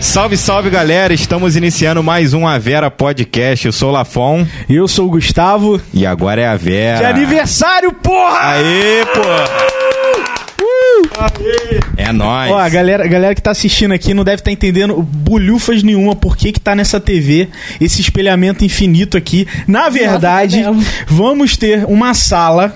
Salve, salve galera! Estamos iniciando mais um A Vera Podcast. Eu sou o Lafon. Eu sou o Gustavo. E agora é a Vera. De aniversário, porra! Aê, pô! Uh! Aê. É nóis. Ó, a galera, a galera que tá assistindo aqui não deve estar tá entendendo bulhufas nenhuma por que que tá nessa TV esse espelhamento infinito aqui. Na verdade, vamos ter uma sala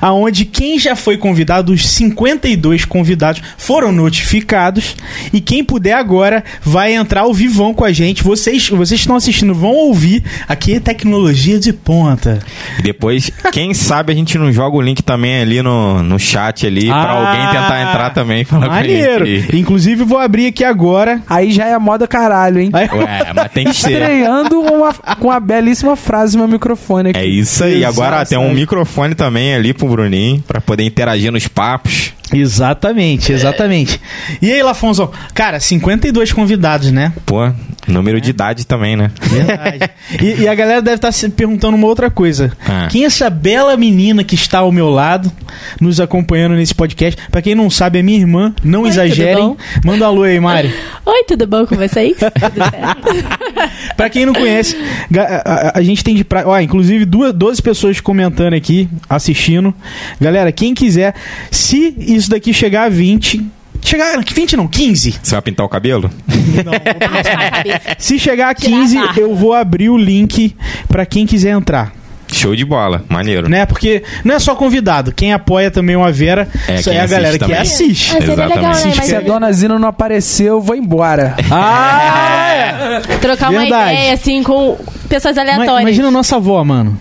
aonde quem já foi convidado, os 52 convidados foram notificados e quem puder agora vai entrar ao vivão com a gente. Vocês, vocês estão assistindo, vão ouvir. Aqui é tecnologia de ponta. E depois, quem sabe a gente não joga o link também ali no, no chat ali ah, para alguém tentar entrar também. Falar maneiro. Inclusive vou abrir aqui agora. Aí já é moda caralho, hein? Ué, mas tem que ser. Estreando uma, com uma belíssima frase no meu microfone aqui. É isso aí. Exato, agora tem um microfone também ali pro Bruninho, para poder interagir nos papos. Exatamente, exatamente. E aí, Lafonso? Cara, 52 convidados, né? Pô, número de idade também, né? Verdade. e, e, a galera deve estar se perguntando uma outra coisa. Ah. Quem é essa bela menina que está ao meu lado, nos acompanhando nesse podcast? Para quem não sabe, é minha irmã. Não Oi, exagerem. Manda um alô aí, Mari. Oi, tudo bom com vocês? tudo certo? pra quem não conhece, a, a, a gente tem de... Pra... Ó, inclusive, duas, 12 pessoas comentando aqui, assistindo. Galera, quem quiser, se isso daqui chegar a 20. Chegar a 20 não, 15. Você vai pintar o cabelo? Não, Se chegar a 15, a eu vou abrir o link para quem quiser entrar. Show de bola, maneiro. Né? Porque não é só convidado, quem apoia também o Avera é, é a galera também. que assiste. É, Exatamente. Legal, né? Se a dona Zina não apareceu, eu vou embora. ah! É. Trocar Verdade. uma ideia assim com pessoas aleatórias. Imagina a nossa avó, mano.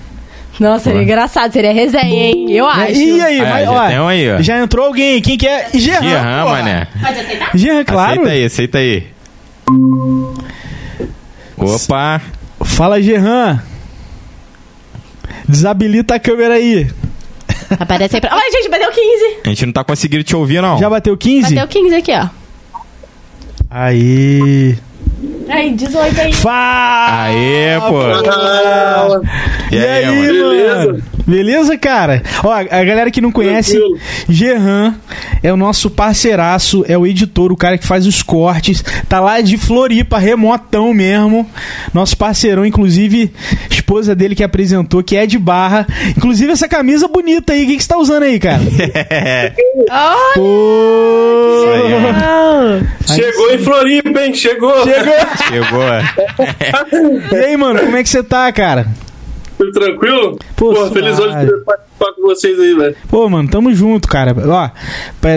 Nossa, seria engraçado, seria resenha, hein? Eu acho. E Ah, aí, é, mas, olha, já, um aí, já entrou alguém, quem que é? Jean, Jean mané. Pode aceitar? Jean, é claro. Aceita aí, aceita aí. Opa. Fala, Jean. Desabilita a câmera aí. Aparece aí pra... Olha, gente, bateu 15. A gente não tá conseguindo te ouvir, não. Já bateu 15? Bateu 15 aqui, ó. Aí... Aí, 18 aí. Fala! Aê, pô! Ah, Fala. E, aí, e aí mano? Beleza? Beleza, cara? Ó, a galera que não conhece, Gerran é o nosso parceiraço, é o editor, o cara que faz os cortes, tá lá de Floripa, remotão mesmo. Nosso parceirão, inclusive, esposa dele que apresentou, que é de barra. Inclusive, essa camisa bonita aí, o que, que você tá usando aí, cara? É. Olha! Pô! Aí, Chegou em Floripa, hein? Chegou! Chegou! Chegou. e aí, mano, como é que você tá, cara? Tudo tranquilo? Pô, Pô feliz hoje de participar com vocês aí, velho. Pô, mano, tamo junto, cara. Ó,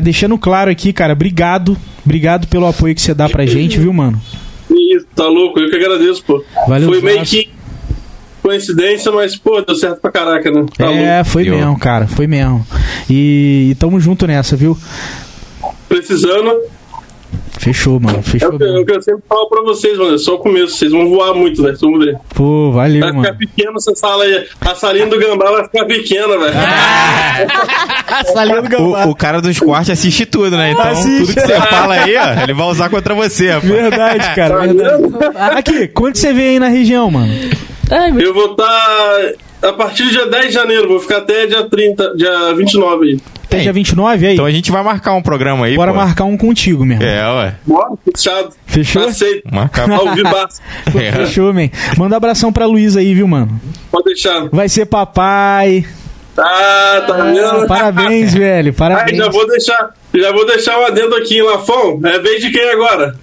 deixando claro aqui, cara, obrigado. Obrigado pelo apoio que você dá pra gente, viu, mano? Isso, tá louco? Eu que agradeço, pô. Valeu, um Foi meio que coincidência, mas, pô, deu certo pra caraca, né? Tá é, louco. foi eu. mesmo, cara, foi mesmo. E, e tamo junto nessa, viu? Precisando, Fechou, mano. Fechou. É o que eu sempre falo pra vocês, mano. É só o começo. Vocês vão voar muito, velho. Vamos ver. Pô, valeu, vai mano. Vai ficar pequeno essa sala aí. A salinha do gambá vai ficar pequena, velho. Ah! a salinha do gambá. O, o cara dos quartos assiste tudo, né? Então, assiste. tudo que você fala aí, ó, ele vai usar contra você, rapaz. Verdade, cara. Verdade. Aqui, quando você vem aí na região, mano? eu vou estar... Tá, a partir do dia 10 de janeiro, vou ficar até dia 30, dia 29 aí. Até dia 29 aí. Então a gente vai marcar um programa aí. Bora pô. marcar um contigo mesmo. É, ué. Bora, fechado. Fechou? Aceito. Marcar ao vivaço. é. Fechou, man. Manda um abração pra Luiz aí, viu, mano? Pode deixar. Vai ser papai. Ah, tá vendo? Parabéns, velho. Parabéns. Ai, já vou deixar, já vou deixar um adendo aqui, Lafon. É vez de quem agora?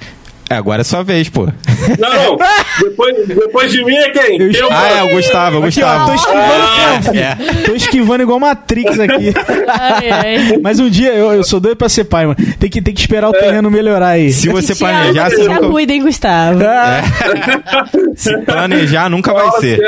É, agora é sua vez, pô. Não, não. depois, depois de mim é quem? Eu, eu ah, é, o Gustavo, o Aqui, ó, Gustavo. tô esquivando ah, tempo, é. Tô esquivando igual Matrix aqui. Ai, ai. Mas um dia eu, eu sou doido pra ser pai, mano. Tem que, tem que esperar o é. terreno melhorar aí. Se você planejar, você nunca... Cuida, hein, Gustavo. Ah, É. Se planejar, nunca vai ser.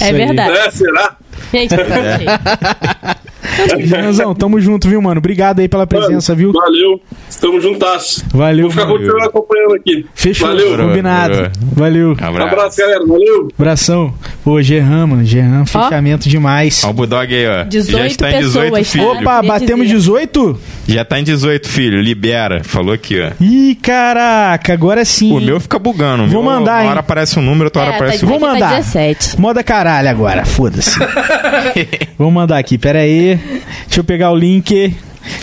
É verdade. É, será? Gente, é. Renanzão, tamo junto, viu, mano? Obrigado aí pela presença, viu? Valeu. Tamo juntasso. Valeu, Vou ficar mano. continuando acompanhando aqui. Fechou, Valeu. combinado. Valeu. Um Abraço. Abraço, galera. Valeu. Abração. Pô, Gerran, mano. Gerran, fechamento demais. Ó o Bulldog aí, ó. Já 18 está em 18, pessoas, filho. cara. Opa, batemos dizer. 18? Já tá em 18, filho. Libera. Falou aqui, ó. Ih, caraca, agora sim. O meu fica bugando. O Vou meu, mandar, Uma hein? hora aparece um número, outra hora É, tá aparece de outro. Vou mandar. Tá 17. Moda caralho agora, foda-se. Vou mandar aqui, pera aí. Deixa eu pegar o link.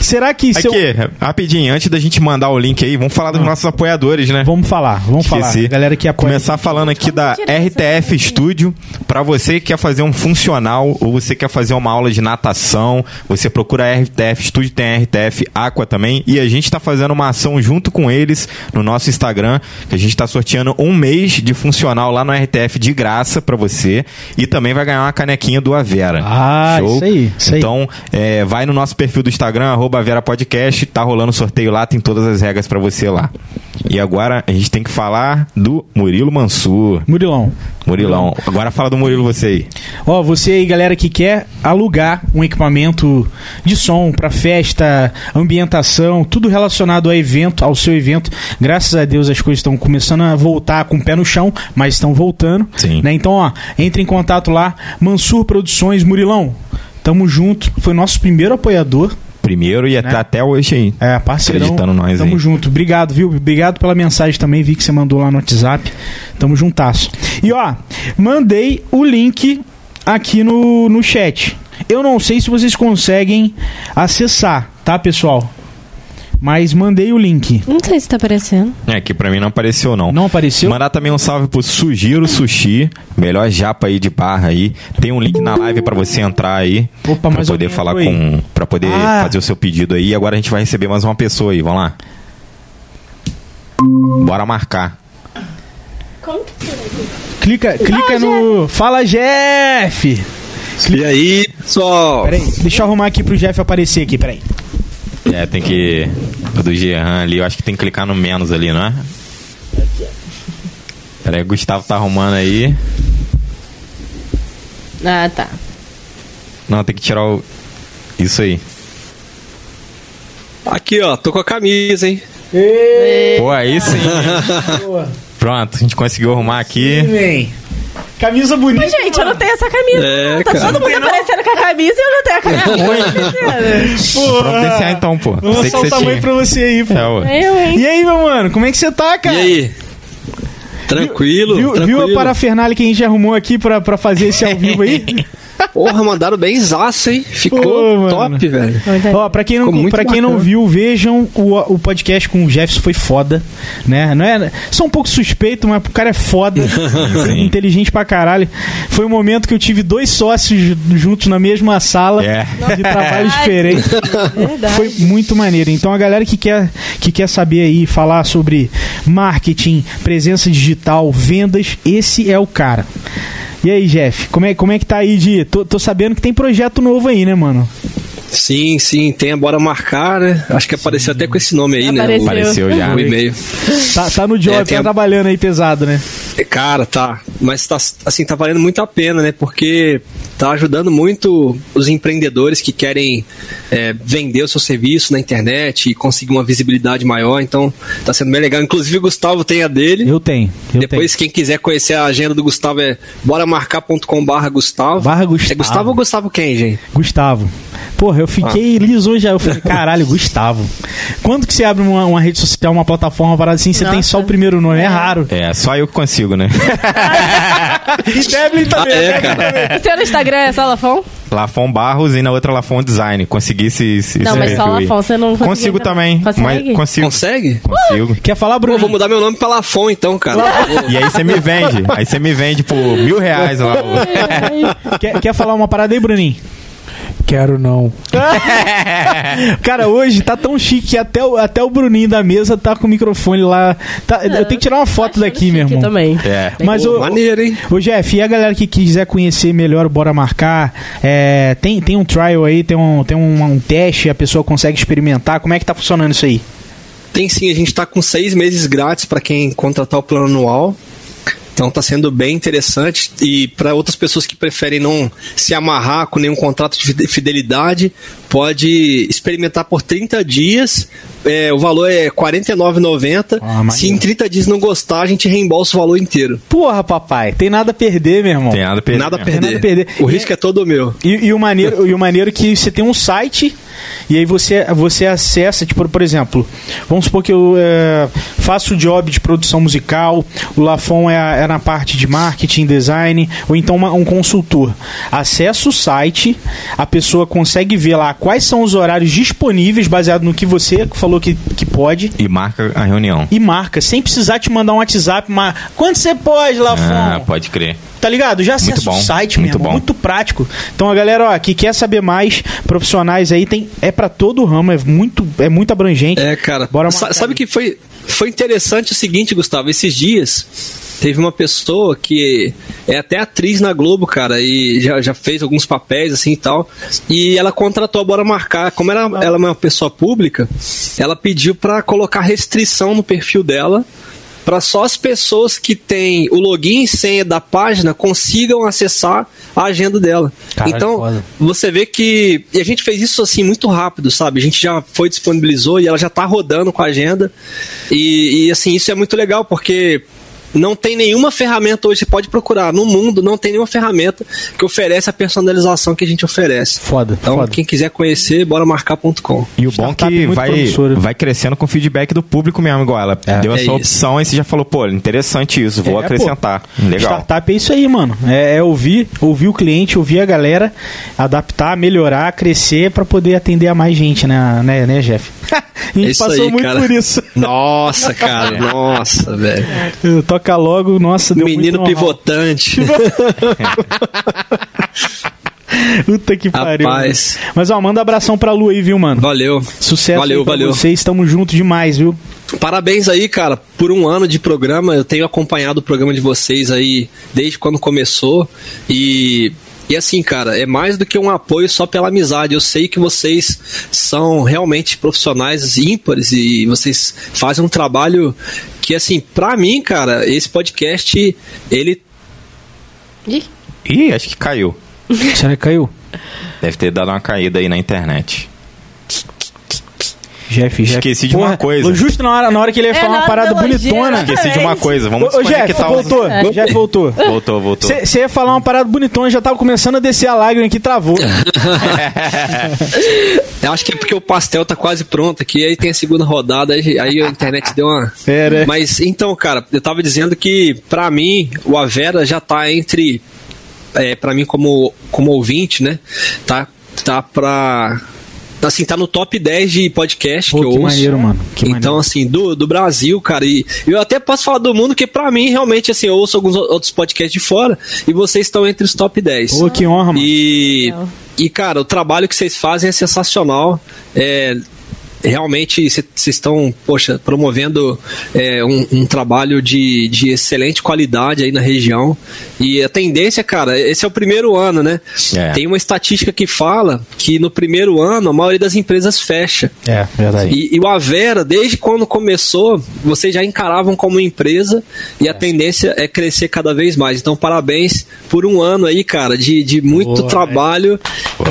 Será que se eu... Aqui, rapidinho, antes da gente mandar o link aí, vamos falar dos nossos apoiadores, né? Vamos falar, vamos Esqueci. falar. Galera que apoia. Começar falando aqui da RTF Studio. Pra você que quer fazer um funcional ou você quer fazer uma aula de natação, você procura a RTF Studio, tem a RTF Aqua também. E a gente tá fazendo uma ação junto com eles no nosso Instagram, que a gente tá sorteando um mês de funcional lá no RTF de graça pra você. E também vai ganhar uma canequinha do Avera. Ah, isso aí, isso aí. Então, é, vai no nosso perfil do Instagram, arroba Vera Podcast, tá rolando sorteio lá, tem todas as regras pra você lá. E agora a gente tem que falar do Murilo Mansur. Murilão. Murilão, Então, agora fala do Murilo você aí. Ó, você aí, galera que quer alugar um equipamento de som para festa, ambientação, tudo relacionado ao evento, ao seu evento. Graças a Deus as coisas estão começando a voltar com o pé no chão, mas estão voltando. Sim. né? Então, ó, entre em contato lá, Mansur Produções, Murilão. Tamo junto, foi nosso primeiro apoiador. Primeiro e até, até hoje aí. Né? É, parceirão. Acreditando nós Tamo aí. junto. Obrigado, viu? Obrigado pela mensagem também, vi que você mandou lá no WhatsApp. Tamo juntasso. E ó, mandei o link aqui no, no chat. Eu não sei se vocês conseguem acessar, tá, pessoal? Mas mandei o link. Não sei se tá aparecendo. É, que pra mim não apareceu não. Não apareceu? Mandar também um salve pro Sugiro Sushi, melhor japa aí de barra aí. Tem um link na live pra você entrar aí, Opa, pra mas poder alguém falar entrou aí. com, Pra poder Ah. fazer o seu pedido aí. E agora a gente vai receber mais uma pessoa aí, vamos lá. Bora marcar. Clica, clica no. Fala, Jeff! E aí, pessoal? Peraí, deixa eu arrumar aqui pro Jeff aparecer aqui, peraí. É, tem que. O do Gerran ali, eu acho que tem que clicar no menos ali, não é? Peraí, o Gustavo tá arrumando aí. Ah, tá. Não, tem que tirar o. Isso aí. Aqui, ó, tô com a camisa, hein? Pô, aí sim. Pronto, a gente conseguiu arrumar aqui. Vem. Camisa bonita. Mas, gente, eu não tenho essa camisa. É, tá cara. todo mundo aparecendo com a camisa e eu não tenho a camisa. ah, Providenciar então, pô. Vou Sei lançar que o você tamanho tinha. pra você aí, pô. É, ó. eu, hein? E aí, meu mano, como é que você tá, E cara? aí? Tranquilo, Viu, tranquilo. viu a parafernália que a gente arrumou aqui pra, pra fazer esse ao vivo aí? Porra, mandaram bem zaço, hein? Ficou Pô, top, mano. velho. tá Ó, pra quem não, Ficou muito pra quem não bacana. viu, vejam o, o podcast com o Jefferson, foi foda, né? Não é, sou um pouco suspeito, mas o cara é foda, sim. inteligente pra caralho. Foi um momento que eu tive dois sócios juntos na mesma sala, É. de trabalho diferente. Verdade. Foi muito maneiro. Então a galera que quer, que quer saber aí, falar sobre marketing, presença digital, vendas, esse é o cara. E aí, Jeff, como é, como é que tá aí de. Tô, tô sabendo que tem projeto novo aí, né, mano? Sim, sim, tem a Bora Marcar, né? Acho que apareceu até com esse nome aí, né? Apareceu. O, Apareceu já. o e-mail. Tá, tá no job, É, tem tá a- trabalhando aí pesado, né? Cara, tá. Mas tá, assim, tá valendo muito a pena, né? Porque tá ajudando muito os empreendedores que querem é, vender o seu serviço na internet e conseguir uma visibilidade maior. Então, tá sendo bem legal. Inclusive, o Gustavo tem a dele. Eu tenho. Eu Depois, quem quiser conhecer a agenda do Gustavo é boramarcar.com.br Gustavo. Barra Gustavo. É Gustavo ou Gustavo Ah. quem, gente? tenho. Gustavo. Porra, eu fiquei liso já. Eu falei, caralho, Gustavo. Quando que você abre uma, uma rede social, uma plataforma, uma parada assim, você tem só o primeiro nome? É raro. É, só eu que consigo, né? Ah, E Devlin também. né? É, cara. O seu no Instagram é Salafão? Lafon Barros e na um outra Lafon Design. Consegui esse. esse Não, esse mas só um perfil aí. Lafon, você não conseguiu Consigo ainda não. também. Consegue? Mas consigo. Consegue? Consigo. Quer falar, Pô, Bruno? vou mudar meu nome pra Lafon então, cara. E aí você me vende. Aí você me vende por tipo, mil reais lá. o- É, Quer, quer falar uma parada aí, Bruninho? Quero não. Cara, hoje tá tão chique que até o, até o Bruninho da mesa tá com o microfone lá. Tá- eu tenho que tirar uma foto daqui, meu irmão. também. É. Mas Pô, o. Maneiro, hein? Ô Jeff, e a galera que quiser conhecer melhor o Bora Marcar, é, tem, tem um trial aí, tem, um, tem um, um teste, a pessoa consegue experimentar, como é que tá funcionando isso aí? Tem sim, a gente tá com seis meses grátis pra quem contratar o plano anual. Então está sendo bem interessante e para outras pessoas que preferem não se amarrar com nenhum contrato de fidelidade, pode experimentar por 30 dias. É, o valor é R$ 49,90. Ah, mas- se em 30 dias não gostar, a gente reembolsa o valor inteiro. Porra, papai, tem nada a perder, meu irmão. Tem nada a perder. né? Nada a mesmo. perder. nada a perder. O E- risco é todo meu. E, e o maneiro, e o maneiro é que você tem um site e aí você, você acessa, tipo, por exemplo, vamos supor que eu é, faço o job de produção musical, o Lafon é, a- é na parte de marketing, design, ou então uma- um consultor. Acessa o site, a pessoa consegue ver lá quais são os horários disponíveis, baseado no que você falou que, que pode. E marca a reunião. E marca, sem precisar te mandar um WhatsApp, mas quando você pode, Lafon? um Ah, pode crer. Tá ligado? Já Muito acessa bom, o site, meu muito irmão. bom. Muito prático. Então, a galera, ó, que quer saber mais, profissionais aí, tem é pra todo o ramo, é muito, é muito abrangente. É, cara. Bora Sa- marcar sabe aí. que foi, foi interessante o seguinte, Gustavo? Esses dias teve uma pessoa que é até atriz na Globo, cara, e já, já fez alguns papéis assim e tal. E ela contratou a Bora Marcar. Como era, ela é uma pessoa pública, ela pediu pra colocar restrição no perfil dela. Pra só as pessoas que têm o login e senha da página consigam acessar a agenda dela. Caralho, então, foda. você vê que. E a gente fez isso assim muito rápido, sabe? A gente já foi, disponibilizou e ela já tá rodando com a agenda. E, e, assim, isso é muito legal, porque não tem nenhuma ferramenta hoje, você pode procurar. No mundo não tem nenhuma ferramenta que oferece a personalização que a gente oferece. Foda, Então, foda. quem quiser conhecer, bora marcar.com. E o bom é tá Startup que muito vai, promissora. vai crescendo com o feedback do público mesmo, igual ela. Deu É essa isso. opção e você já falou, pô, interessante isso, vou É, acrescentar. Legal. Startup é isso aí, mano. É, é ouvir, ouvir o cliente, ouvir a galera, adaptar, melhorar, crescer pra poder atender a mais gente, né, né, né Jeff? a gente É isso passou aí, muito cara. por isso. É. Nossa, cara, nossa, velho. Toca logo, nossa, deu Menino muito know-how. pivotante. Puta que pariu. Rapaz. mano. Mas ó, manda abração pra Lu aí, viu, mano? Valeu. Sucesso Valeu, aí pra valeu. vocês, tamo junto demais, viu? Parabéns aí, cara, por um ano de programa. Eu tenho acompanhado o programa de vocês aí desde quando começou. E, e assim, cara, é mais do que um apoio só pela amizade. Eu sei que vocês são realmente profissionais ímpares e vocês fazem um trabalho que, assim, pra mim, cara, esse podcast, ele. Ih, Ih, acho que caiu. Será que caiu? Deve ter dado uma caída aí na internet. Jeff, Jeff. Esqueci de uma coisa. Justo na hora, na hora que ele ia É, falar na uma hora parada do elogio, bonitona. né? é. Esqueci de uma coisa, vamos Ô, ô, Jeff, desconectar os- voltou. É. Jeff voltou. um- Voltou, voltou. Você ia falar uma parada bonitona, já tava começando a descer a lágrima aqui, travou. Eu acho que é porque o pastel tá quase pronto aqui, aí tem a segunda rodada, aí, aí a internet deu uma. É, né? Mas então, cara, eu tava dizendo que pra mim o Avera já tá entre é, para mim como como ouvinte, né? Tá tá pra assim, tá no top 10 de podcast Pô, que eu que ouço. maneiro, mano. Que então, maneiro. assim, do, do Brasil, cara, e eu até posso falar do mundo, que pra mim, realmente, assim, eu ouço alguns o- outros podcasts de fora, e vocês estão entre os top 10. Pô, que honra, mano. E, e cara, o trabalho que vocês fazem é sensacional. É, realmente, vocês estão, poxa, promovendo é, um, um trabalho de, de excelente qualidade aí na região. E a tendência, cara, esse é o primeiro ano, né? É. Tem uma estatística que fala que no primeiro ano a maioria das empresas fecha. É, verdade. E, e o Avera, desde quando começou, vocês já encaravam como empresa e a tendência é crescer cada vez mais. Então, parabéns por um ano aí, cara, de, de muito é. trabalho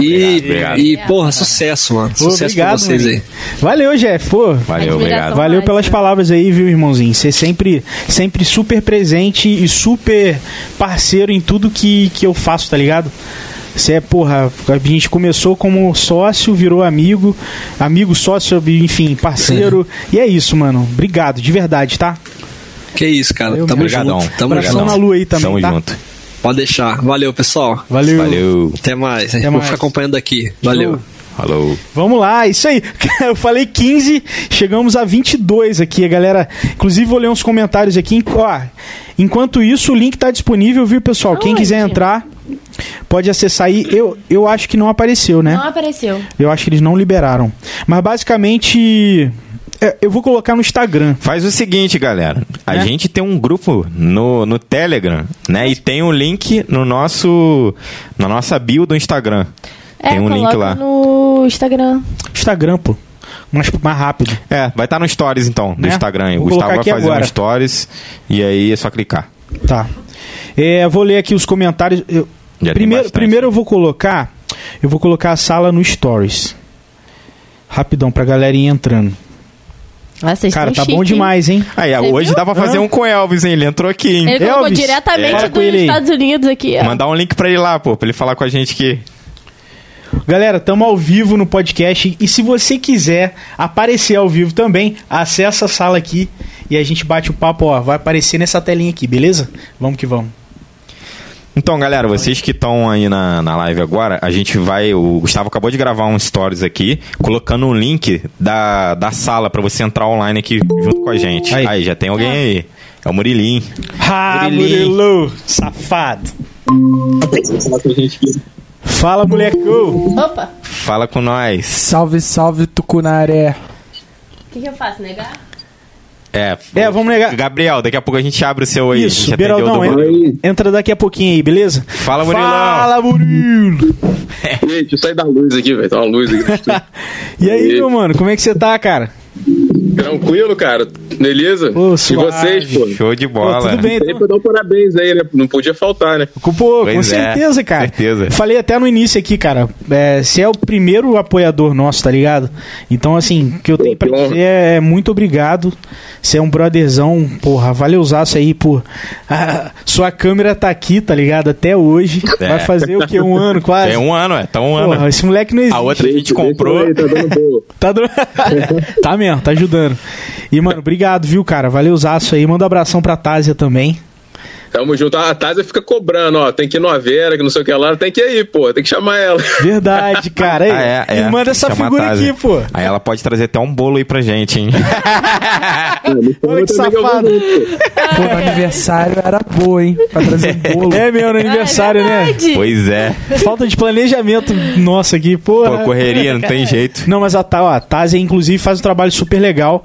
e, obrigado, e, porra, sucesso, mano. Pô, sucesso pra vocês mano. aí. Valeu, Jeff. Pô, Valeu, Admiração. obrigado. Valeu mais, pelas né? palavras aí, viu, irmãozinho? Você sempre, sempre super presente e super parceiro em tudo que, que eu faço, tá ligado? Você é, porra, a gente começou como sócio, virou amigo, amigo, sócio, enfim, parceiro. E é isso, mano. Obrigado, de verdade, tá? Que isso, cara. Valeu, Tamo mano. Obrigadão. junto. Tamo Abração junto. na lua aí também, Tamo tá? junto. Pode deixar. Valeu, pessoal. Valeu. Valeu. Até mais. Até Vou mais. ficar acompanhando aqui. Valeu. Falou. Vamos lá, isso aí. Eu falei 15, chegamos a 22 aqui, a galera. Inclusive, vou ler uns comentários aqui. Ó, enquanto isso, o link tá disponível, viu, pessoal? Quem Aonde? quiser entrar, pode acessar aí. Eu, eu acho que não apareceu, né? não apareceu. Eu acho que eles não liberaram. Mas, basicamente, é, eu vou colocar no Instagram. Faz o seguinte, galera. A Né? gente tem um grupo no, no Telegram, né? E tem um link no nosso. Na nossa bio do Instagram. É, tem um link coloca lá. no Instagram. Instagram, pô. Mais, mais rápido. É, vai estar no Stories então, do Né? Instagram. aí. O Vou colocar Gustavo vai aqui fazer agora. um Stories e aí é só clicar. Tá. É, vou ler aqui os comentários. Eu- Já tem primeiro, bastante. primeiro eu vou colocar. Eu vou colocar a sala no Stories. Rapidão, pra galera ir entrando. Ah, vocês Cara, tão tá bom chique, hein? demais, hein? Aí, Você hoje viu? dá pra fazer Hã? um com o Elvis, hein? Ele entrou aqui, hein? Ele colocou Elvis, É. diretamente fala com dos ele aí. Estados Unidos aqui. ó. Mandar um link pra ele lá, pô, pra ele falar com a gente que. Galera, tamo ao vivo no podcast. E se você quiser aparecer ao vivo também, acessa a sala aqui e a gente bate o papo, ó. Vai aparecer nessa telinha aqui, beleza? Vamos que vamos. Então, galera, vocês que estão aí na, na live agora, a gente vai. O Gustavo acabou de gravar um stories aqui, colocando um link da, da sala pra você entrar online aqui junto com a gente. Aí. Aí, já tem alguém aí. É o Murilim. Ah, Murilinho. Murilo, safado. Fala, moleque. Opa, Fala com nós. Salve, salve, Tucunaré. o que, que eu faço? Negar? É, É, vamos negar. Gabriel, daqui a pouco a gente abre o seu aí. a gente Isso, atendeu Beraldão, do Murilo. en- entra daqui a pouquinho aí, beleza? Fala, Murilão. Fala, Murilo. Gente, eu saí da luz aqui, velho. Tá uma luz aqui. E aí, E- meu mano, como é que você tá, cara? Tranquilo, cara. Beleza? Ô, e suave. vocês, pô? Show de Pô, bola. tudo bem, Tem então. pra dar um parabéns aí, né? Não podia faltar, né? Com- Pô, com Pois é, certeza, cara. certeza. Falei até no início aqui, cara. É, você é o primeiro apoiador nosso, tá ligado? Então, assim, o que eu tenho pra que honra. dizer é muito obrigado. Você é um brotherzão, porra. Valeuzaço aí por. Ah, sua câmera tá aqui, tá ligado? Até hoje. É. Vai fazer o quê? Um ano quase? É um ano, é. Tá um Porra, ano. esse moleque não existe. A outra a Deixa gente eu comprou. ver, Tá dando boa. Tá, dando- tá mesmo, tá ajudando. E, mano, obrigado, viu, cara? Valeuzaço aí. Manda um abração pra Tásia também. Tamo junto. A Tásia fica cobrando, ó. Tem que ir no Avera, que não sei o que lá. Tem que ir aí, pô. Tem que chamar ela. Verdade, cara. Aí, Ah, Me manda essa Chama a figura Tazi. aqui, pô. Aí ela pode trazer até um bolo aí pra gente, hein? Olha que safado. Pô, no aniversário era boa, hein? Pra trazer um bolo. É meu, no aniversário, né? Ah, verdade. pois é. Falta de planejamento nossa aqui, Pô, porra. correria, não tem jeito. Não, mas a, Ta- ó, a Tazia, inclusive, faz um trabalho super legal.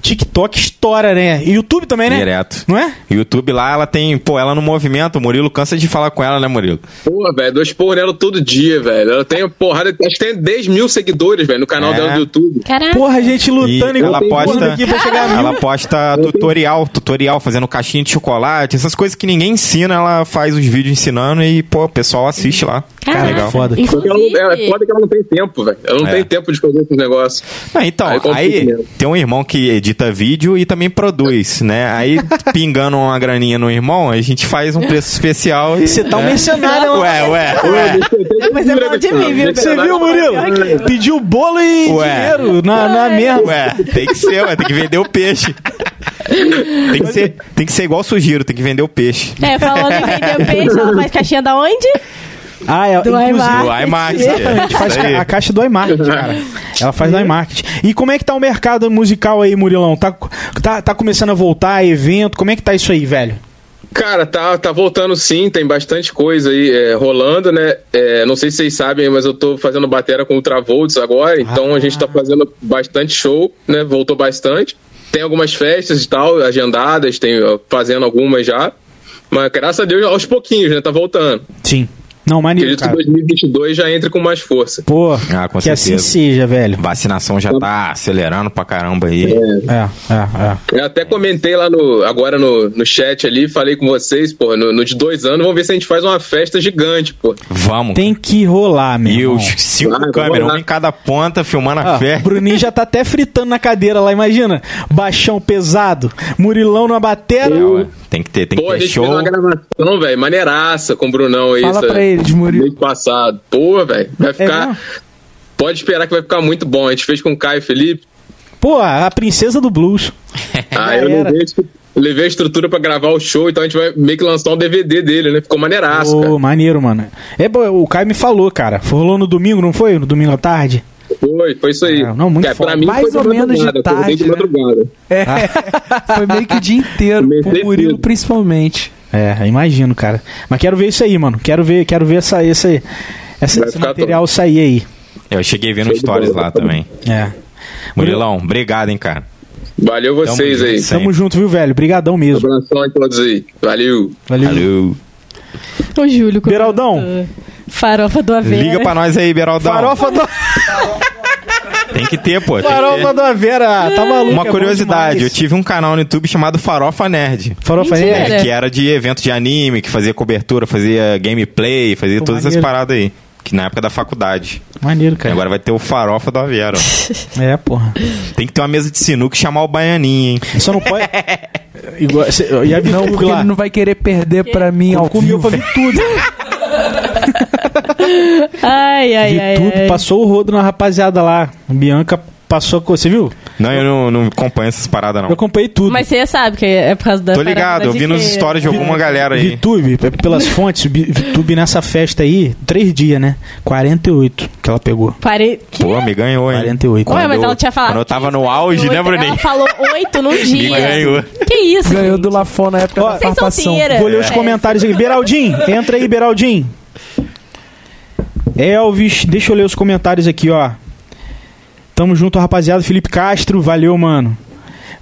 TikTok estoura, né? E YouTube também, né? Direto. Não é? YouTube lá, ela tem. Pô, ela no movimento. O Murilo cansa de falar com ela, né, Murilo? Pô, velho, dou expor nela todo dia, velho. Ela tem porrada, acho que tem 10 mil seguidores, velho, no canal É. dela do YouTube. Caraca. Porra, a gente E lutando igual ela porra posta, um aqui pra chegar a mil. Tá ela posta tutorial, tutorial, fazendo caixinha de chocolate, essas coisas que ninguém ensina, ela faz os vídeos ensinando e, pô, o pessoal assiste lá. Caraca. legal. é foda. Porque ela, não- ela, Inclusive, foda que ela não tem tempo, velho. Ela não É. tem tempo de fazer esses negócios. Ah, então, Aí aí, complica mesmo. tem um irmão que edita vídeo e também produz, né? Aí pingando uma graninha no irmão, a gente faz um preço especial e. Você tá um né? mercenário, mano. Ué, ué, ué. mas é mal de mim, viu? Você viu, Murilo? Pediu bolo e Ué. dinheiro na, na merda. Ué, tem que ser, ué, tem que vender o peixe. Tem que ser, tem que ser igual sugiro, tem que vender o peixe. é, falando em vender peixe, ela faz caixinha da onde? Ah, é, Do iMarket. O IMAX. Exatamente, faz é, isso aí. ca- a caixa do iMarket, cara. Ela faz do iMarket. E como é que tá o mercado musical aí, Murilão? Tá, tá, tá começando a voltar, evento? Como é que tá isso aí, velho? Cara, tá, tá voltando sim, tem bastante coisa aí é, rolando, né? É, não sei se vocês sabem, mas eu tô fazendo batera com o Travolts agora, então a gente Ah. tá fazendo bastante show, né? Voltou bastante. Tem algumas festas e tal, agendadas, tem ó, fazendo algumas já. Mas graças a Deus, aos pouquinhos, né? Tá voltando. Sim. Não, maneiro, Acredito que cara. 2022 já entre com mais força. Pô, Ah, com que assim certeza. seja, velho. Vacinação já tá acelerando pra caramba aí. É, é, é. Eu até comentei lá no, agora no, no chat ali, falei com vocês, pô, no, no de dois anos, vamos ver se a gente faz uma festa gigante, pô. Vamos. Tem que rolar, meu e irmão. os cinco Ah, vamos câmeras, lá. uma em cada ponta, filmando a Ah, fé. o Bruninho já tá até fritando na cadeira lá, imagina. Baixão pesado, Murilão na batera. Ah, ué, Tem que ter, tem Pô, que a ter gente fez show. uma gravação, velho, maneiraça com o Brunão aí. Fala sabe? pra eles, Murilo. É Mês passado. Pô, velho, vai ficar. mesmo? Pode esperar que vai ficar muito bom. A gente fez com o Caio e Felipe. Pô, a princesa do blues. Aí eu Já era. levei, eu levei a estrutura pra gravar o show, então a gente vai meio que lançar um DVD dele, né? Ficou maneiraço, Ô, cara. maneiro, mano. É, bo- o Caio me falou, cara. Rolou no domingo, não foi? No domingo à tarde? Foi, foi isso aí. É, Ah, não, muito Cara, pra foda. mim Mais foi de ou menos de madrugada, acordei de tarde, né? madrugada. É. Ah. Foi meio que o dia inteiro. Comecei Pro Murilo, tudo. principalmente. É, imagino, cara. Mas quero ver isso aí, mano. Quero ver, quero ver essa, essa, essa- Vai esse ficar material sair aí. Eu cheguei vendo Show de stories bola. lá também. É. Murilão, obrigado, hein, cara. Valeu vocês Tamo aí. junto. Tamo junto, viu, velho? Brigadão mesmo. Abração a todos aí. Valeu. Valeu. Valeu. O Júlio. com- Beraldão. Farofa do Aveiro. Liga pra nós aí, Beraldão. Farofa do... Tem que ter, pô. tem que Farofa ter. da Vera, tá maluco. Uma curiosidade, eu tive um canal no YouTube chamado Farofa Nerd. Farofa aí, Mentira. né? É, que era de evento de anime, que fazia cobertura, fazia gameplay, fazia Pô, todas maneiro. essas paradas aí. Que na época da faculdade. Maneiro, cara. Agora vai ter o farofa da Vera. ó. É, porra. Tem que ter uma mesa de sinuca e chamar o baianinho, hein? Só não pode. Igual, cê- e a Não, Vitube porque lá? ele não vai querer perder pra mim ao Comeu pra vivo. Vitube. Ai, ai, ai. Vitube ai. passou o rodo na rapaziada lá. Bianca passou. a co- Você viu? Não, eu não, não acompanho essas paradas, Eu não. acompanhei tudo. Mas você sabe que é por causa da. Tô ligado, eu vi nos stories de alguma galera aí. Vitube, p- pelas fontes, o Bi- Vitube nessa festa aí, três dias, né? 48 que ela pegou. Parei. Que? Pô, me ganhou, hein? 48. Ué, mas eu- ela tinha falado. quando eu tava no que auge, oito, né, Bruninho? Ela falou oito num dia. ganhou. Que isso? Ganhou gente? do Lafon na época Ó, da Vocês são farpação. pinheira. Vou ler os É. comentários aqui. Beraldim, entra aí, Beraldim. Elvis, deixa eu ler os comentários aqui, ó. Tamo junto, rapaziada. Felipe Castro, valeu, mano.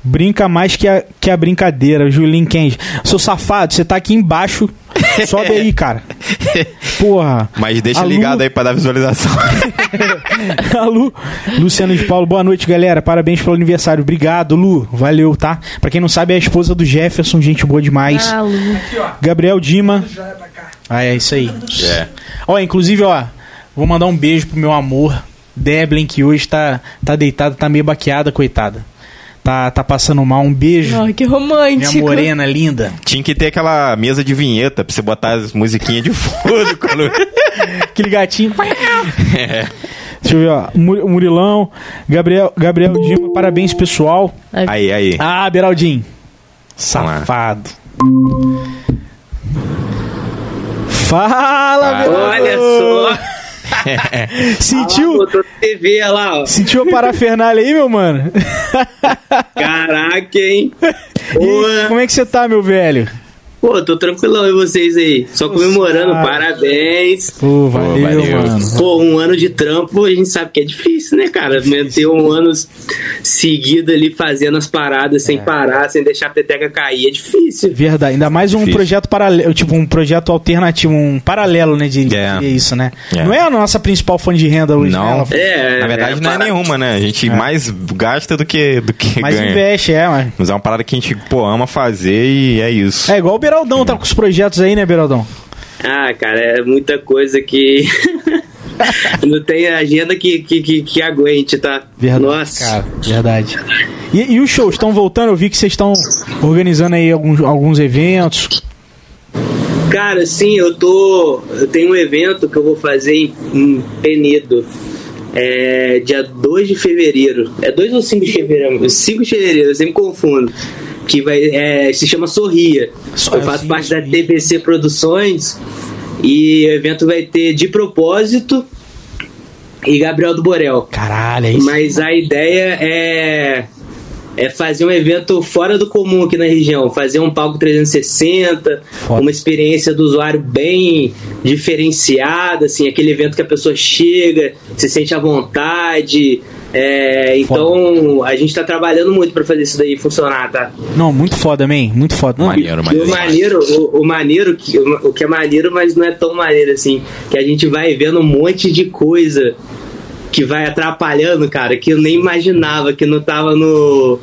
Brinca mais que a, que a brincadeira, Julinho Kenji. Seu safado, você tá aqui embaixo. Sobe aí, cara. Porra. Mas deixa Aluno- ligado aí pra dar visualização. A Lu, Luciano de Paulo, boa noite, galera. Parabéns pelo aniversário. Obrigado, Lu. Valeu, tá? Pra quem não sabe, é a esposa do Jefferson, gente boa demais. Ah, Lu. Gabriel Dima. Ah, é isso aí. É. Ó, inclusive, ó, vou mandar um beijo pro meu amor, Deblin, que hoje tá, tá deitada, tá meio baqueada, coitada. Tá, tá passando mal. Um beijo. Ai, que Minha romântico. morena linda. Tinha que ter aquela mesa de vinheta pra você botar as musiquinhas de fundo. quando- Aquele gatinho. Deixa eu ver, ó. Mu- Murilão, Gabriel, Gabriel Dima, parabéns, pessoal. Aí, aí. Ah, Beraldim. Safado. Fala, Beraldim. Olha só, Sentiu, botou TV olha lá, ó. sentiu a parafernália aí, meu mano? Caraca, hein? E, como é que você tá, meu velho? Pô, tô tranquilão e vocês aí? Só comemorando, Nossa. parabéns. Pô, valeu, valeu. mano. Pô, um ano de trampo, a gente sabe que é difícil, né, cara? Manter um ano seguido ali fazendo as paradas É. sem parar, sem deixar a peteca cair, é difícil. Verdade, ainda mais um Difícil. projeto paralelo, tipo um projeto alternativo, um paralelo, né, de, É. de isso, né? É. Não é a nossa principal fonte de renda hoje, Não. né? Ela- É, Então, Na verdade, é, não é para- nenhuma, né? A gente mais gasta do que, do que Mas ganha. investe, é, mas... Mas é uma parada que a gente, pô, ama fazer e é isso. É igual o Beraldão, tá com os projetos aí, né, Beraldão? Ah, cara, é muita coisa que. não tem agenda que, que, que, que aguente, tá? Verdade, Nossa. cara, verdade. E, e os shows estão voltando? Eu vi que vocês estão organizando aí alguns, alguns eventos. Cara, sim, eu tô. Eu tenho um evento que eu vou fazer em, em Penedo. É dia 2 de fevereiro. É 2 ou 5 de fevereiro? 5 de fevereiro, eu sempre confundo. Que vai, é, se chama Sorria. Só- eu faço sim, parte da sim. TBC Produções. E o evento vai ter De Propósito e Gabriel do Borel. Caralho, é isso. Mas a ideia é, é fazer um evento fora do comum aqui na região, fazer um palco 360, Foda. uma experiência do usuário bem diferenciada, assim, aquele evento que a pessoa chega, se sente à vontade. é, então a gente está trabalhando muito para fazer isso daí funcionar, tá? Não, muito foda, man. Muito foda. Não, Maneiro, E o maneiro, o, o maneiro, que- o que é maneiro, mas não é tão maneiro assim, que a gente vai vendo um monte de coisa que vai atrapalhando, cara, que eu nem imaginava, que não tava no,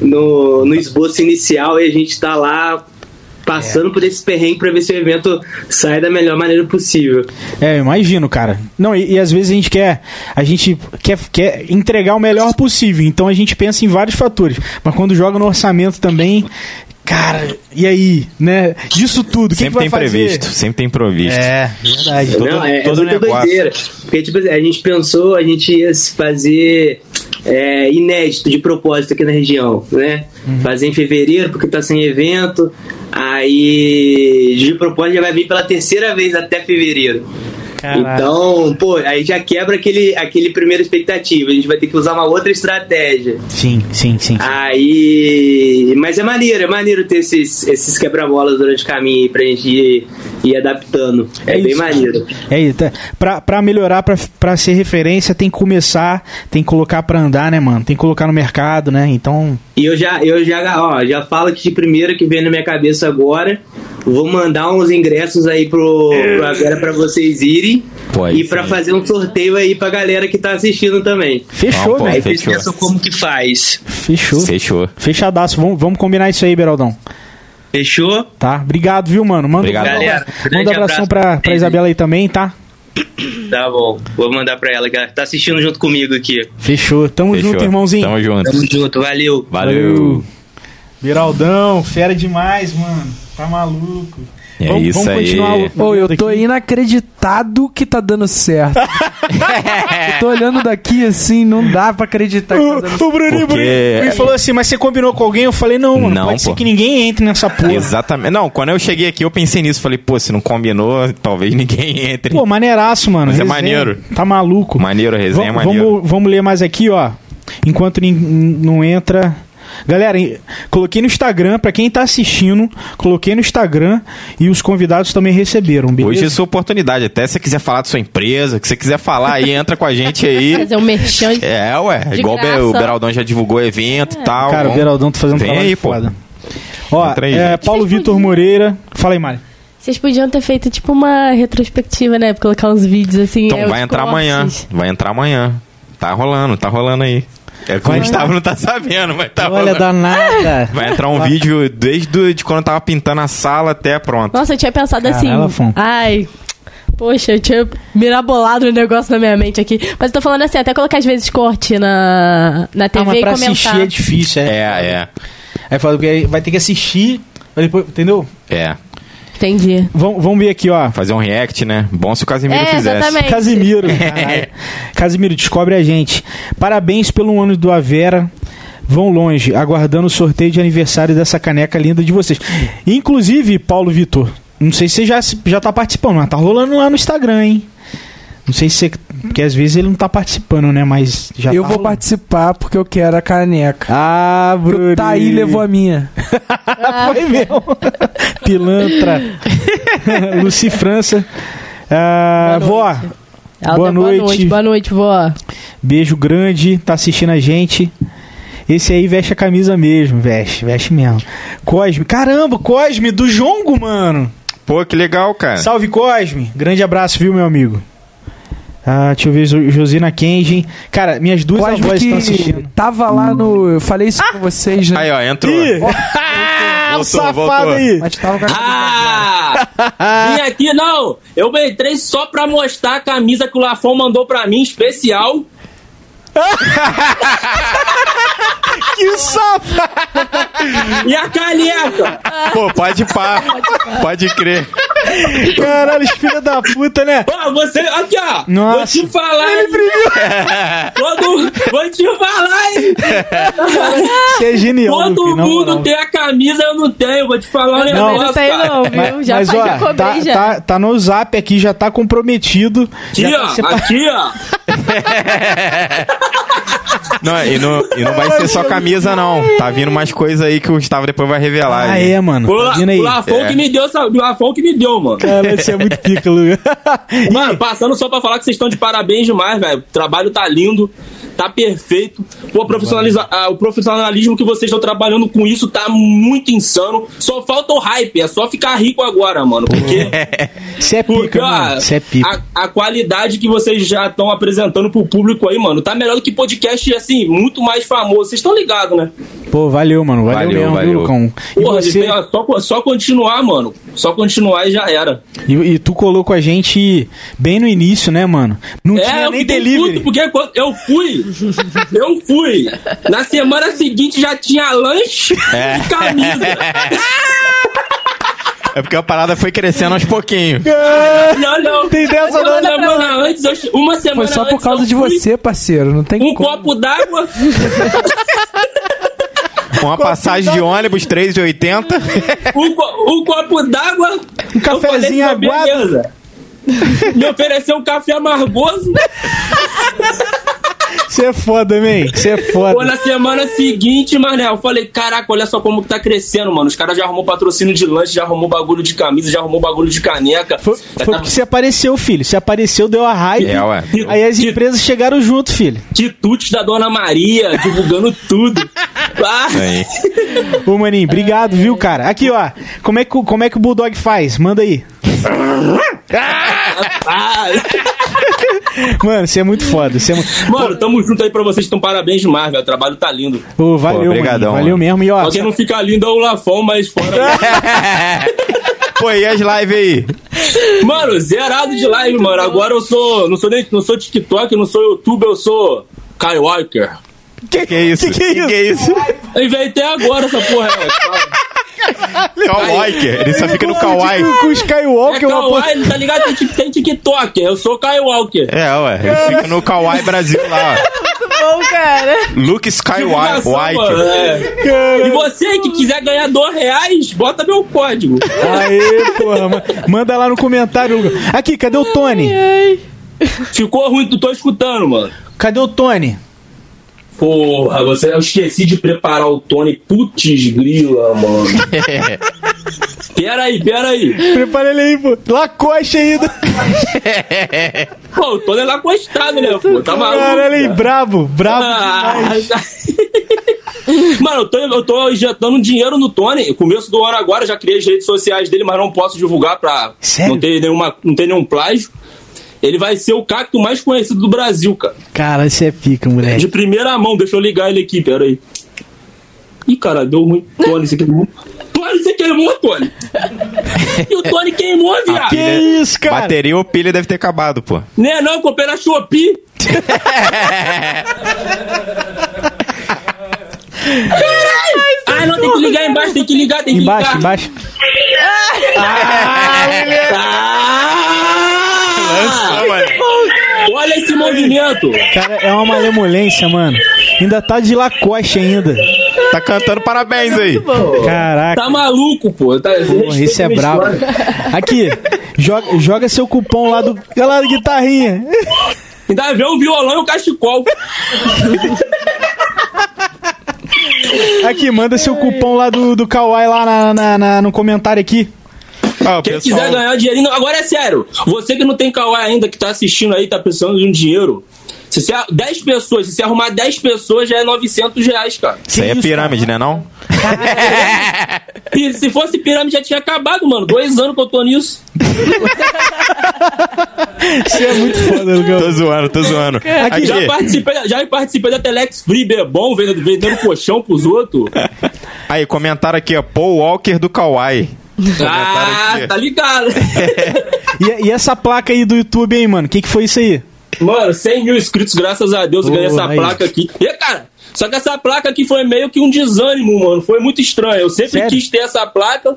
no, no esboço inicial e a gente tá lá É. passando por esse perrengue pra ver se o evento sai da melhor maneira possível. É, eu imagino, cara. Não, e, e às vezes a gente quer, a gente quer, quer entregar o melhor possível. Então a gente pensa em vários fatores. Mas quando joga no orçamento também, cara, e aí, né? Disso tudo, o que, que Sempre vai tem fazer? previsto, sempre tem improvisto. É, verdade. Todo- não, é, todo é muita negócio. doideira. Porque, tipo assim, a gente pensou, a gente ia se fazer é, inédito de propósito aqui na região, né? Fazer em fevereiro, porque tá sem evento. Aí, de propósito, já vai vir pela terceira vez até fevereiro. Caraca. Então, pô, aí já quebra aquele, aquele primeiro expectativa. A gente vai ter que usar uma outra estratégia. Sim, sim, sim. Aí. Mas é maneiro, é maneiro ter esses, esses quebra-bolas durante o caminho aí pra gente ir, ir adaptando. É, bem isso, cara. maneiro. É isso. tá. Pra, pra melhorar, pra, pra ser referência, tem que começar, tem que colocar pra andar, né, mano? Tem que colocar no mercado, né? Então. E eu já, eu já, ó, já falo que de primeira que veio na minha cabeça agora Vou mandar uns ingressos aí pro, pro Agora pra vocês irem. Pô, aí e pra sim. fazer um sorteio aí pra galera que tá assistindo também. Fechou, Não, pô. velho. Aí vocês fechou. pensam como que faz. Fechou. Fechou. Fechadaço. Vamos, vamos combinar isso aí, Beraldão. Fechou? Tá? Obrigado, viu, mano? Manda, um Obrigado. Galera, grande manda abração abraço pra, pra vocês. Isabela aí também, tá? Tá bom. Vou mandar pra ela, que ela tá assistindo junto comigo aqui. Fechou. Tamo Fechou. junto, irmãozinho. Tamo junto. Tamo junto, valeu. Valeu. Beraldão, fera demais, mano. Tá maluco. É isso aí. o- Ô, eu tô inacreditado que tá dando certo. É, eu tô olhando daqui assim, não dá pra acreditar que tá dando certo. O, o Bruninho, Porque- Bruninho me falou assim, mas você combinou com alguém? Eu falei, não, mano, Não, pode ser pô. que ninguém entre nessa porra. Exatamente. Não, quando eu cheguei aqui, eu pensei nisso. Falei, pô, se não combinou, talvez ninguém entre. Pô, maneiraço, mano. Mas é maneiro. Tá maluco. maneiro, a resenha é Va- maneiro. Vamos, vamos ler mais aqui, ó. Enquanto nin- não entra. Galera, em- coloquei no Instagram, pra quem tá assistindo, coloquei no Instagram e os convidados também receberam, beleza? Hoje é sua oportunidade. Até se você quiser falar da sua empresa, que você quiser falar aí, entra com a gente aí. Fazer um merchan. É, ué. De igual o Be- o graça. É. Beraldão já divulgou evento e tal. É. Cara, o Vamos- Beraldão tá fazendo um Vem trabalho aí, pô. foda. Ó, Entra aí, é, gente. Paulo Vitor Moreira. Fala aí, Mari. Vocês podiam ter feito tipo uma retrospectiva, né? Colocar uns vídeos assim. Então é, os vai entrar cortes. amanhã. Vai entrar amanhã. Tá rolando, tá rolando aí. É que o Vai Gustavo não tá sabendo, mas tá Olha, rolando. danada. Vai entrar um vídeo desde do- de quando eu tava pintando a sala até pronto. Nossa, eu tinha pensado Caralho, assim. Afonso. Ai. Poxa, eu tinha mirabolado o negócio na minha mente aqui. Mas eu tô falando assim, até colocar às vezes corte na, na Ah, TV mas e pra assistir é comentar. difícil, é. É, Aí fala que vai ter que assistir, aí depois, entendeu? é, é. Entendi. Vamos, vamos ver aqui, ó. Fazer um react, né? Bom se o Casimiro É, fizesse. exatamente. É. Casimiro. Caralho. Casimiro, descobre a gente. Parabéns pelo um ano do Avera. Vão longe, aguardando o sorteio de aniversário dessa caneca linda de vocês. Inclusive, Paulo Vitor, não sei se você já, se- já tá participando, mas tá rolando lá no Instagram, hein? Não sei se você. Porque às vezes ele não tá participando, né? Mas já Eu tá vou rolando. participar porque eu quero a caneca. Ah, Porque Bruno. o Thaí levou a minha. Foi mesmo. Pilantra. Luci França. Ah, Boa vó, noite. Ela Boa deu Boa noite. noite, boa noite, vó. Beijo grande, tá assistindo a gente. Esse aí veste a camisa mesmo, veste, veste mesmo. Cosme, caramba, Cosme do Jongo, mano. Pô, que legal, cara. Salve Cosme, grande abraço, viu, meu amigo? Ah, deixa eu ver, Jo- Josina Kenji. Cara, minhas duas Cosme avós estão que tá assistindo. Hum. tava lá no. Eu falei isso pra vocês, né? Aí, ó, entrou. Ih! Voltou, o Ah, safado voltou. aí. Mas tá- tava com a Ah! Vim aqui não! Eu entrei só pra mostrar a camisa que o Lafon mandou pra mim, especial. Que safado! E a caneca! Pô, pode Ah, pá. Pode crer. Caralho, os filhos da puta, né? Ó, você. Aqui, ó! Nossa. Vou te falar, hein? Todo, vou te falar, hein? Você é genial, Todo Luque, na mundo moral. tem a camisa, eu não tenho. Vou te falar um Não, negócio, não tem cara. não, viu? Mas, Já, mas, faz- ó, já cobrei tá, já. tá- tá no zap aqui, já tá comprometido. Aqui, já tá ó, sepa- aqui, ó. Não, e, não, e não vai ser só camisa, não. Tá vindo mais coisa aí que o Gustavo depois vai revelar. Ah, aí. é, mano. O, Tá La, vindo aí. o Lafon É. que me deu, sabe? O Lafon que me deu, mano. Cara, você é muito pica, Lu. Mano, passando só pra falar que vocês estão de parabéns demais, velho. O trabalho tá lindo, tá perfeito. Pô, profissionaliza- ah, o profissionalismo que vocês estão trabalhando com isso tá muito insano. Só falta o hype, é só ficar rico agora, mano. Porque, Você é porque pica, ó, mano. Você é pica. a, a qualidade que vocês já estão apresentando pro público aí, mano, tá melhor do que podcast, assim, muito mais famoso. Vocês estão ligados, né? Pô, valeu, mano. Valeu, Valeu, mesmo, valeu. viu, Lucão? E, Porra, você- tem- ó, só, co- só continuar, mano. Só continuar e já era. e, e tu colocou a gente bem no início, né, mano? Não É, tinha eu nem fiquei delivery. puto porque quando eu fui, eu fui. Na semana seguinte já tinha lanche e camisa. É porque a parada foi crescendo aos pouquinhos. Não, não. Tem dessa não, uma né, semana antes, eu che- uma semana Foi só por antes causa eu de fui, você, parceiro. Não tem Um como. copo d'água. Uma passagem de ônibus, 3,80. Um, co- um copo d'água. Um cafezinho aguado. Me ofereceu um café amargoso. Você é foda, man. Você é Pô, foda. na semana seguinte, mané, eu falei, caraca, olha só como que tá crescendo, mano. Os caras já arrumou patrocínio de lanche, já arrumou bagulho de camisa, já arrumou bagulho de caneca. Foi, Já foi tá- porque você apareceu, filho. Você apareceu, deu a hype. É, ué. Aí as Que- empresas chegaram junto, filho. Quitutes da Dona Maria, divulgando tudo. Ah, Aí. Ô, maninho, obrigado, viu, cara? Aqui, ó. Como é que, o- como é que o Bulldog faz? Manda aí. ah. Mano, você é muito foda. Você é muito... Mano, tamo junto aí pra vocês, então parabéns demais, velho. O trabalho tá lindo. Ô, valeu, maninho, brigadão, Valeu mano. mesmo. E ó, Só quem não fica lindo é o Lafon, mas fora. Pô, e as lives aí? mano, zerado de live, mano. Agora eu sou. Não sou nem. Não sou TikTok, não sou YouTube, eu sou. Kyle Walker. Que que é isso? Que que é isso? Eu inventei agora essa porra, velho. Kawaii, ele só fica no kawaii. com o É Skywalker, uma porra. Kawhi, tá ligado? Tem, tik- tem TikTok. Eu sou Kyle Walker. É, ué, ele fica no kawaii Brasil lá, ó. Bom, cara. Luke Divulgação, mano, Skywalker. é. E você que quiser ganhar dois reais, bota meu código. Aê, porra. ma- Manda lá no comentário. Hugo. Aqui, cadê o Tony? Ficou ruim, tu tô escutando, mano. Cadê o Tony? Porra, você, eu esqueci de preparar o Tony. Putz, grila, mano. pera aí, pera aí. Prepara ele aí, pô. Lacoste ainda. Pô, o Tony é lá gostado, né, pô? Tá maluco. Caralho, aí, brabo. Brabo. Ah, demais. Mano, eu tô, eu tô injetando dinheiro no Tony. Começo do ano agora, já criei as redes sociais dele, mas não posso divulgar pra Sério? não ter, nenhuma, não ter nenhum plágio. Ele vai ser o cacto mais conhecido do Brasil, cara. Cara, isso é pica, moleque. De primeira mão, deixa eu ligar ele aqui, pera aí. Ih, cara, deu ruim. Tony, você queimou. Tony, você queimou, Tony. E o Tony queimou, viado. Que isso, cara? Bateria ou pilha deve ter acabado, pô. Né, não, eu comprei na Shopee. Caralho! Ah, não, tem que ligar embaixo, tem que ligar, tem que Embaixo, ligar. embaixo. Ah, Ah, olha esse movimento. Cara, é uma malemolência, mano. Ainda tá de Lacoste ainda. Tá cantando parabéns aí. Caraca. Tá maluco, pô. Tá, Porra, esse é brabo. Aqui, joga, joga seu cupom lá do. Olha lá, guitarrinha. Ainda vê o violão e o cachecol. Aqui, manda seu cupom lá do, do Kawaii lá na- na- na- no comentário aqui. Ah, Ó, o Quem pessoal- quiser ganhar o dinheirinho. Agora é sério. Você que não tem Kawaii ainda, que tá assistindo aí, tá precisando de um dinheiro. Se você 10 pessoas, se você arrumar 10 pessoas, já é 900 reais, cara. Isso aí é pirâmide, né não? E se fosse pirâmide, já tinha acabado, mano. Dois anos que eu tô nisso. Você é muito foda, Tô Lucão. zoando, tô zoando. Aqui, É, Já participei, já participei da Telex Free Bebom, vendendo, vendendo colchão pros outros. aí, comentaram aqui, ó, Paul Walker do Kawaii. ah, aqui. tá ligado. E, e essa placa aí do YouTube, hein, mano? O que, que foi isso aí? Mano, 100 mil inscritos, graças a Deus, eu ganhei Boa, essa aí. placa aqui. E, cara, só que essa placa aqui foi meio que um desânimo, mano. Foi muito estranho. Eu sempre Sério? quis ter essa placa,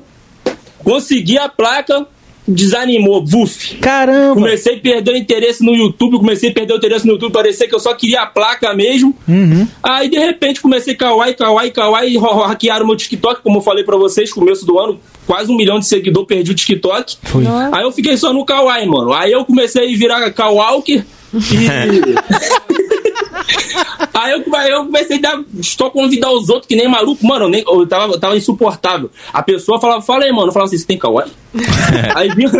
consegui a placa, desanimou, buf. Caramba! Comecei a perder o interesse no YouTube, comecei a perder o interesse no YouTube, parecia que eu só queria a placa mesmo. Uhum. Aí, de repente, comecei kawaii, kawaii, kawaii, ro- ro- hackearam meu TikTok, como eu falei pra vocês, começo do ano, quase um milhão de seguidor, perdi o TikTok. Foi. Aí eu fiquei só no Kawaii, mano. Aí eu comecei a virar Kawalker. E... aí eu, aí eu comecei a dar, só convidar os outros que nem maluco. Mano, eu, nem, eu, tava, eu tava insuportável. A pessoa falava, fala aí, mano. Eu falava assim, você tem Kawaii? aí vinha,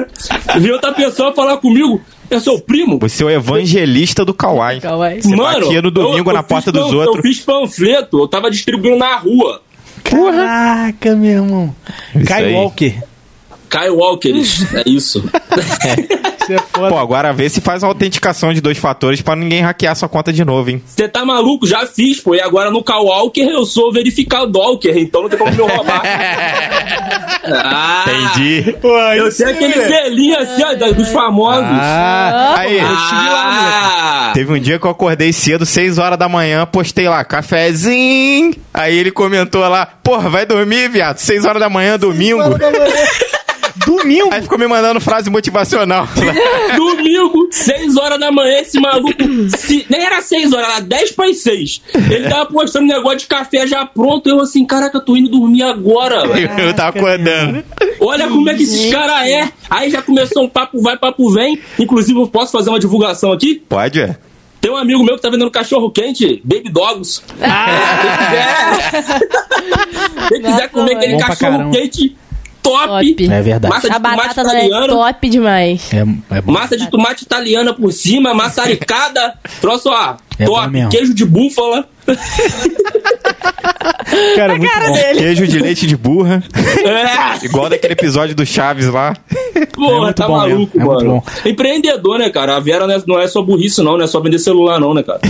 vinha outra pessoa falar comigo, é seu primo? Você é o evangelista do Kawaii. Kawaii. Você batia no domingo na fiz porta dos pan- Eu outros. fiz panfleto, eu tava distribuindo na rua. Caraca, meu irmão. Isso aí. Kai Walker. Skywalkers, é isso. Você é Pô, foda. agora vê se faz a autenticação de dois fatores pra ninguém hackear sua conta de novo, hein? Você tá maluco? Já fiz, pô. E agora no Kawalker eu sou verificado Walker, então não tem como me roubar. ah, Entendi. Eu sei É aquele selinho assim, ó, dos famosos. Ah, Aí, Ah, teve um dia que eu acordei cedo, 6 horas da manhã, postei lá, cafezinho. Aí ele comentou lá, porra, vai dormir, viado. 6 horas da manhã, domingo. domingo. Aí ficou me mandando frase motivacional. domingo, 6 horas da manhã, esse maluco. se- nem era 6 horas, era 10 para as 6. Ele tava postando um negócio de café já pronto. Eu assim, caraca, eu tô indo dormir agora. velho. eu tava acordando. Olha como é que esses caras é. Aí já começou um papo vai, papo vem. Inclusive, eu posso fazer uma divulgação aqui? Pode, é? Tem um amigo meu que tá vendendo cachorro quente, Baby Dogs. Ah. É, Quem quiser, quem quiser comer aquele Bom pra cachorro caramba. quente top. Top. É verdade. Massa de A tomate batata dela é italiano. top demais. É, é bom. Massa de tomate italiana por cima, maçaricada. Troço, ó, É bom top. mesmo. Queijo de búfala. Cara, é muito bom. Queijo de leite de burra. É, Igual daquele episódio do Chaves lá. porra, muito tá bom mesmo, maluco, é muito mano. Empreendedor, né, cara? A Vera não é, não é só burrice, não, né? É só vender celular, não, né, cara?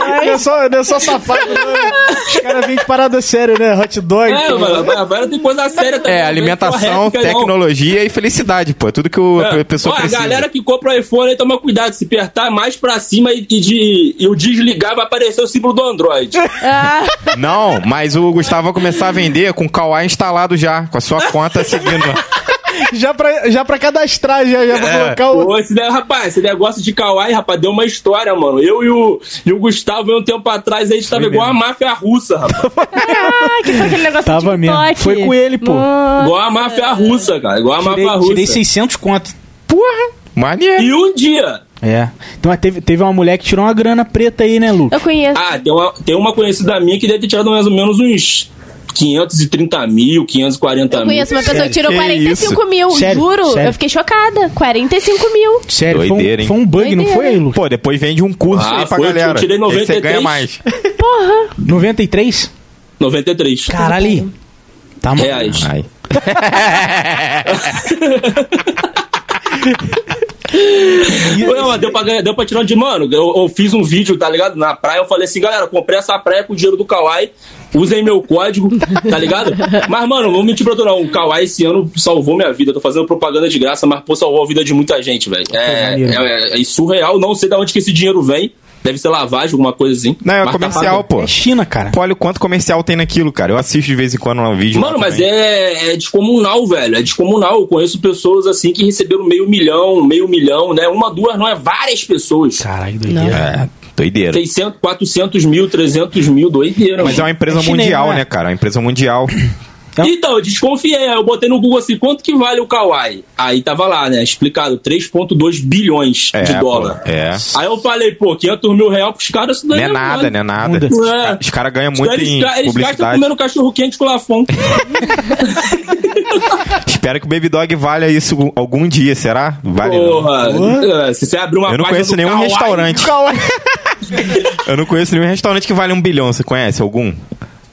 Não é só, não é só safado, não. Os caras vêm de parada séria, né? Hot dog. É, mano, a Vera tem coisa séria também. então. É, né? não vem alimentação, só réplica, não. tecnologia e felicidade, pô. É Tudo que o, É. a pessoa Ó, a precisa. galera que compra o iPhone aí, toma cuidado, se apertar mais pra cima e, e de, e o desligar vai aparecer o símbolo do Android. Ah. Não, mas o Gustavo vai começar a vender com o Kawaii instalado já, com a sua conta seguindo. É. Já, pra, já pra cadastrar, já, já pra colocar o. Pô, esse, ne- rapaz, esse negócio de Kawaii, rapaz, deu uma história, mano. Eu e o, e o Gustavo, um tempo atrás, a gente tava igual a máfia russa, rapaz. Ah, que foi aquele negócio Tava do mesmo. TikTok. Foi com ele, pô. Nossa. Igual a máfia russa, cara. Igual a máfia Tirei, russa. tirei 600 conto. Maneiro. E um dia. É. Então mas teve, teve uma mulher que tirou uma grana preta aí, né, Lu? Eu conheço. Ah, tem uma, tem uma conhecida minha que deve ter tirado mais ou menos uns 530 mil, 540 Eu mil. conheço uma pessoa que tirou que 45 isso? mil, Sério, juro. sério. Eu fiquei chocada. 45 mil. Sério, foi, um, Doideira, hein? foi um bug, não Doideira. foi, Lu? Pô, depois vende um curso Ah, aí pra foi, eu galera. tirei Aí você 93. ganha mais. um 93? 93 Caralho. Tá mal. reais. Ai. Não, mas deu pra, ganhar- deu pra tirar de mano. Eu, eu fiz um vídeo, tá ligado? Na praia, eu falei assim, galera, comprei essa praia com o dinheiro do Kawaii, usem meu código, tá ligado? Mas, mano, não vou mentir pra tu não. O Kawaii esse ano salvou minha vida. Eu Tô fazendo propaganda de graça, mas, pô, salvou a vida de muita gente, velho. É, maneiro. é- é surreal, não sei de onde que esse dinheiro vem. Deve ser lavagem, alguma coisa assim. Não, é Mas tá comercial, pagando. pô. É China, cara. Pô, olha o quanto comercial tem naquilo, cara. Eu assisto de vez em quando um vídeo. Mano, lá mas também. é, é descomunal, velho. É descomunal. Eu conheço pessoas assim que receberam meio milhão, meio milhão, né? Uma, duas, não é várias pessoas. Caralho, doideira. É, doideira. 600, 400 mil, 300 mil, doideira. Mas é mano. uma empresa É chinês, mundial, né? né, cara? É uma empresa mundial. Então, eu desconfiei. Aí Eu botei no Google assim, quanto que vale o Kawaii? Aí tava lá, né? Explicado, 3,2 bilhões É, de pô, dólar. é. Aí eu falei, pô, 500 mil reais pros caras, isso Não daí é nada, não é nada. Muda. Os ca- Os caras ganham muito eles, em ga- eles gastam publicidade. comendo cachorro quente com lafon. Espero que o Baby Dog valha isso algum dia, será? Vale não. Porra, é, se você abrir uma Eu não página conheço do nenhum Kawaii, restaurante. Eu não conheço nenhum restaurante que vale um bilhão. Você conhece algum?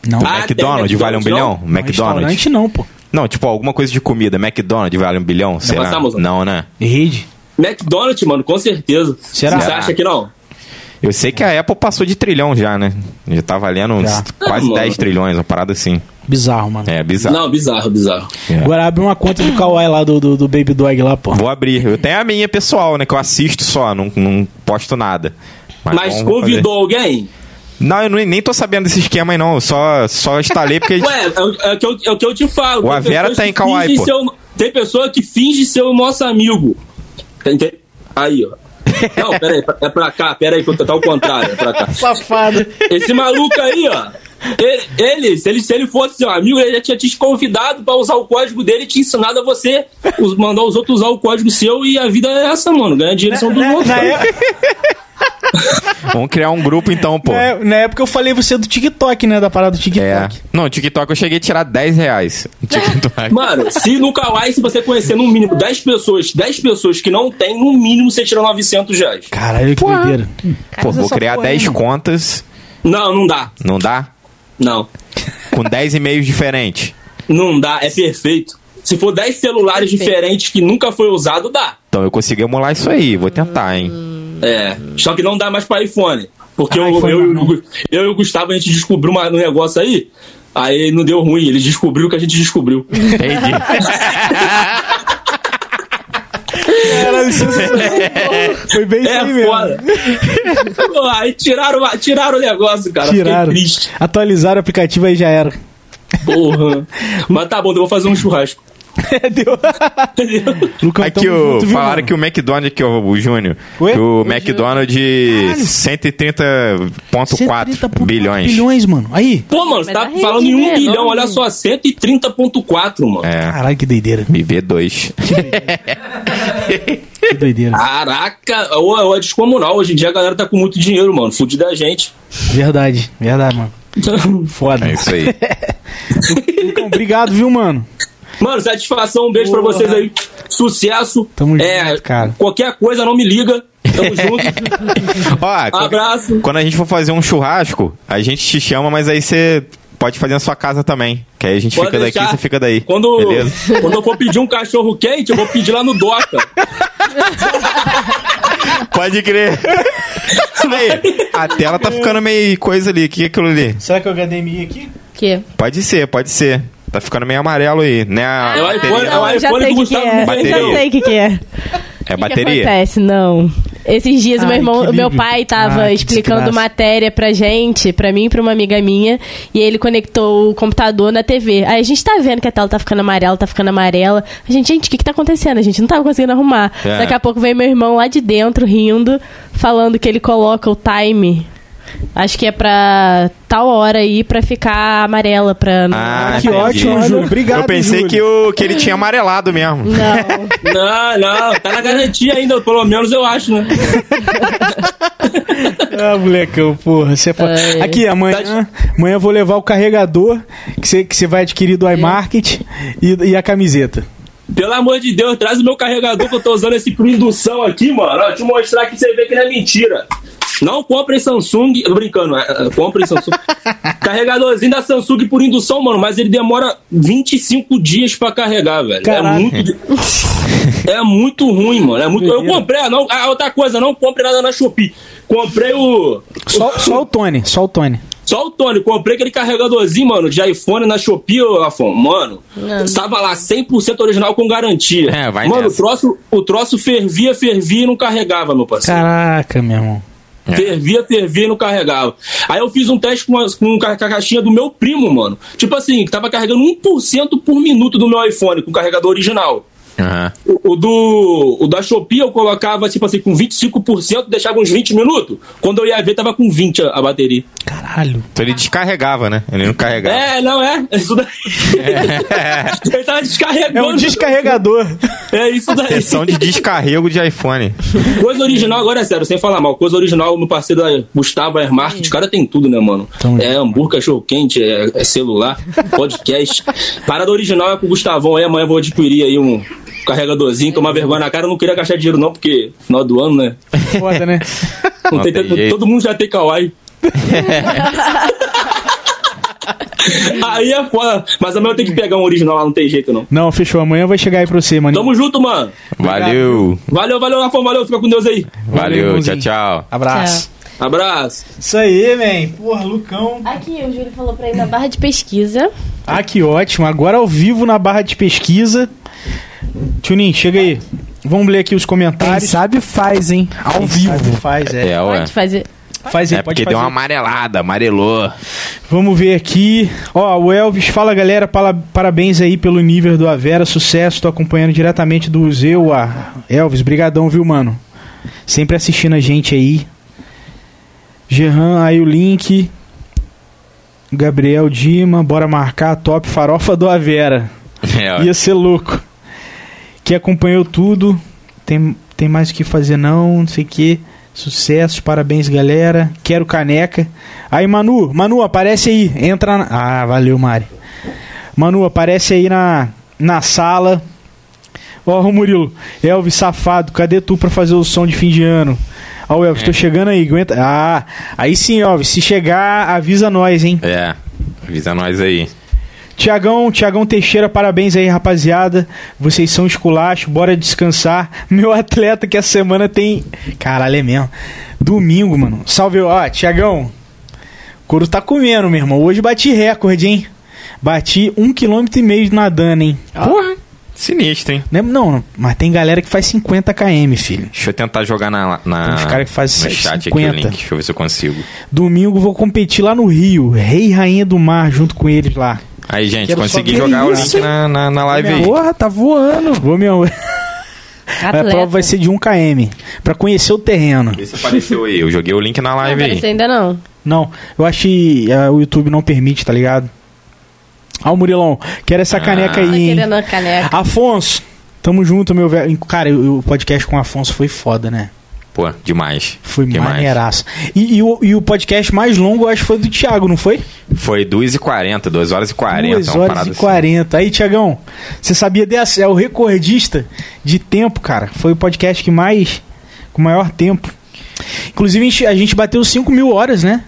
Não. Ah, tem McDonald's vale um bilhão? McDonald's, McDonald's? Restaurante não, pô. Não, tipo, alguma coisa de comida. McDonald's vale um bilhão? Será? passar, mozão? Não, né? Rede. McDonald's, mano, com certeza. Será? Você acha que não? Eu sei que a Apple passou de trilhão já, né? Já tá valendo uns Já. quase Ah, 10 mano. trilhões, uma parada assim. Bizarro, mano. É, bizarro. Não, bizarro, bizarro. É. Agora abre uma conta do Kawaii lá, do, do, do Baby Dog lá, pô. Vou abrir. Eu tenho a minha pessoal, né? Que eu assisto só, não, não posto nada. Mas bom, vou convidou alguém? fazer. Não, eu nem- nem tô sabendo desse esquema aí, não. Eu só, só instalei porque. Ué, é o- é, o que eu- é o que eu te falo. O tem Avera pessoas tá que em Kauai, fingem pô. ser o- tem pessoa que finge ser o nosso amigo. Entende? Aí, ó. Não, peraí, é pra cá, peraí, que eu tô- tá ao contrário, é pra cá. Safado. Esse maluco aí, ó. Ele, ele- se ele, se ele fosse seu amigo, ele já tinha te convidado pra usar o código dele e te ensinado a você us- mandar os outros usar o código seu e a vida é essa, mano. Ganha dinheiro são do outro. Na, cara. é- Vamos criar um grupo então, pô. na é- na época eu falei você do TikTok, né? Da parada do É. TikTok. Não, o TikTok eu cheguei a tirar 10 reais. no TikTok. Mano, se no Kawaii, se você conhecer no mínimo 10 pessoas, 10 pessoas que não tem, no mínimo você tira 900 reais. Caralho, que doideira. pô, vou criar 10 contas, Não, não dá. não dá? Não. Com 10 e-mails diferentes. Não dá, é perfeito. Se for 10 celulares diferentes que nunca foi usado, dá. Então eu consegui emular isso aí, vou tentar, hein? É. Só que não dá mais pra iPhone. Porque Ah, eu, iPhone eu, não. eu, e o Gustavo, a gente descobriu uma- um negócio aí. Aí não deu ruim, eles descobriram o que a gente descobriu. Entendi. é Foi bem isso aí É mesmo. foda. Pô, aí tiraram, a- tiraram o negócio, cara. Fiquei Tiraram. triste. Atualizaram o aplicativo aí já era. Porra. Mas tá bom, eu vou fazer um churrasco. É, deu. Lucão, Aqui tamo o, junto, viu, falaram mano? que o McDonald's, que é o Júnior, Oi? que o McDonald's 130,4 130,4 bilhões. bilhões, mano. Aí. Pô, mano, Mas você tá a rede falando em um é bilhão, enorme. olha só, 130.4, mano. É, Caralho, que doideira. BB2. Que doideira. Caraca, ou, ou é descomunal. Hoje em dia a galera tá com muito dinheiro, mano. Fudido da gente. Verdade, verdade, mano. Foda. É isso aí. Lucão, Então, obrigado, viu, mano? Mano, satisfação, um beijo pra vocês aí. Sucesso. Tamo é, junto, cara. Qualquer coisa, não me liga. Tamo junto. Ó, quando- Abraço. Quando a gente for fazer um churrasco, a gente te chama, mas aí você pode fazer na sua casa também. Que aí a gente Pode fica daqui deixar. daqui, você fica daí. Quando, Beleza? quando eu for pedir um cachorro quente, eu vou pedir lá no Doca. Pode crer. aí, a tela tá ficando meio coisa ali. O que é aquilo ali? Será que é o HDMI aqui? Que? Pode ser, pode ser. Tá ficando meio amarelo aí, né? A eu- bateria. iPhone- é o já iPhone sei do o que, que Gustavo é. Bateria. Já sei o que, que é. é O que bateria. acontece? Não. Esses dias, meu Ai, irmão, que o meu alívio. pai tava Ah, que explicando desgraça. matéria pra gente, pra mim e pra uma amiga minha, e ele conectou o computador na TV. Aí a gente tá vendo que a tela tá ficando amarela, tá ficando amarela. A gente, gente, o que que tá acontecendo? A gente não tava conseguindo arrumar. É. Daqui a pouco veio meu irmão lá de dentro, rindo, falando que ele coloca o time. Acho que é pra tal hora aí pra ficar amarela, pra. não- Ah, Ah, que entendi. ótimo, Júlio. Obrigado, Eu pensei Júlio. que, o, que ele tinha amarelado mesmo. Não. não, não, tá na garantia ainda, pelo menos eu acho, né? Ah, molecão, porra. Você é foda. Ai. Aqui, amanhã, amanhã eu vou levar o carregador que você que você vai adquirir do iMarket e, e a camiseta. Pelo amor de Deus, traz o meu carregador que eu tô usando esse por indução aqui, mano. Ó, te mostrar que você vê que não é mentira. Não comprem Samsung. Tô brincando, é, é, comprem Samsung. Carregadorzinho da Samsung por indução, mano, mas ele demora 25 dias pra carregar, velho. Caralho. É muito. di- É muito ruim, mano. É muito... Eu comprei, não. Ah, outra coisa, não comprei nada na Shopee. Comprei o. Só, só o Tony, só o Tony. Só o Tony, comprei aquele carregadorzinho, mano, de iPhone na Shopee, ô, Afonso. Mano, estava lá 100% original com garantia. É, vai mano, o nessa. troço, o troço fervia, fervia e não carregava, meu parceiro. Caraca, meu irmão. É. Fervia, fervia e não carregava. Aí eu fiz um teste com, as- com a, com a caixinha do meu primo, mano. Tipo assim, que tava carregando 1% por minuto do meu iPhone com o carregador original. Aham. O, o do, o da Shopee eu colocava, tipo assim, com 25%, deixava uns 20 minutos. Quando eu ia ver, tava com 20 a- a bateria. Caralho. Então ele descarregava, né? Ele não carregava. É, não é. É Isso daí. Ele tava É descarregando. um descarregador. É isso daí. Sessão de descarrego de iPhone. Coisa original, agora é sério, sem falar mal. Coisa original, meu parceiro da Gustavo Air Market, os caras tem tudo, né, mano? Tamo é junto, hambúrguer, cachorro quente, é, é celular, podcast. Parada original é com o Gustavão aí, amanhã eu vou adquirir aí um carregadorzinho, tomar vergonha na cara. Eu não queria gastar dinheiro, não, porque final do ano, né? Foda, né? Não Não tem tem tanto- jeito. todo mundo já tem kawaii. aí é foda, mas amanhã eu tenho que pegar um original lá, não tem jeito, não. Não, fechou. Amanhã vai chegar aí pra você, mano. Tamo junto, mano. Valeu. Valeu, valeu, Rafão, valeu, fica com Deus aí. Valeu, Valeu, tchau, irmãozinho. tchau. Abraço. Abraço. Isso aí, man. Porra, Lucão. Aqui, o Júlio falou pra ir na barra de pesquisa. Ah, que ótimo. Agora ao vivo na barra de pesquisa. Tunin, chega aí. Vamos ler aqui os Quem comentários. sabe faz, hein? Ao vivo. Faz, é. É, ué. Pode fazer. Faz aí, É pode porque fazer. deu uma amarelada, amarelou. Vamos ver aqui. Ó, o Elvis, fala galera, Pala- parabéns aí pelo nível do Avera, sucesso, tô acompanhando diretamente do museu. Ah, Elvis, brigadão, viu, mano? Sempre assistindo a gente aí. Gerran, aí o link. Gabriel Dima, bora marcar, top farofa do Avera. É, ué. Ia ser louco. Que acompanhou tudo. Tem, tem mais o que fazer, não. Não sei o que. Sucesso, parabéns, galera. Quero caneca. Aí, Manu, Manu, aparece aí. Entra na. Ah, valeu, Mari. Manu, aparece aí na, na sala. Ó, o Murilo. Elvis, safado, cadê tu pra fazer o som de fim de ano? Ó, o Elvis, tô chegando aí, aguenta. Ah, aí sim, Elvis, se chegar, avisa nós, hein? É. Avisa nós aí. Tiagão, Tiagão Teixeira, parabéns aí, rapaziada. Vocês são esculacho, bora descansar. Meu atleta que a semana tem. Caralho, é mesmo. Domingo, mano. Salve, ó, Tiagão. O couro tá comendo, meu irmão. Hoje bati recorde, hein? Bati um quilômetro e meio nadando, hein? Porra. Sinistro, hein? Não, é- não, mas tem galera que faz 50 km, filho. Deixa eu tentar jogar na, na Tem uns cara que faz no chat aqui 50. o link. Deixa eu ver se eu consigo. Domingo vou competir lá no Rio, Rei e Rainha do Mar, junto com eles lá. Aí, gente, Quero só consegui ver jogar o isso. link na, na, na live aí. Porra, tá voando. Vou me... A Atleta. prova vai ser de 1km, pra conhecer o terreno. Vê se apareceu aí. Eu joguei o link na Não live aí. apareceu ainda não. Não, eu acho que ah, o YouTube não permite, tá ligado? Ó, o Murilão, quero essa caneca Tá aí. hein? querendo a caneca. Afonso, tamo junto, meu velho. Cara, eu- eu- o podcast com o Afonso foi foda, né? Pô, demais. Foi demais. maneiraço. E, e o, e o podcast mais longo, eu acho que foi do Thiago, não foi? Foi 2h40, 2 horas e 40. 2 uma horas parada e assim. 40. Aí, Tiagão, você sabia dessa? É o recordista de tempo, cara. Foi o podcast que mais. com maior tempo. Inclusive, a gente, a gente bateu 5 mil horas, né? assim.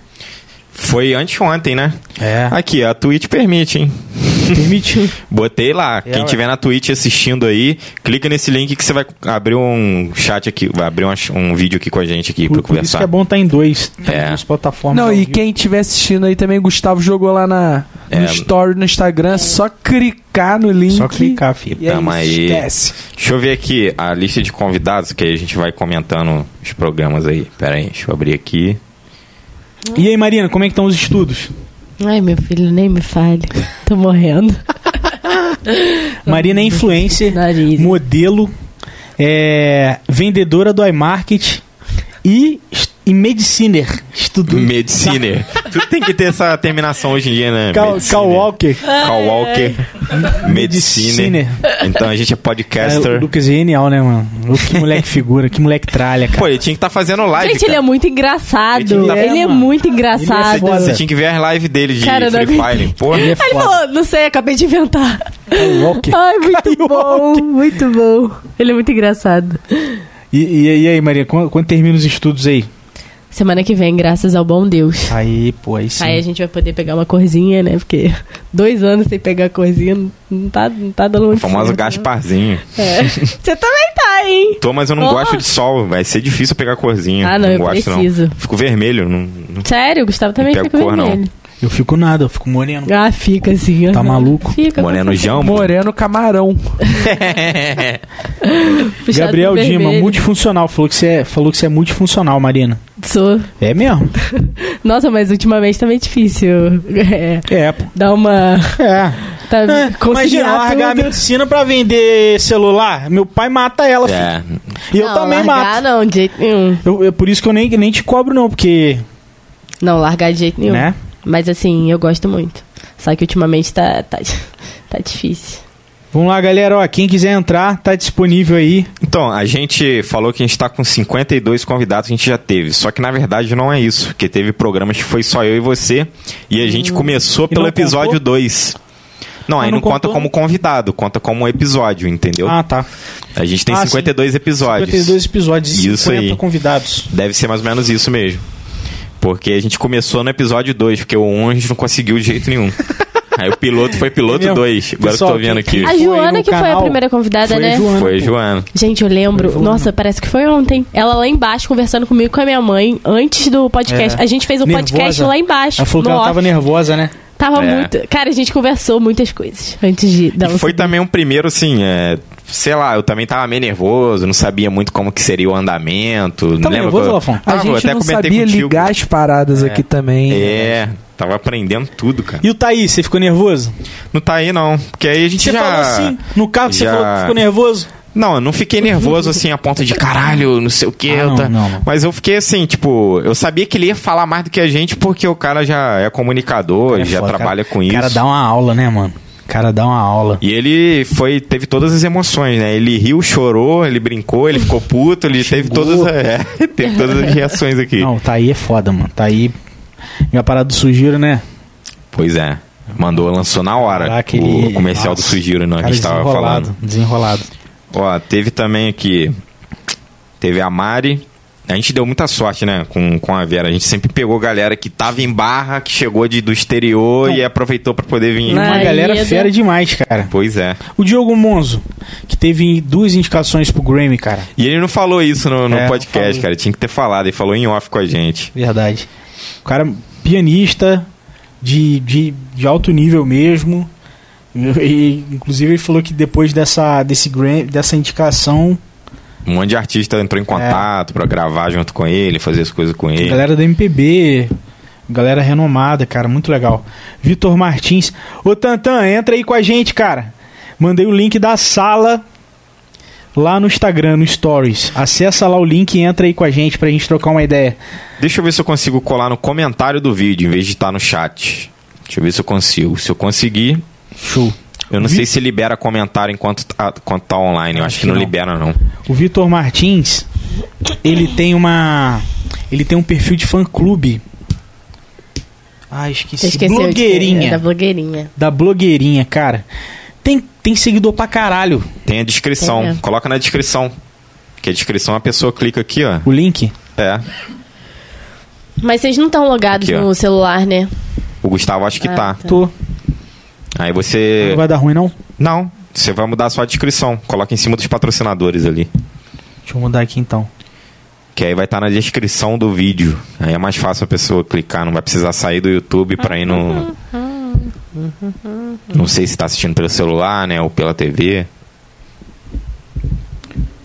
Foi anteontem, né? É. Aqui, a Twitch permite, hein? Permite. Botei lá. Quem É, ué. tiver na Twitch assistindo aí, clica nesse link que você vai abrir um chat aqui, vai abrir um, um vídeo aqui com a gente aqui Por, pra por isso que conversar. é bom estar em dois. Tá É. Em duas plataformas. Não, ao e vivo. quem estiver assistindo aí também, Gustavo jogou lá na, no É. story no Instagram. É só clicar no link. Só clicar, filho. E aí, Tamo aí. esquece. Deixa eu ver aqui a lista de convidados, que aí a gente vai comentando os programas aí. Pera aí, deixa eu abrir aqui. E aí, Marina, como é que estão os estudos? Ai, meu filho, nem me fale. Tô morrendo. Marina é influencer, Nariz. modelo, é, vendedora do iMarket e, e mediciner. Estudou. Mediciner. Tudo tem que ter essa terminação hoje em dia, né? Cal, Mediciner. Cal Walker. Cal Walker. Mediciner. Mediciner. Então a gente É, é o podcaster. Lucas é genial, né, mano? O que moleque figura, que moleque tralha, cara. Pô, ele tinha que estar fazendo live. Gente, ele é cara. muito engraçado. Ele Ele é, é, mano. muito Ele é engraçado. foda. Você tinha que ver as lives dele de Cara, eu não Free Fire. Pô, Ele é Aí ele foda. falou, não sei, acabei de inventar. Cal Walker. Ai, muito bom, muito bom. Ele é muito engraçado. E, e- e aí, Maria, quando, quando termina os estudos aí? Semana que vem, graças ao bom Deus. Aí, pô, aí sim. Aí a gente vai poder pegar uma corzinha, né? Porque dois anos sem pegar corzinha não- não tá, não tá dando o muito famoso certo, né? Gasparzinho. É. Você também tá, hein? Tô, mas eu não Porra. gosto de sol. Vai ser difícil pegar corzinha. Ah, não, eu gosto, preciso. não. Fico vermelho. Não, não- Sério, o Gustavo também Não pego fica cor, não. vermelho. Eu fico nada, eu fico moreno. Ah, fica assim. Tá aham. maluco? Fica. Moreno Jambo. Moreno Camarão. puxado pro Gabriel Dima, vermelho. multifuncional. Falou que, você é, falou que você é multifuncional, Marina. Sou. É mesmo? Nossa, mas ultimamente tá meio difícil. É. É, pô. Dá uma. É. Tá, É, Imagina, eu conciliar largar a tudo. medicina pra vender celular. Meu pai mata ela, filho. É. E eu Não, também largar mato. não, de jeito nenhum. Eu, eu- por isso que eu nem, nem te cobro, não, porque. Não, largar de jeito nenhum. Né? Mas assim, eu gosto muito. Só que ultimamente tá, tá, tá difícil. Vamos lá, galera. Ó, quem quiser entrar, tá disponível aí. Então, a gente falou que a gente tá com 52 convidados, a gente já teve. Só que na verdade não é isso, porque teve programas que foi só eu e você, e a gente começou pelo Hum. não episódio contou? 2. Não, Ah, aí não, não conta contou? como convidado, conta como episódio, entendeu? Ah, tá. a gente tem ah, sim. 52 episódios. 52 episódios e Isso 50 aí. convidados. Deve ser mais ou menos isso mesmo. Porque a gente começou no episódio 2, porque o 1 a gente não conseguiu de jeito nenhum. aí o piloto foi piloto Entendeu? 2, agora É Pessoal, eu tô vendo quem- aqui. A Foi Joana no que foi a canal. primeira convidada, Foi né? a Joana. Foi pô. Joana. Gente, eu lembro. Nossa, parece que foi ontem. Ela lá embaixo conversando comigo e com a minha mãe antes do podcast. É. A gente fez um podcast Nervosa. lá embaixo. Ela falou que no ela tava off. nervosa, né? Tava É. muito. Cara, a gente conversou muitas coisas antes de dar E Então, um foi também um primeiro, assim, é, sei lá, eu também tava meio nervoso, não sabia muito como que seria o andamento. Tá não lembro nervoso, que eu- Lafon? A A Tava, Ah, eu gente até não comentei sabia contigo. ligar as paradas aqui né? também. É, tava aprendendo tudo, cara. E o Thaís, você ficou nervoso? Não tá aí, não. Porque aí a gente Você já... falou assim, no carro que já- você falou que ficou nervoso? Não, eu não fiquei nervoso assim a ponto de caralho, não sei o que. Ah, não, não, não. Mas eu fiquei assim, tipo, eu sabia que ele ia falar mais do que a gente porque o cara já é comunicador, É já foda, trabalha cara. com isso. O cara dá uma aula, né, mano? O cara dá uma aula. E ele foi, teve todas as emoções, né? Ele riu, chorou, ele brincou, ele ficou puto, ele teve todas, a- é, teve todas as reações aqui. Não, tá aí é foda, mano. Tá aí. E a parada do Sugiro, né? Pois é. Mandou, lançou na hora Caraca, o comercial do Sugiro, não, a Cara gente tava desenrolado, falando. Desenrolado. Ó, teve também aqui. Teve a Mari. A gente deu muita sorte, né, com, com a Vera. A gente sempre pegou galera que tava em barra, que chegou de, do exterior e aproveitou pra poder vir. Né? Uma Aí, galera Edu. fera demais, cara. Pois é. O Diogo Monzo, que teve duas indicações pro Grammy, cara. E ele não falou isso no, no É, não podcast, falou. cara. Tinha que ter falado. Ele falou em off com a gente. Verdade. O cara pianista de, de, de alto nível mesmo. E, inclusive ele falou que depois dessa, desse Grammy, dessa indicação, Um monte de É. artista entrou em contato pra gravar junto com ele, fazer as coisas com ele. galera da MPB, Galera renomada, cara, muito legal. Vitor Martins. Ô Tantan, entra aí com a gente, cara. Mandei o link da sala lá no Instagram, no Stories. Acessa lá o link e entra aí com a gente pra gente trocar uma ideia. Deixa eu ver se eu consigo colar no comentário do vídeo, em vez de estar no chat. Deixa eu ver se eu consigo. Se eu conseguir, Show. eu não Vi- sei se libera comentário enquanto tá, enquanto tá online. Eu acho que não libera, não. O Vitor Martins, ele tem uma. Ele tem um perfil de fã clube. Ah, Você esqueci. esqueceu de- blogueirinha. é da blogueirinha. da blogueirinha, cara. Tem, tem seguidor pra caralho Tem a descrição. Tem mesmo. Coloca na descrição. Que a descrição a pessoa clica aqui, ó. o link. É. Mas vocês não estão logados Aqui, ó. no celular, né? O Gustavo acho que Ah, tá. tá. Tô. Aí Não você. vai dar ruim, não? Não. Você vai mudar a sua descrição. Coloca em cima dos patrocinadores ali. Deixa eu mudar aqui então. Que aí vai estar na descrição do vídeo. Aí é mais fácil a pessoa clicar, não vai precisar sair do YouTube pra ir no. Ah! Não sei se tá assistindo pelo celular, né? Ou pela TV.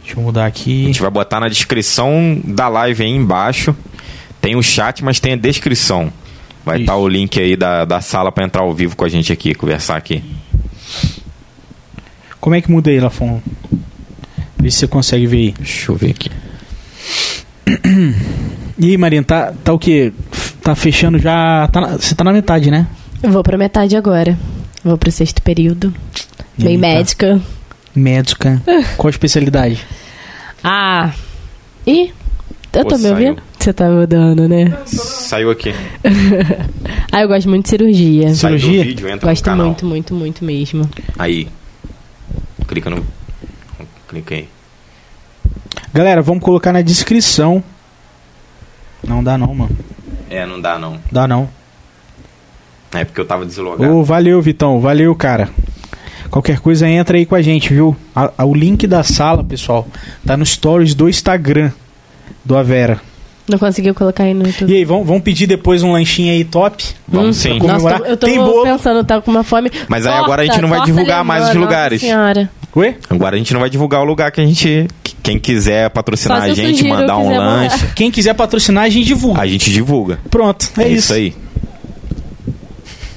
Deixa eu mudar A aqui. gente vai botar na descrição da live aí embaixo. Tem o chat, mas tem a descrição. Vai Isso. estar o link aí da, da sala pra entrar ao vivo com a gente aqui, conversar aqui. Como é que mudei, Lafon? Vê se você consegue ver aí. Deixa eu ver aqui. E aí, Marina, tá, tá o quê? Tá fechando já. tá na- você tá na metade, né? Eu vou pra metade agora. Vou pro sexto período. Meio tá? Eita. médica. Médica. Qual a especialidade? Ah. E? Eu Pô, tô me saiu. ouvindo? Você tá me mudando, né? Saiu aqui. Ah, eu gosto muito de cirurgia. Sai Cirurgia? do vídeo, entra Gosto no canal. muito, muito, muito mesmo. Aí. Clica no. Clica aí. Galera, vamos colocar na descrição. Não dá não, mano. É, não dá não. Dá não. É porque eu tava deslogado. Ô, valeu, Vitão. Valeu, cara. Qualquer coisa entra aí com a gente, viu? A- a- o link da sala, pessoal, tá no stories do Instagram do Avera. Não conseguiu colocar aí no E YouTube. aí, vão, vão pedir depois um lanchinho aí top? Vamos sim. Pra Nossa, comemorar? tô- eu tô Tem bolo? pensando, tá com uma fome. Mas aí agora a gente não vai torta divulgar mais os lembrou, nossa lugares. Senhora. Ué? Agora a gente não vai divulgar o lugar que a gente. que- Quem quiser patrocinar Só se a eu gente, sugiro, mandar eu um quiser mandar. lanche, Quem quiser patrocinar, a gente divulga. a gente divulga. Pronto, é, É, isso. isso. aí.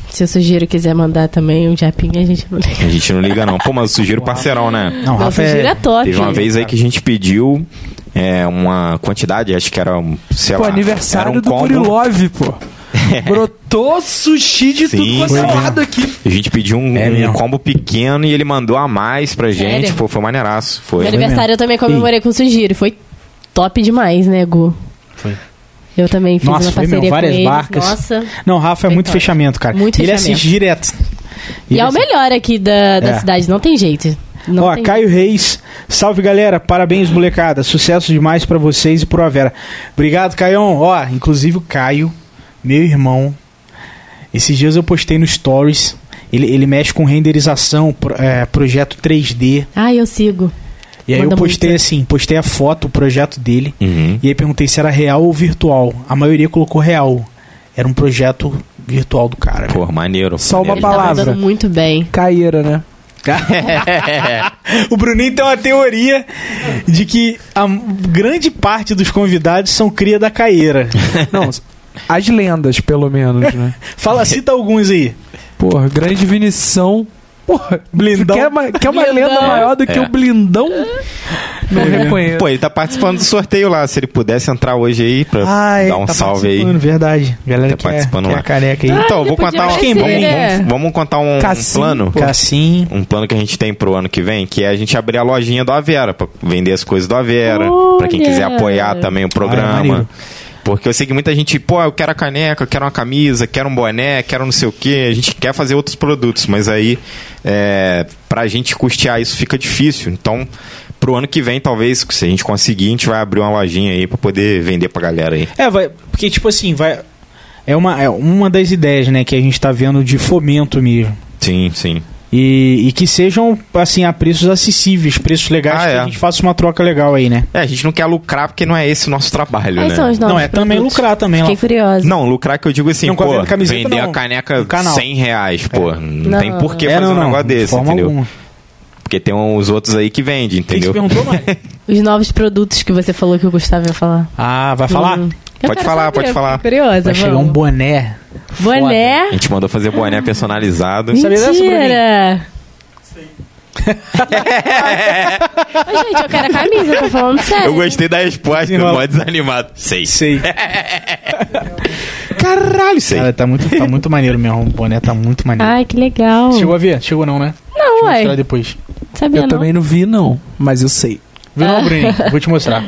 Se eu sugiro quiser mandar também um japinha, a gente não liga. A gente não liga, não. Pô, mas eu sugiro parceirão, né? Não, Nossa, Rafa é... sugiro é top. Teve uma vez aí que a gente pediu é, uma quantidade, acho que era, um, sei Pô, lá, aniversário era um do combo. É. Kurilov, pô. Brotou sushi de tudo Sim, quanto é foi lado aqui. A gente pediu um, É um mesmo. combo pequeno e ele mandou a mais pra gente. Sério? Pô, foi maneiraço. Foi. Meu aniversário eu também comemorei com o Sugiro. Foi top demais, né, Gu? Foi. Eu também fiz Nossa, uma foi, parceria meu, várias com eles. marcas. Nossa. Não, Rafa é Foi muito top. fechamento, cara. Muito Ele fechamento. assiste direto. E Ele é o assiste- melhor aqui da, da É. cidade, não tem jeito. Não Ó, tem Caio Reis, salve galera, parabéns molecada, sucesso demais pra vocês e pro Avera. Obrigado, Caião. Ó, inclusive o Caio, meu irmão, esses dias eu postei no Stories, ele, ele mexe com renderização, pro- é, projeto 3D, Ah, eu sigo. e aí Manda eu postei muito. assim, postei a foto, o projeto dele, Uhum. e aí perguntei se era real ou virtual. A maioria colocou real, era um projeto virtual do cara. Pô, maneiro. Só uma maneiro. Ele tá Palavra. mandando muito bem. Caieira, né? O Bruninho tem uma teoria de que a grande parte dos convidados são cria da caieira. Não, as lendas, pelo menos, né? Fala, cita alguns aí. Porra, grande vinição. Porra, Blindão. Quer uma, quer uma Blindão. lenda maior do que É. o blindão? Não reconheço. Pô, ele tá participando do sorteio lá. Se ele pudesse entrar hoje aí pra dar um tá salve aí. participando, Verdade. Galera Tá que é, participando que é lá. a careca aí. Então, Ah, vou ele podia contar um, aparecer, vamos, né? vamos- vamos contar um, um Cassim, plano. É. Cassim. Um plano que a gente tem pro ano que vem, que é a gente abrir a lojinha do Avera, pra vender as coisas do Avera, pra quem quiser Olha! apoiar também o programa. Ah, é maneiro. porque eu sei que muita gente, pô, eu quero a caneca, eu quero uma camisa, quero um boné, quero não sei o quê. A gente quer fazer outros produtos, mas aí é, pra gente custear isso fica difícil. Então, pro ano que vem, talvez, se a gente conseguir, a gente vai abrir uma lojinha aí pra poder vender pra galera aí. É, vai. Porque, tipo assim, vai. É uma, é uma das ideias, né, que a gente tá vendo de fomento mesmo. Sim, sim. E, e que sejam, assim, a preços acessíveis, preços legais, Ah, que é. a gente faça uma troca legal aí, né? É, a gente não quer lucrar porque não é esse o nosso trabalho, Quais né? são os novos Não, é também produtos? lucrar também, Fiquei lá. curiosa. Não, lucrar que eu digo assim, Não, com a pô, venda- camiseta vender não, a caneca no canal. 100 reais, pô. Não, Não, tem por que É, fazer não, um não, negócio de desse, forma entendeu? alguma. Porque tem uns outros aí que vende, Quem que entendeu? perguntou, Mari? Os novos produtos que você falou que o Gustavo ia falar. Ah, vai falar? Hum, Eu Pode quero falar, saber, pode eu falar. fiquei Curiosa, Vai chegar um vamos. É? boné. A Boné. gente mandou fazer boné personalizado. Sabia dessa, Mentira. Ô, gente, eu quero a camisa, tô falando sério. Eu gostei da resposta, Desenrola. mó desanimado. Sei. Sei. Caralho, sei. Cara, tá muito, tá muito maneiro mesmo. O boné tá muito maneiro. Ai, que legal. Chegou a ver? Chegou não, né? Ah, Não, Vou mostrar ué. depois. Sabia Eu não. também não vi, não, mas eu sei. Viu não, Bruninho? Vou te mostrar.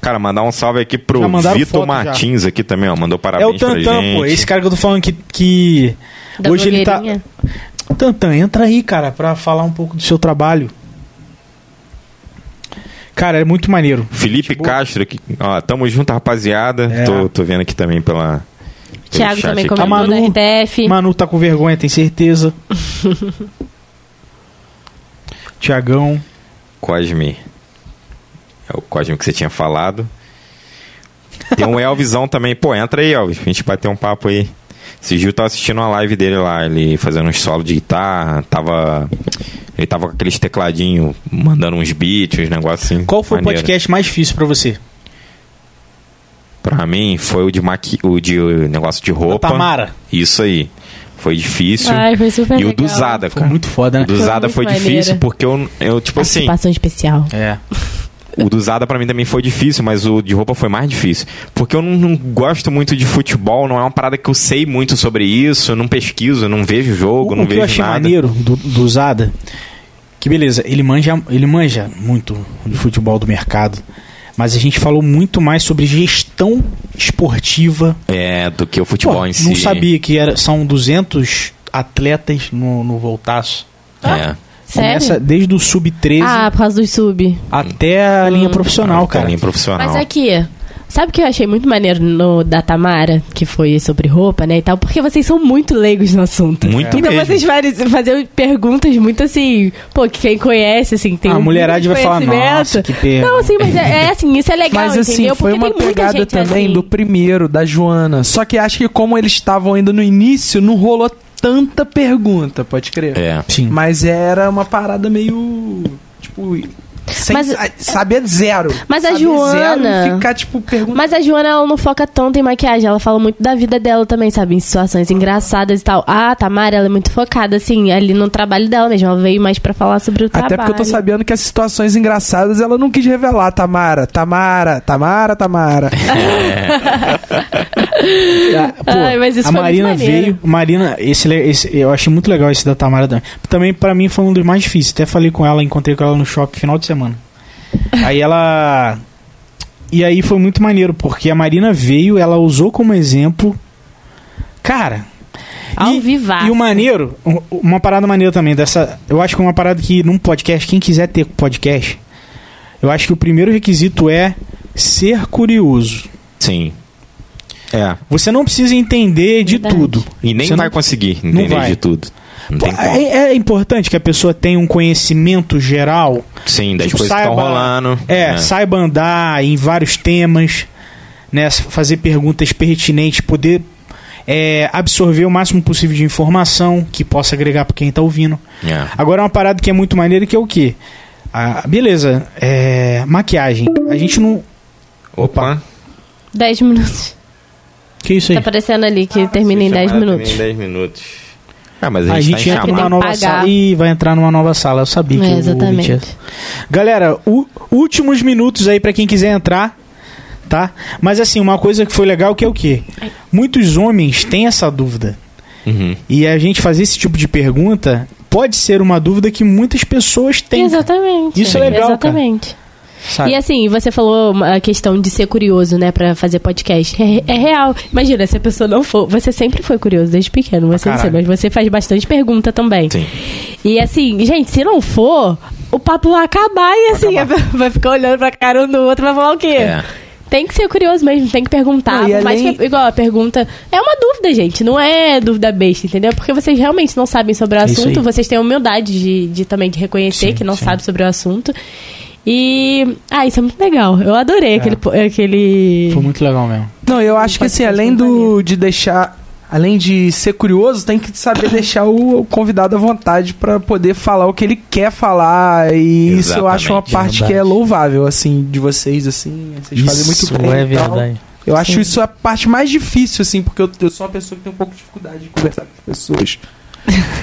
Cara, mandar um salve aqui pro Já mandaram Vitor foto já. Martins aqui também, ó. Mandou é parabéns o pra Tantan, gente. pô. Esse cara que eu tô falando que. que Da hoje ele tá. blogueirinha. Tantan, entra aí, cara, pra falar um pouco do seu trabalho. Cara, é muito maneiro. Felipe boa. Castro aqui. Ó, tamo junto, rapaziada. É. Tô, tô vendo aqui também pela. pelo Thiago chat também aqui. comentou A Manu- da RTF. Manu tá com vergonha, tem certeza. Tiagão. Cosme. É o Cosme que você tinha falado. Tem um Elvisão também. Pô, entra aí, Elvis, pra gente bater um papo aí. Esse Gil tava assistindo uma live dele lá, ele fazendo uns solo de guitarra, tava. Ele tava com aqueles tecladinhos mandando uns beats, uns negócios assim. Qual foi o maneiro. podcast mais difícil pra você? Pra mim foi o de maqui... o de o negócio de roupa. Da Tamara. Isso aí. Foi difícil. Ai, foi super e o legal. do Zada, Foi cara. muito foda, O né? do Foi Zada muito foi difícil maneiro. porque eu, eu tipo assim, Participação especial. É. o do Zada pra mim também foi difícil, mas o de roupa foi mais difícil. Porque eu não, não gosto muito de futebol, não é uma parada que eu sei muito sobre isso, eu não pesquiso, não vejo jogo, o não o Um que vejo eu achei nada. maneiro do, do Zada, que beleza, ele manja, ele manja muito de futebol do mercado, mas a gente falou muito mais sobre gestão esportiva. É, do que o futebol Pô, em si. Não sabia que era, são 200 atletas no, no voltaço. É. Sério? Começa desde o sub-13 Ah, por causa do sub. até a Hum, linha profissional, cara. Carinho profissional. Mas é aqui, sabe o que eu achei muito maneiro no da Tamara, que foi sobre roupa, né, e tal? Porque vocês são muito leigos no assunto. Muito Então mesmo. vocês fazem- fazem perguntas muito assim, pô, que quem conhece, assim, tem A um mulherada vai falar, conhecimento. "Nossa, que perda." Não, assim, mas é, é assim, isso é legal, Mas assim, entendeu? foi Porque uma tem muita pegada gente também assim. do primeiro, da Joana. Só que acho que como eles estavam ainda no início, não rolou tanta pergunta, pode crer. É. Sim. Mas era uma parada meio. Tipo. Sem Mas- sa- saber zero. Mas a Saber Joana- Zero e ficar, tipo, perguntando. Mas a Joana, ela não foca tanto em maquiagem, ela fala muito da vida dela também, sabe? Em situações engraçadas e tal. Ah, a Tamara, ela é muito focada, assim, ali no trabalho dela mesmo. Ela veio mais pra falar sobre o Até trabalho. porque eu tô sabendo que as situações engraçadas ela não quis revelar, Tamara. Tamara, Tamara, Tamara. Ah, pô, Ai, mas isso a foi muito Marina maneiro. veio. Marina, esse, le- esse- eu achei muito legal esse da Tamara também. Também pra mim foi um dos mais difíceis. Até falei com ela, encontrei com ela no shopping final de semana. Aí ela. E aí foi muito maneiro, porque a Marina veio, ela usou como exemplo. Cara. Ao e, vivaço. e o maneiro, um- uma parada maneira também dessa. Eu acho que é uma parada que num podcast, quem quiser ter podcast, eu acho que o primeiro requisito é ser curioso. Sim. É. Você não precisa entender de Verdade. tudo. E nem Você vai não- conseguir entender vai. de tudo. Não tem como. É, é importante que a pessoa tenha um conhecimento geral. Sim, das tipo, coisas que estão saiba- rolando. É, saiba andar em vários temas, né? Fazer perguntas pertinentes, poder é, absorver o máximo possível de informação que possa agregar para quem tá ouvindo. É. Agora uma parada que é muito maneira que é o quê? Ah, beleza, é, maquiagem. A gente não. Opa. 10 minutos. Que isso aí? Tá aparecendo ali que termina em 10 minutos. Em 10 minutos. Ah, mas A gente tá em entra chamada. numa chamado. nova Tem que pagar. sala. Ih, vai entrar numa nova sala. Eu sabia que É, o- o exatamente. BTS. Galera, u- últimos minutos aí pra quem quiser entrar, tá? Mas assim, uma coisa que foi legal que é o quê? Muitos homens têm essa dúvida. Uhum. E a gente fazer esse tipo de pergunta pode ser uma dúvida que muitas pessoas têm. Exatamente. Isso é legal, Exatamente. sabe? E assim, você falou a questão de ser curioso, né, pra fazer podcast. É, é real. Imagina, se a pessoa não for. Você sempre foi curioso desde pequeno, você não sei, mas caralho. você faz bastante pergunta também. Sim. E assim, gente, se não for, o papo vai acabar e assim, vai ficar olhando pra cara um do outro, vai falar o quê? É. Tem que ser curioso mesmo, tem que perguntar. Não, Ah, e por mais além- que- igual a pergunta. É uma dúvida, gente, não é dúvida besta, entendeu? Porque vocês realmente não sabem sobre o É isso assunto, aí. vocês têm a humildade de, de também de reconhecer Sim, que não sim. sabe sobre o assunto. E. Ah, isso é muito legal. Eu adorei É. aquele. po- aquele... Foi muito legal mesmo. Não, eu acho que assim, além do de deixar. Além de ser curioso, tem que saber deixar o, o convidado à vontade pra poder falar o que ele quer falar. E isso eu acho uma Exatamente. parte que é Verdade. louvável, assim, de vocês, assim. Vocês fazem muito bem. é e tal. verdade. Eu acho isso a parte mais difícil, assim, porque eu, eu sou uma pessoa que tem um pouco de dificuldade É. de conversar com as pessoas.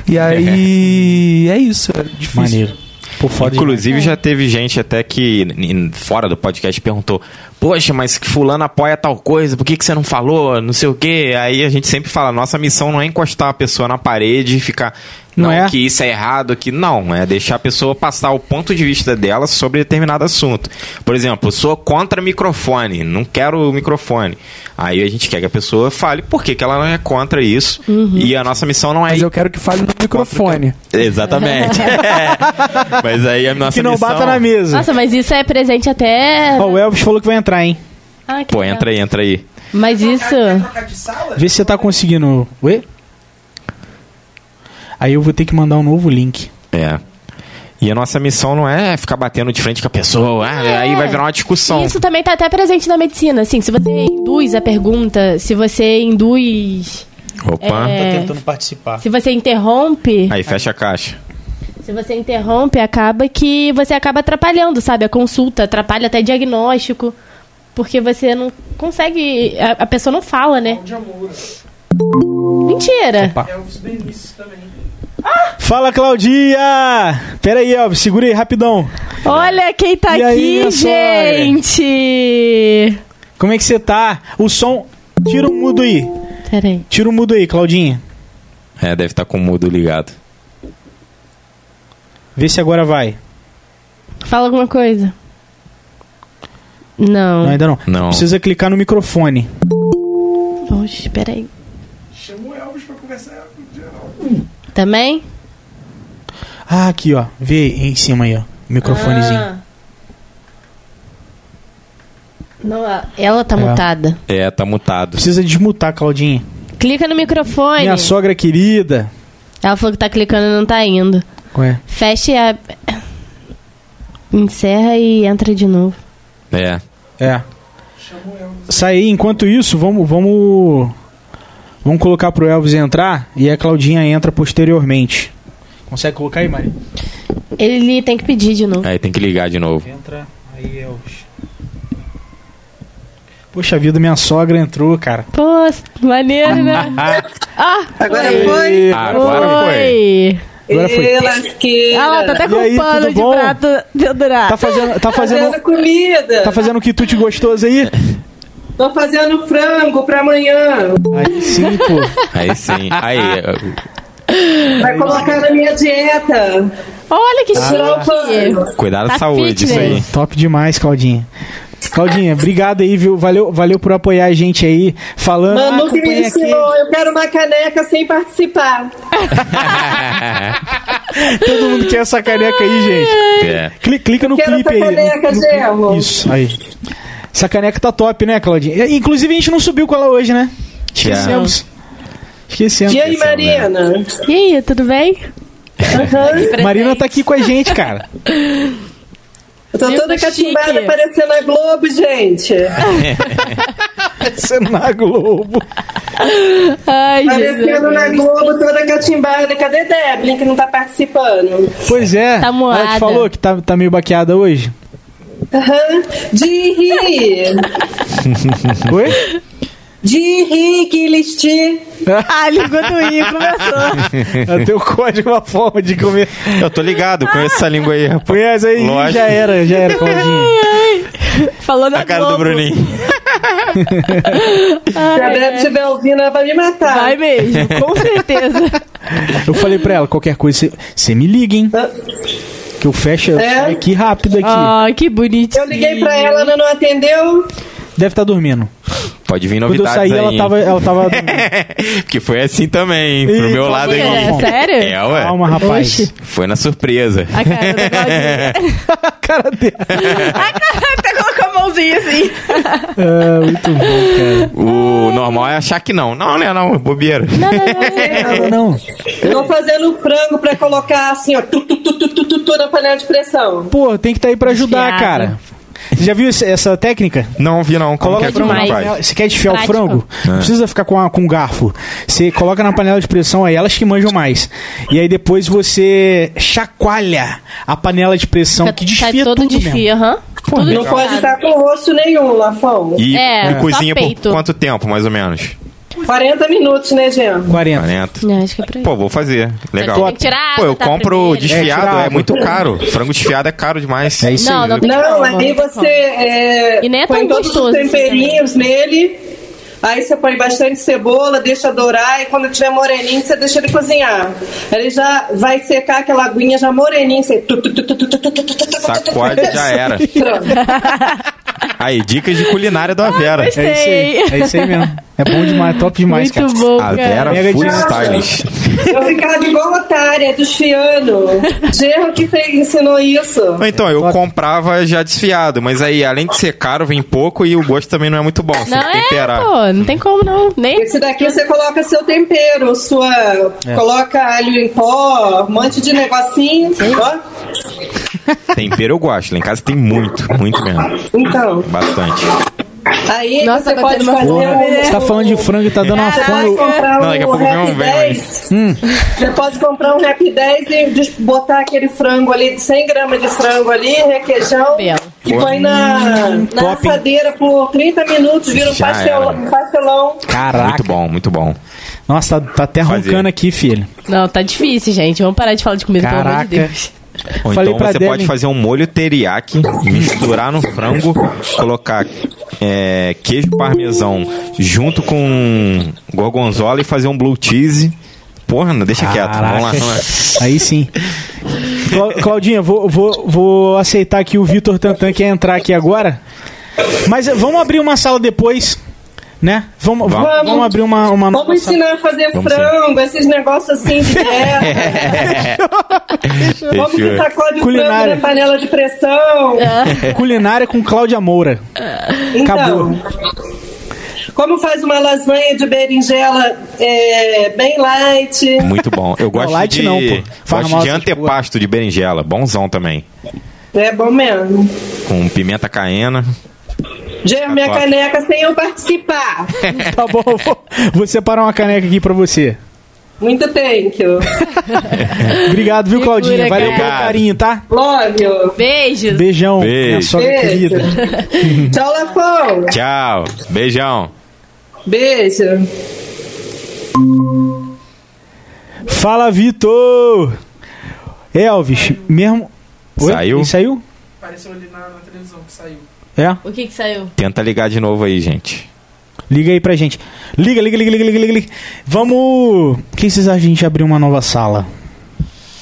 E aí. é isso, é difícil. Maneiro. Por foda Inclusive, já teve gente até que, n- n- fora do podcast, perguntou: Poxa, mas que fulano apoia tal coisa, por que, que você não falou? Não sei o quê. Aí a gente sempre fala: Nossa missão não é encostar a pessoa na parede e ficar. Não Não, é? que isso é errado, que não. É deixar a pessoa passar o ponto de vista dela sobre determinado assunto. Por exemplo, eu sou contra microfone, não quero o microfone. Aí a gente quer que a pessoa fale por que, que ela não é contra isso. E a nossa missão não é Uhum. Mas eu quero que fale no microfone. Exatamente. Mas aí a nossa Que não missão... bata na mesa. Nossa, mas isso é presente até. Ó, o Elvis falou que vai entrar, hein? Ah, que Pô, legal. entra aí, entra aí. Mas isso. Vê se você tá conseguindo. Ué? Aí eu vou ter que mandar um novo link. É. E a nossa missão não é ficar batendo de frente com a pessoa, ah, É. aí vai virar uma discussão. Isso também tá até presente na medicina, assim. Se você induz a pergunta, se você induz. Opa. é, participar. se você interrompe. Aí fecha a caixa. Se você interrompe, acaba que você acaba atrapalhando, sabe? A consulta atrapalha até diagnóstico. Porque você não consegue. A, a pessoa não fala, né? Mentira! É Fala, Claudia! Pera aí, Elvis, segura aí rapidão. Olha quem tá E aí, aqui, minha sogra? gente! Como é que você tá? O som. Tira o mudo aí. Peraí. Tira o mudo aí, Claudinha. É, deve estar com o mudo ligado. Vê se agora vai. Fala alguma coisa. Não. Não, ainda não. Não. Precisa clicar no microfone. Oxe, peraí. Chama o Elvis pra conversar Também? Ah, aqui, ó. Vê em cima aí, ó. Microfonezinho. Ah. Não, a- ela tá É. mutada. É, tá mutado. Precisa desmutar, Claudinha. Clica no microfone. Minha sogra querida. Ela falou que tá clicando e não tá indo. Ué. Fecha e a... Encerra e entra de novo. É. É. Sai aí, enquanto isso, vamos, vamos. Vamos colocar pro Elvis entrar e a Claudinha entra posteriormente. Consegue colocar aí, Mari? Ele tem que pedir de novo. Aí tem que ligar de novo. Entra aí, Elvis. Poxa vida, minha sogra entrou, cara. Pô, maneiro, né? ah, Agora foi? Agora foi. foi. Agora foi. Ê, lasqueira. Ah, ela tá até E com aí, um pano tudo de bom? prato pendurado. Tá fazendo, tá fazendo fazendo, comida. tá fazendo quitute gostoso aí? Tô fazendo frango pra amanhã. Aí sim, pô. Aí sim. Aí. eh, Vai colocar na minha dieta. Ah. Olha que Tirar é o chique. pano. Cuidado da Tá saúde, isso aí. fitness. Top demais, Claudinha. Claudinha, obrigado aí, viu? Valeu, valeu por apoiar a gente aí. Falando. Manu que me acompanha aqui. ensinou. Eu quero uma caneca sem participar. Todo mundo quer essa caneca aí, gente. É. Cli- clica no Quero clipe essa aí. caneca, No- no- Gerro. Isso, aí. Essa caneca tá top, né, Claudinha? E, Inclusive, a gente não subiu com ela hoje, né? Esquecemos. é. Esquecemos. E aí, né? Marina? E aí, tudo bem? Aham. Marina tá aqui com a gente, cara. Eu tô Viu toda que chique. catimbada aparecendo na Globo, gente. Sendo na Globo. Ai, Aparecendo na Jesus. Globo, toda catimbada. Cadê Deblin, que não tá participando? Pois é. Tá moada. Ela te falou que tá, tá meio baqueada hoje. Aham. De rir. Oi? De rir, que listi. Ah, ligou do I, começou. É teu código uma forma de comer. Eu tô ligado, conheço essa língua aí, rapaz. Pois aí Lógico. já era, já era, Claudinha. Falou na A cara do Globo. Bruninho. Se a Deb estiver ouvindo, ela vai me matar. Vai mesmo, com certeza. Eu falei pra ela, qualquer coisa, você me liga, hein? Que eu fecho eu É? saio aqui rápido aqui. Ah, que bonito. Eu liguei pra ela, né? ela não atendeu. Deve estar dormindo. Pode vir Quando eu novidades saí, aí. ela hein? tava, ela tava dormindo. Porque foi assim também, hein? pro Ih, meu tá lado Ih, aí. é, sério? É, ué. Calma, rapaz. Oxe. Foi na surpresa. A cara da Claudinha. cara dele. Até colocou a mãozinha assim. É, muito bom, O normal é achar que não. Não, né? Não, bobeira. cara. Não, Tô fazendo frango pra colocar assim, ó, tu, tu, tu, tu, tu, tu, tu na panela de pressão. pô, tem que estar aí pra ajudar, Desfiado. cara. Você já viu esse- essa técnica? Não vi, não. Como Coloca que é frango que demais. não faz? É. Você quer desfiar Prática. o frango? Não precisa ficar com, a- com um garfo. Você coloca na panela de pressão, aí elas que manjam mais. E aí depois você chacoalha a panela de pressão, que desfia Sai todo tudo desfio, mesmo. aham. Pô, Tudo Não legal. pode estar com rosto nenhum, Lafão. E, É, e só cozinha peito. por quanto tempo, mais ou menos? 40 minutos, né, Jean? 40. 40. Não, acho que é por aí. Pô, vou fazer. Legal. Tem que tirar tá a Pô, água eu da compro primeira. É, desfiado, tirar a é, água. muito caro. Frango desfiado é caro demais. É isso Não, aí. não tem Não, como, aí não tem você como. é, E nem é põe tão todos gostoso, os temperinhos nele, aí você põe bastante cebola, deixa dourar, e quando tiver moreninho, você deixa ele cozinhar. Ele já vai secar aquela aguinha já moreninha, você... tu, tu, tu, tu, tu, tu, tu, tu, tu, tu, Sacode, já era. Pronto. Aí, dicas de culinária da Vera. Ah, gostei. É isso aí. É isso aí mesmo. É bom demais, top demais, Muito cara. bom, A Vera cara. Mega Food demais. Stylist. Eu ficava igual otária, desfiando. Gerro que fez, ensinou isso. Ou Então, eu comprava já desfiado, mas aí, além de ser caro, vem pouco e o gosto também não é muito bom. Tem Não que é, temperar. pô. Não tem como, não. Nem... Esse daqui você coloca seu tempero, sua. É. Coloca alho em pó, um monte de negocinho. Ó, Tempero eu gosto. Lá em casa tem muito, muito mesmo. então. Bastante. Aí Nossa, você tá pode tendo uma fazer. Porra, um- você tá falando de frango e tá dando uma Hum, Caraca, fome. comprar Não, daqui a um pouco vem Rap um- vem um 10. Você pode comprar um Rap 10 e des- botar aquele frango ali, 100 gramas de frango ali, requeijão. Belo. E põe na, na top, hein? assadeira por 30 minutos, vira um Hum, Já pastel- era. um pastelão. Muito Caraca. bom, muito bom. Nossa, tá, tá até Fazer. roncando aqui, filho. Não, tá difícil, gente. Vamos parar de falar de comida, pelo amor de Caraca. Deus. Ou Falei então pra você Dani. pode fazer um molho teriyaki, misturar no frango, colocar é, queijo parmesão junto com gorgonzola e fazer um blue cheese. Porra, não, deixa quieto. Vamos lá, vamos lá. Aí sim. Clau- Claudinha, vou, vou, vou aceitar que o Vitor Tantan quer entrar aqui agora. Mas eh, vamos abrir uma sala depois, né? Vamos, vamos. Vamos. vamos um abrir uma, uma nova Vamos ensinar a fazer Vamos sim. frango, esses negócios assim de dieta. Vamos que Fechou. sacode o frango Culinária. na panela de pressão. sala culinária com Cláudia Moura. Então, Acabou. como faz uma lasanha de berinjela é, bem light? Muito bom. Eu gosto light de, não, pô. Faz gosto mal assim, tipo, de essas antepasto de berinjela, bonzão também. É bom mesmo. Com pimenta caena. Gê, minha top. caneca sem eu participar. Tá bom, eu vou, vou separar uma caneca aqui pra você. Muito thank you. Obrigado, viu, Segura, Claudinha? Valeu pelo cara. carinho, tá? Love you. Beijos. Beijão, Beijo. minha sogra Beijo. querida. Tchau, Lafão. Tchau. Beijão. Beijo. Fala, Vitor! Elvis, mesmo. Saiu? Ele saiu? É, Apareceu ali na, televisão que saiu. O que que saiu? Tenta ligar de novo aí, gente. É? Liga aí pra gente. Liga, liga, liga, liga, liga, liga. liga. Vamos. O que vocês acham de a gente abrir uma nova sala?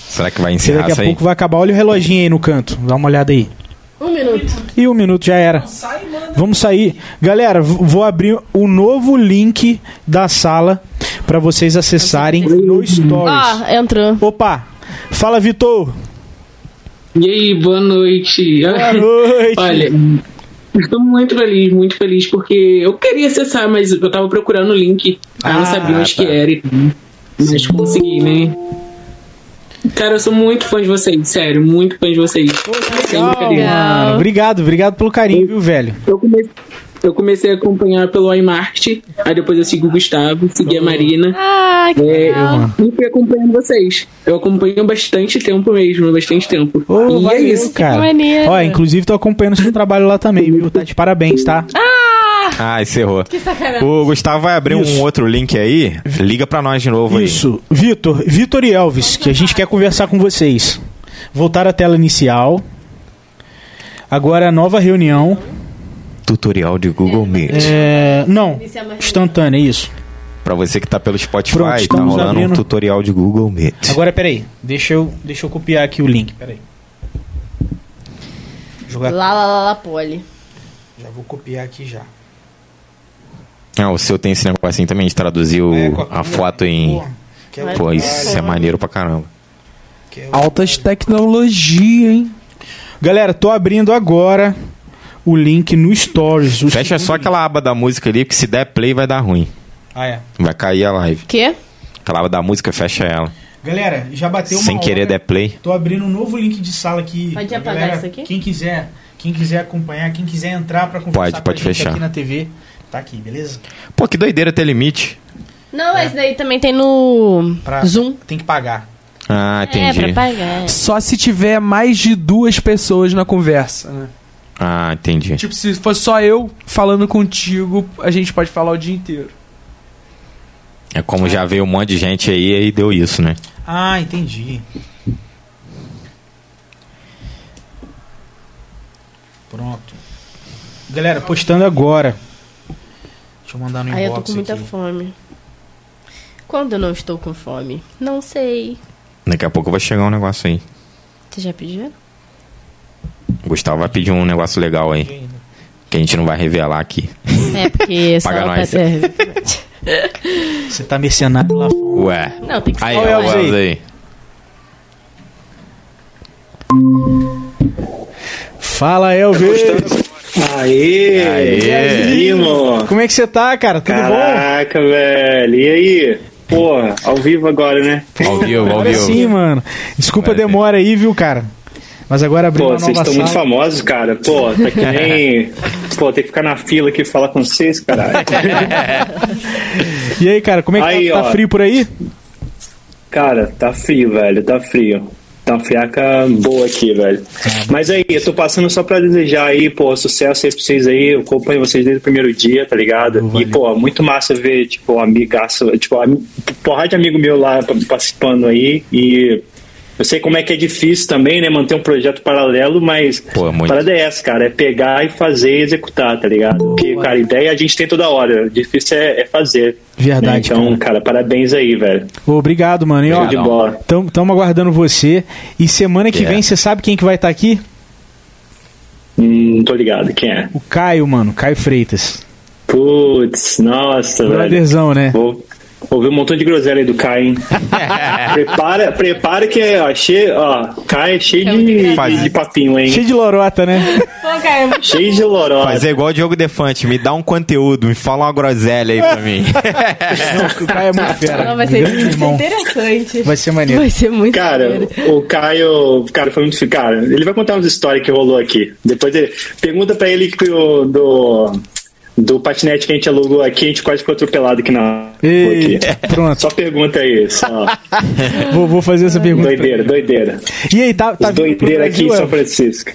Será que vai Porque encerrar daqui isso a aí? pouco vai acabar. Olha o reloginho aí no canto. Dá uma olhada aí. Um minuto. E um minuto já era. Vamos sair. Galera, v- vou abrir o novo link da sala pra vocês acessarem no Stories. Ó, entrou. Opa! Fala, Vitor! E aí, boa noite. Boa noite! Olha, estou muito feliz, muito feliz, porque eu queria acessar, mas eu tava procurando o link. Aí eu Ah, não sabia onde tá. que era. e tudo. Mas consegui, né? Cara, eu sou muito fã de vocês, sério, muito fã de vocês. Sem brincadeira. Mano, obrigado, obrigado pelo carinho, viu, velho? Eu comecei, eu comecei a acompanhar pelo iMarket, aí depois eu segui o Gustavo, segui a Marina. Ah, que É, legal. e fui acompanhando vocês. Eu acompanho bastante tempo mesmo, bastante tempo. Ô, e é valeu, isso. cara. Que maneiro. Ó, inclusive tô acompanhando o seu trabalho lá também, viu? Tá de parabéns, tá? Ah, encerrou. Que sacanagem. O Gustavo vai abrir Isso. um outro link aí. Liga pra nós de novo aí. Isso, Vitor, Vitor e Elvis, que a gente quer conversar com vocês. Voltar à tela inicial. Agora a nova reunião. Tutorial de Google Meet. É, não, Iniciar uma reunião. instantânea, isso. Pra você que tá pelo Spotify, Pronto, tá estamos rolando abrindo. um tutorial de Google Meet. Agora, peraí, deixa eu, deixa eu copiar aqui o link, peraí. Jogar, Lá, lá, lá, lá, pole. já vou copiar aqui já. Ah, o seu tem esse negocinho também de traduzir o- É, com a a- foto em. Porra, que Vai. Pô, isso é maneiro pra caramba. que é o- Altas tecnologias, hein? Galera, tô abrindo agora o link no Stories. o Fecha segundo só link. aquela aba da música ali, porque se der play vai dar ruim. Ah, é. Vai cair a live. Quê? Aquela aba da música, fecha ela. Galera, já bateu É, uma né? Sem querer hora. der play. Tô abrindo um novo link de sala aqui. Pode A apagar galera, isso aqui? Quem quiser, quem quiser acompanhar, quem quiser entrar pra conversar Pode, com a pode gente fechar. aqui na TV, tá aqui, beleza? Pô, que doideira ter limite. Não, esse daí também tem no É. Pra- Zoom. Tem que pagar. Ah, É, pra entendi. pagar. Só se tiver mais de duas pessoas na conversa, né? Ah, entendi. Tipo, se fosse só eu falando contigo, a gente pode falar o dia inteiro. É como já veio um monte de gente aí e deu isso, né? Ah, entendi. Pronto. Galera, postando agora. Deixa eu mandar no Ai, inbox eu tô com muita aqui. fome. Quando eu não estou com fome? Não sei. Daqui a pouco vai chegar um negócio aí. Você já pediu? O Gustavo vai pedir um negócio legal aí. Que a gente não vai revelar aqui. É, porque só Paga pra nós. ter- Você tá mercenário lá fora. Ué. Não, tem que ser Aí, só ó, o nós. Elvis aí. Fala, Elvis. Aê! Aê! mano? Como é que você tá, cara? Tudo bom? Caraca, velho. E aí? Porra, ao vivo agora, né? Ao vivo, ao Agora vivo. sim, mano. Desculpa a demora aí, viu, cara? Mas agora abriu Pô, uma vocês nova estão sala. muito famosos, cara. Pô, tá que nem. Pô, tem que ficar na fila aqui e falar com vocês, caralho. E aí, cara, como é que Aí, tá? Tá ó. frio por aí? Cara, tá frio, velho, tá frio. Tá uma friaca boa aqui, velho. Mas aí, eu tô passando só pra desejar aí, pô, sucesso aí pra vocês aí. Eu acompanho vocês desde o primeiro dia, tá ligado? E, pô, muito massa ver, tipo, um amigaço, tipo, am- porrada de amigo meu lá pa- participando aí. E eu sei como é que é difícil também, né, manter um projeto paralelo, mas Pô, a muito. parada é essa, cara, é pegar e fazer e executar, tá ligado? Porque, cara, ideia a gente tem toda hora, o difícil é, é fazer. Verdade, Então, cara. cara. parabéns aí, velho. Ô, Obrigado, mano. E, ó, Show de bola. Tamo, tamo aguardando você. E semana que É. vem, você sabe quem que vai estar aqui? Hum, tô ligado, quem é? O Caio, mano. Caio Freitas. Putz, nossa, velho. Brotherzão, né? Vou ouvir um montão de groselha aí do Kai, hein? prepara, prepara que ó, cheio, ó, Kai é cheio de, de, de papinho, hein? Cheio de lorota, né? Pô, cara, é muito Cheio de loró. Fazer igual o Diogo Defante, me dá um conteúdo, me fala uma groselha aí pra mim. Não, o Caio é muito fera. Não, vai ser Grande irmão. interessante. Vai ser maneiro. Vai ser muito Cara, maneiro. o Caio, cara, foi muito. Cara, ele vai contar umas histórias que rolou aqui. Depois ele. Pergunta pra ele que o, do. Do patinete que a gente alugou aqui, a gente quase ficou atropelado aqui na. Ei, aqui. pronto. Só pergunta aí, só. Vou, vou fazer essa pergunta. doideira, doideira. E aí, tá, tá Os doideira aqui em São Elvis? Francisco.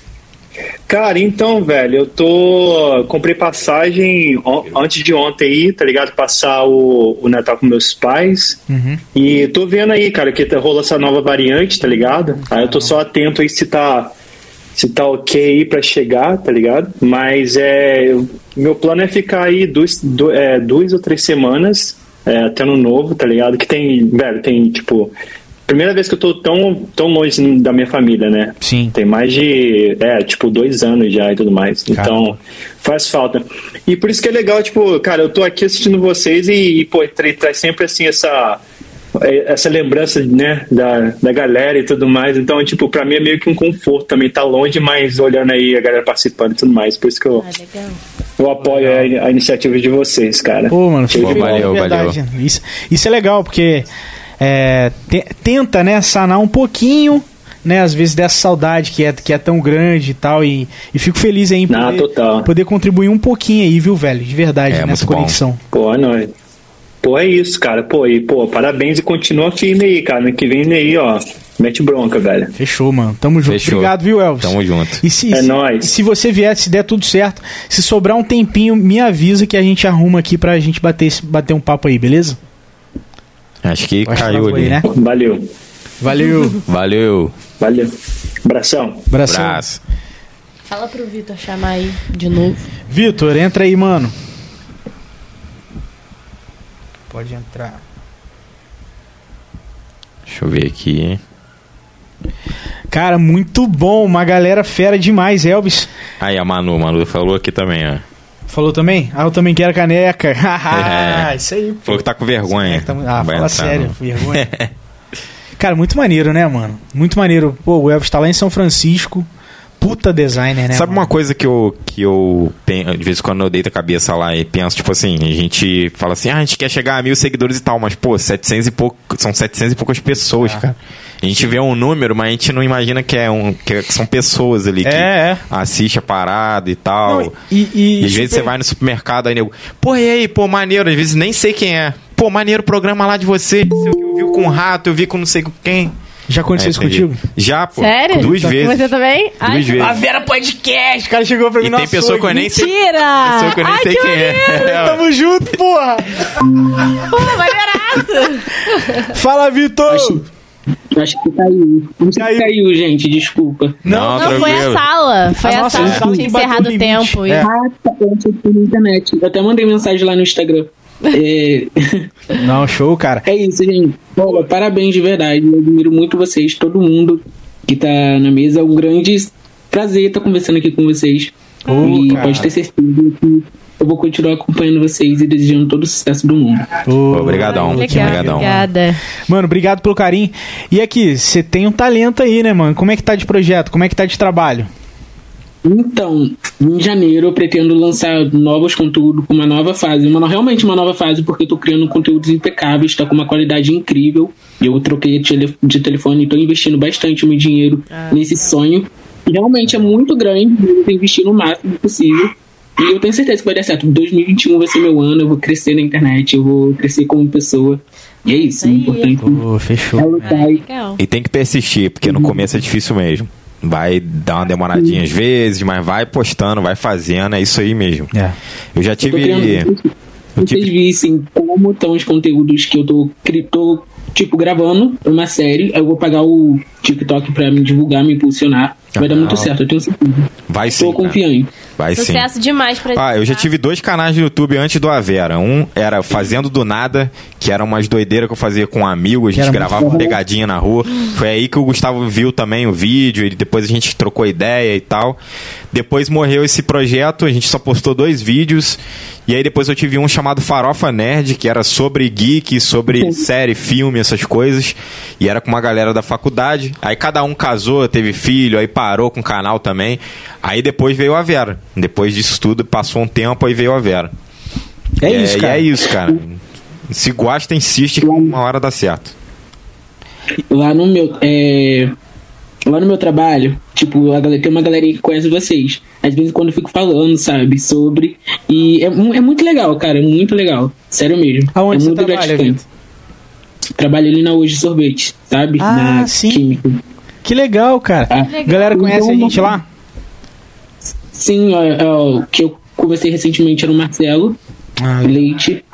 Cara, então, velho, eu tô. Comprei passagem on- antes de ontem aí, tá ligado? Passar o, o Natal com meus pais. Uhum. E tô vendo aí, cara, que tá- rolou essa nova variante, tá ligado? Aí eu tô só atento aí se tá. Se tá ok aí pra chegar, tá ligado? Mas é. eu- Meu plano é ficar aí duas, du- é, duas ou três semanas é, até no novo, tá ligado? Que tem. Velho, tem tipo. Primeira vez que eu tô tão, tão longe da minha família, né? Sim. Tem mais de, é, tipo, dois anos já e tudo mais. Então, faz falta. E por isso que é legal, tipo, cara, eu tô aqui assistindo vocês e, e, pô, tra- traz sempre, assim, essa É, essa lembrança, né, da, da galera e tudo mais. Então, tipo, pra mim é meio que um conforto também tá longe, mas olhando aí a galera participando e tudo mais. Por isso que eu, Ah, legal. eu apoio a, a iniciativa de vocês, cara. Pô, mano, Show de fico bola. feliz, Valeu, de Isso, isso é legal, porque é, te- tenta, né, sanar um pouquinho, né, às vezes dessa saudade que é, que é tão grande e tal, e, e fico feliz aí em Ah, poder, total. poder contribuir um pouquinho aí, viu, velho, de verdade, É, nessa muito bom. conexão. Pô, é nóis. Pô, é isso, cara. Pô, e, pô, parabéns e continua firme aí, cara. Ano que vem né, aí, ó. Mete bronca, velho. Fechou, mano, tamo junto. Fechou. Obrigado, viu, Elvis? Tamo junto. E se, É se- nóis. se você vier, se der tudo certo, se sobrar um tempinho, me avisa que a gente arruma aqui pra gente bater, esse- bater um papo aí, beleza? Acho que Bate caiu papo aí, ali. né? Valeu. Valeu. Valeu. Valeu. Abração. Abração. Abraço. Fala pro Vitor chamar aí de novo. Vitor, entra aí, mano. Pode entrar. Deixa eu ver aqui. Cara, muito bom. Uma galera fera demais, Elvis. Aí, a Manu, Manu falou aqui também, ó. Falou também? Ah, eu também quero caneca. Ah, É. Isso aí, pô. Falou que tá com vergonha. Tá mu- Ah, Vai fala entrar, sério, não. vergonha. Cara, muito maneiro, né, mano? Muito maneiro. Pô, o Elvis tá lá em São Francisco. Puta designer, né? Sabe mano? uma coisa que eu, que eu pen- de vez em quando eu deito a cabeça lá e penso, tipo assim, a gente fala assim, ah, a gente quer chegar a mil seguidores e tal, mas pô, 700 e pouco, são 700 e poucas pessoas, Ah. cara. A gente vê um número, mas a gente não imagina que, é um, que é- que são pessoas ali que É, é. assiste a parada e tal. Não, e, e, E às vezes você vai no supermercado aí, nego. Pô, e aí, pô, maneiro. Às vezes nem sei quem é. Pô, maneiro o programa lá de você. Eu vi com o rato, eu vi com não sei com quem. Já aconteceu É isso aí. contigo? Já, pô. Sério? Duas Com vezes. Você também? Ai, Duas vezes. A Vera Podcast, o cara chegou pra mim E no tem pessoa açougue. que eu nem sei- Mentira! Pessoa que eu nem Ai, sei que quem é. maneiro! É, ó. Tamo junto, porra! Pô, maneiraço! Fala, Vitor! Acho, acho que caiu. Não sei se caiu, gente, desculpa. Não, Não, foi a sala. Foi A a, nossa sala. sala Tinha que bateu encerrado o o limite. tempo. e- É. Ah, tá, eu achei que foi na internet. Eu até mandei mensagem lá no Instagram. É, Não, show, cara. é isso, gente. Bola, parabéns de verdade. Eu admiro muito vocês, todo mundo que tá na mesa. É um grande prazer estar conversando aqui com vocês. Ô, e cara. pode ter certeza que eu vou continuar acompanhando vocês e desejando todo o sucesso do mundo. Ô, Obrigadão. Legal, Obrigadão. Obrigada. Mano, obrigado pelo carinho. E aqui, você tem um talento aí, né, mano? Como é que tá de projeto? Como é que tá de trabalho? Então, em janeiro eu pretendo lançar novos conteúdos com uma nova fase, uma, no- realmente uma nova fase, porque eu tô criando conteúdos impecáveis, tá com uma qualidade incrível. Eu troquei de, tele- de telefone e tô investindo bastante meu dinheiro nesse sonho. E Realmente é muito grande, eu vou investir no máximo possível. E eu tenho certeza que vai dar certo. 2021 vai ser meu ano, eu vou crescer na internet, eu vou crescer como pessoa. E é isso, o importante Ô, é fechou. lutar e Legal. E tem que persistir, porque Uhum. no começo é difícil mesmo. Vai dar uma demoradinha às vezes, mas vai postando, vai fazendo, é isso aí mesmo. É. Eu já Eu tô tive. tipo criando- um vocês vissem como estão os conteúdos que eu tô, cri- tô tipo, gravando uma série. Eu vou pagar o TikTok pra me divulgar, me impulsionar. Vai dar muito Ah. certo, eu tenho certeza. Vai sim. Tô cara. confiante. Vai sim. Sucesso demais pra Ah, eu já tá? tive dois canais no YouTube antes do Avera. Um era Fazendo do Nada, que era umas doideiras que eu fazia com um amigo, a gente Era muito gravava bom. pegadinha na rua. Foi aí que o Gustavo viu também o vídeo, e depois a gente trocou ideia e tal. Depois morreu esse projeto, a gente só postou dois vídeos. E aí depois eu tive um chamado Farofa Nerd, que era sobre geek, sobre série, filme, essas coisas. E era com uma galera da faculdade. Aí cada um casou, teve filho, aí parou com o canal também. Aí depois veio a Vera. Depois disso tudo, passou um tempo, aí veio a Vera. É E isso, e cara. é isso, cara. Se gosta, insiste que uma hora dá certo. Lá no meu. é, Lá no meu trabalho, tipo, a galera, tem uma galerinha que conhece vocês. Às vezes quando eu fico falando, sabe, sobre. E é, mu- é muito legal, cara. É muito legal. Sério mesmo. Aonde é você muito trabalha, gratificante. Vitor? Trabalho ali na Hoje Sorvete, sabe? Ah, na sim. Química. Que legal, cara. Ah. Galera, conhece a Então, gente lá? Sim, ó, ó, o que eu conversei recentemente era o Marcelo Ah, Leite.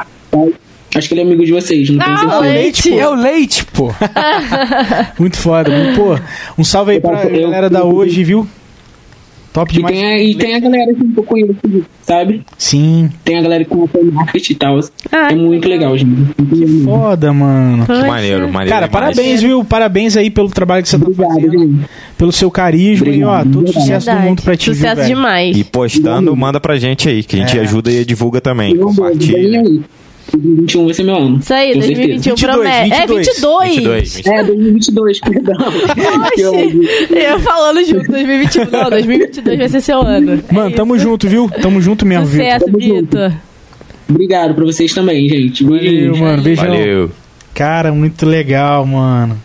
Acho que ele é amigo de vocês, não tenho Ah, o um certeza. leite. É o leite, pô. muito foda. muito- Pô, um salve aí pra Eu- galera da hoje, viu? Top E demais. tem, a, e tem a galera que eu conheço, sabe? Sim. Tem a galera com o marketing e tal. Ai, é muito legal, gente. Foda, mano. Que Ah, Poxa. maneiro, maneiro. Cara, demais. parabéns, viu? Parabéns aí pelo trabalho que você tá Obrigado, fazendo. gente. Pelo seu carisma e, ó, todo Verdade. sucesso do mundo pra ti. viu, Sucesso velho? demais. E postando, manda pra gente aí, que a gente É. ajuda e divulga também. Eu amo, Compartilha. ganha aí. 2021 vai ser meu ano. Isso aí, Com certeza. 2021 promete. 22, É 22. 22. É, 2022, perdão. Eu amo. Oxi, eu falando junto, 2021. Não, 2022 vai ser seu ano. É Mano, isso. tamo junto, viu? Tamo junto mesmo, viu? Sucesso, Tamo junto. Vitor. é Obrigado pra vocês também, gente. Valeu, Beijinhos. mano. Beijão. Valeu. Cara, muito legal, mano.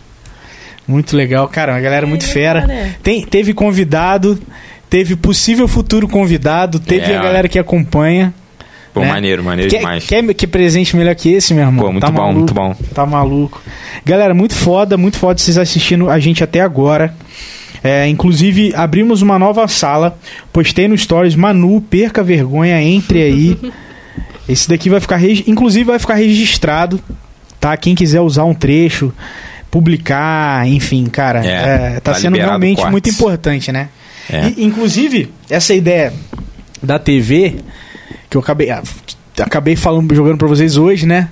Muito legal, cara. Uma galera muito fera. Tem, teve convidado, teve possível futuro convidado, teve É. a galera que acompanha. Pô, né? maneiro, maneiro Quer, demais. quer, quer presente melhor que esse, meu irmão? Pô, muito Tá bom, maluco? muito bom. Tá maluco. Galera, muito foda, muito foda vocês assistindo a gente até agora. É, inclusive, abrimos uma nova sala. Postei no Stories, Manu, perca a vergonha, entre aí. Esse daqui vai ficar, regi- inclusive, vai ficar registrado, tá? Quem quiser usar um trecho, publicar, enfim, cara, É, é, tá, tá sendo liberado realmente cortes. muito importante, né? É. E, inclusive, essa ideia da TV, que eu acabei, ah, acabei falando, jogando pra vocês hoje, né?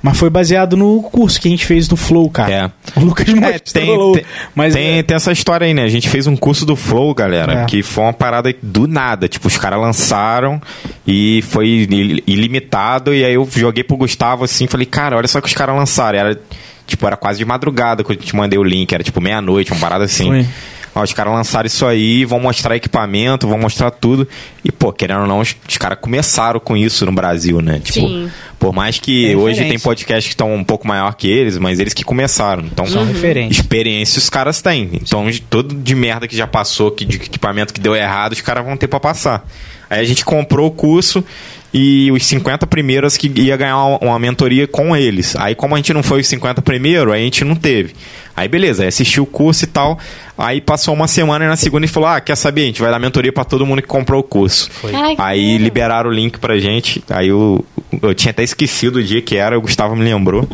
Mas foi baseado no curso que a gente fez do Flow, cara. O É. Lucas É, mostrou, tem, tem, mas tem, tem essa história aí, né? A gente fez um curso do Flow, galera, É. que foi uma parada do nada. Tipo, os caras lançaram e foi il- ilimitado. E aí eu joguei pro Gustavo assim, falei, cara, olha só que os caras lançaram. Era, tipo, era quase de madrugada quando eu te mandei o link, era tipo meia-noite, uma parada assim. Foi. Ó, os caras lançaram isso aí, vão mostrar equipamento, vão mostrar tudo. E, pô, querendo ou não, os, os caras começaram com isso no Brasil, né? Tipo, Sim. por mais que É hoje diferente. tem podcasts que estão um pouco maior que eles, mas eles que começaram. Então, São referência. Experiência os caras têm. Então, de- todo de merda que já passou, que de equipamento que deu errado, os caras vão ter pra passar. Aí a gente comprou o curso e os 50 primeiros que ia ganhar uma, uma mentoria com eles. Aí, como a gente não foi os 50 primeiros, aí a gente não teve. Aí beleza, aí assisti o curso e tal. Aí passou uma semana e na segunda ele falou: Ah, quer saber? A gente vai dar mentoria pra todo mundo que comprou o curso. Ai, que aí maneiro. liberaram o link pra gente. Aí eu, eu tinha até esquecido o dia que era, o Gustavo me lembrou.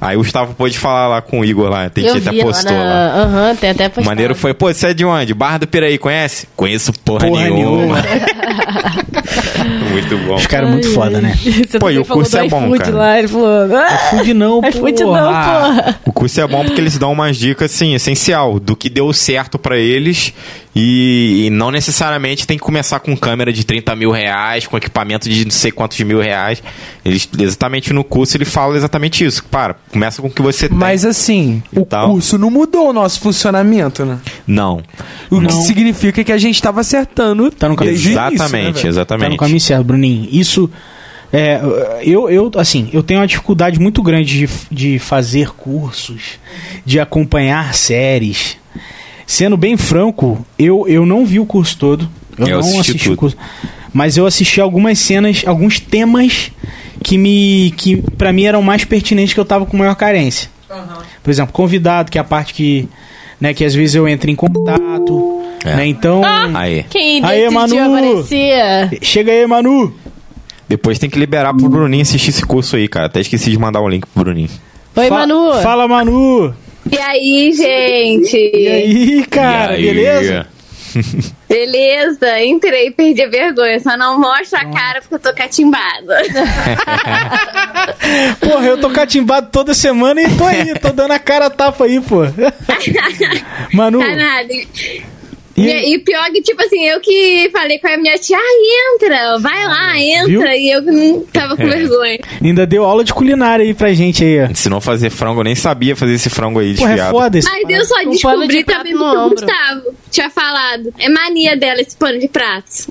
Aí o Gustavo pôde falar lá com o Igor lá. Tem Eu gente vi até lá postou lá. na... Aham, tem até O postado. maneiro foi, pô, você é de onde? Barra do Piraí, conhece? Conheço porra, Porra nenhuma. Muito bom. Os caras muito foda, né? Você Pô, e também o falou curso do é bom, iFood cara. lá, ele falou... Ah, iFood não, iFood não, porra. porra. O curso é bom porque eles dão umas dicas, assim, essencial do que deu certo pra eles e, e não necessariamente tem que começar com câmera de 30 mil reais, com equipamento de não sei quantos mil reais. Eles, exatamente no curso ele fala exatamente isso. Para, começa com o que você tem. Mas assim, E o tal. curso não mudou o nosso funcionamento, né? Não. O Não. que significa que a gente tava acertando Tá no caminho. desde o início, né, Exatamente, velho? Tá no exatamente. caminho certo, Bruninho. Isso. É, eu, eu, assim, eu tenho uma dificuldade muito grande de, de fazer cursos, de acompanhar séries. Sendo bem franco, eu, eu não vi o curso todo. Eu, Eu não assisti, assisti o tudo. curso. Mas eu assisti algumas cenas, alguns temas que me. que para mim eram mais pertinentes que eu tava com maior carência. Por exemplo, convidado, que é a parte que. Né, que às vezes eu entro em contato. É. Né, então. Aí. Ah, Quem Aê, decidiu é Manu! aparecer? Chega aí, Manu! Depois tem que liberar pro Bruninho assistir esse curso aí, cara. Até esqueci de mandar o link pro Bruninho. Oi, Fa- Manu! Fala, Manu! E aí, gente? E aí, cara, E aí? beleza? Beleza, entrei, perdi a vergonha. Só não mostra a cara porque eu tô catimbada. Porra, eu tô catimbado toda semana e tô aí, tô dando a cara a tapa aí, pô. Manu, Tá nada. E, E- e pior que, tipo assim, eu que falei com a minha tia, ah, entra, vai lá, entra. E eu que não tava É. com vergonha. É. ainda deu aula de culinária aí pra gente aí, ó. Se não fazer frango, eu nem sabia fazer esse frango aí Porra, é desfiado. foda esse. Mas eu só Um pano de descobri prato também no do que o ombro. Gustavo tinha falado. É mania dela esse pano de prato. Só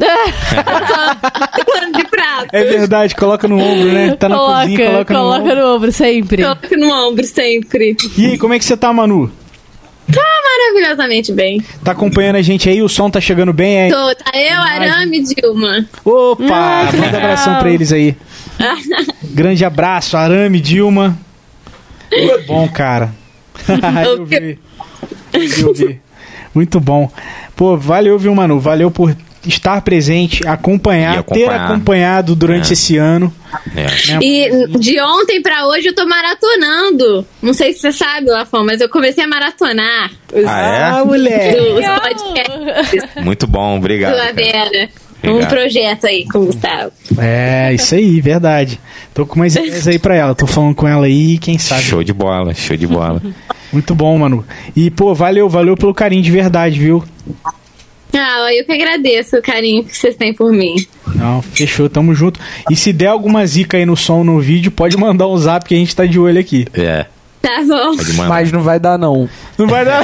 pano de prato. É verdade, coloca no ombro, né? Tá na coloca, cozinha, coloca, no ombro. ombro sempre. Coloco no ombro sempre. E aí, como é que você tá, Manu? Tá maravilhosamente bem. Tá acompanhando a gente aí? O som tá chegando bem aí? Tô, tá eu, Arame e Dilma. Opa! Ah, que manda tá. legal. abração pra eles aí. Grande abraço, Arame, Dilma. Bom, cara. Ah, eu vi. Eu vi. Muito bom. Pô, valeu, viu, Manu? Valeu por estar presente, acompanhar, E ter acompanhar. acompanhado durante É. esse ano. É. né? E de ontem pra hoje eu tô maratonando. Não sei se você sabe, Lafon, mas eu comecei a maratonar Ah, moleque. os podcasts é? Muito bom, obrigado. da cara. Vera. Um Obrigado. projeto aí com o Gustavo. É, isso aí, verdade. Tô com umas ideias aí pra ela, tô falando com ela aí, quem sabe. Show de bola, show de bola. Muito bom, Manu. E, pô, valeu, valeu pelo carinho de verdade, viu? Ah, eu que agradeço o carinho que vocês têm por mim. Não, fechou, tamo junto. E se der alguma zica aí no som, no vídeo, pode mandar um zap que a gente tá de olho aqui. É, Tá bom. pode mandar. Mas não vai dar, não. Não vai dar.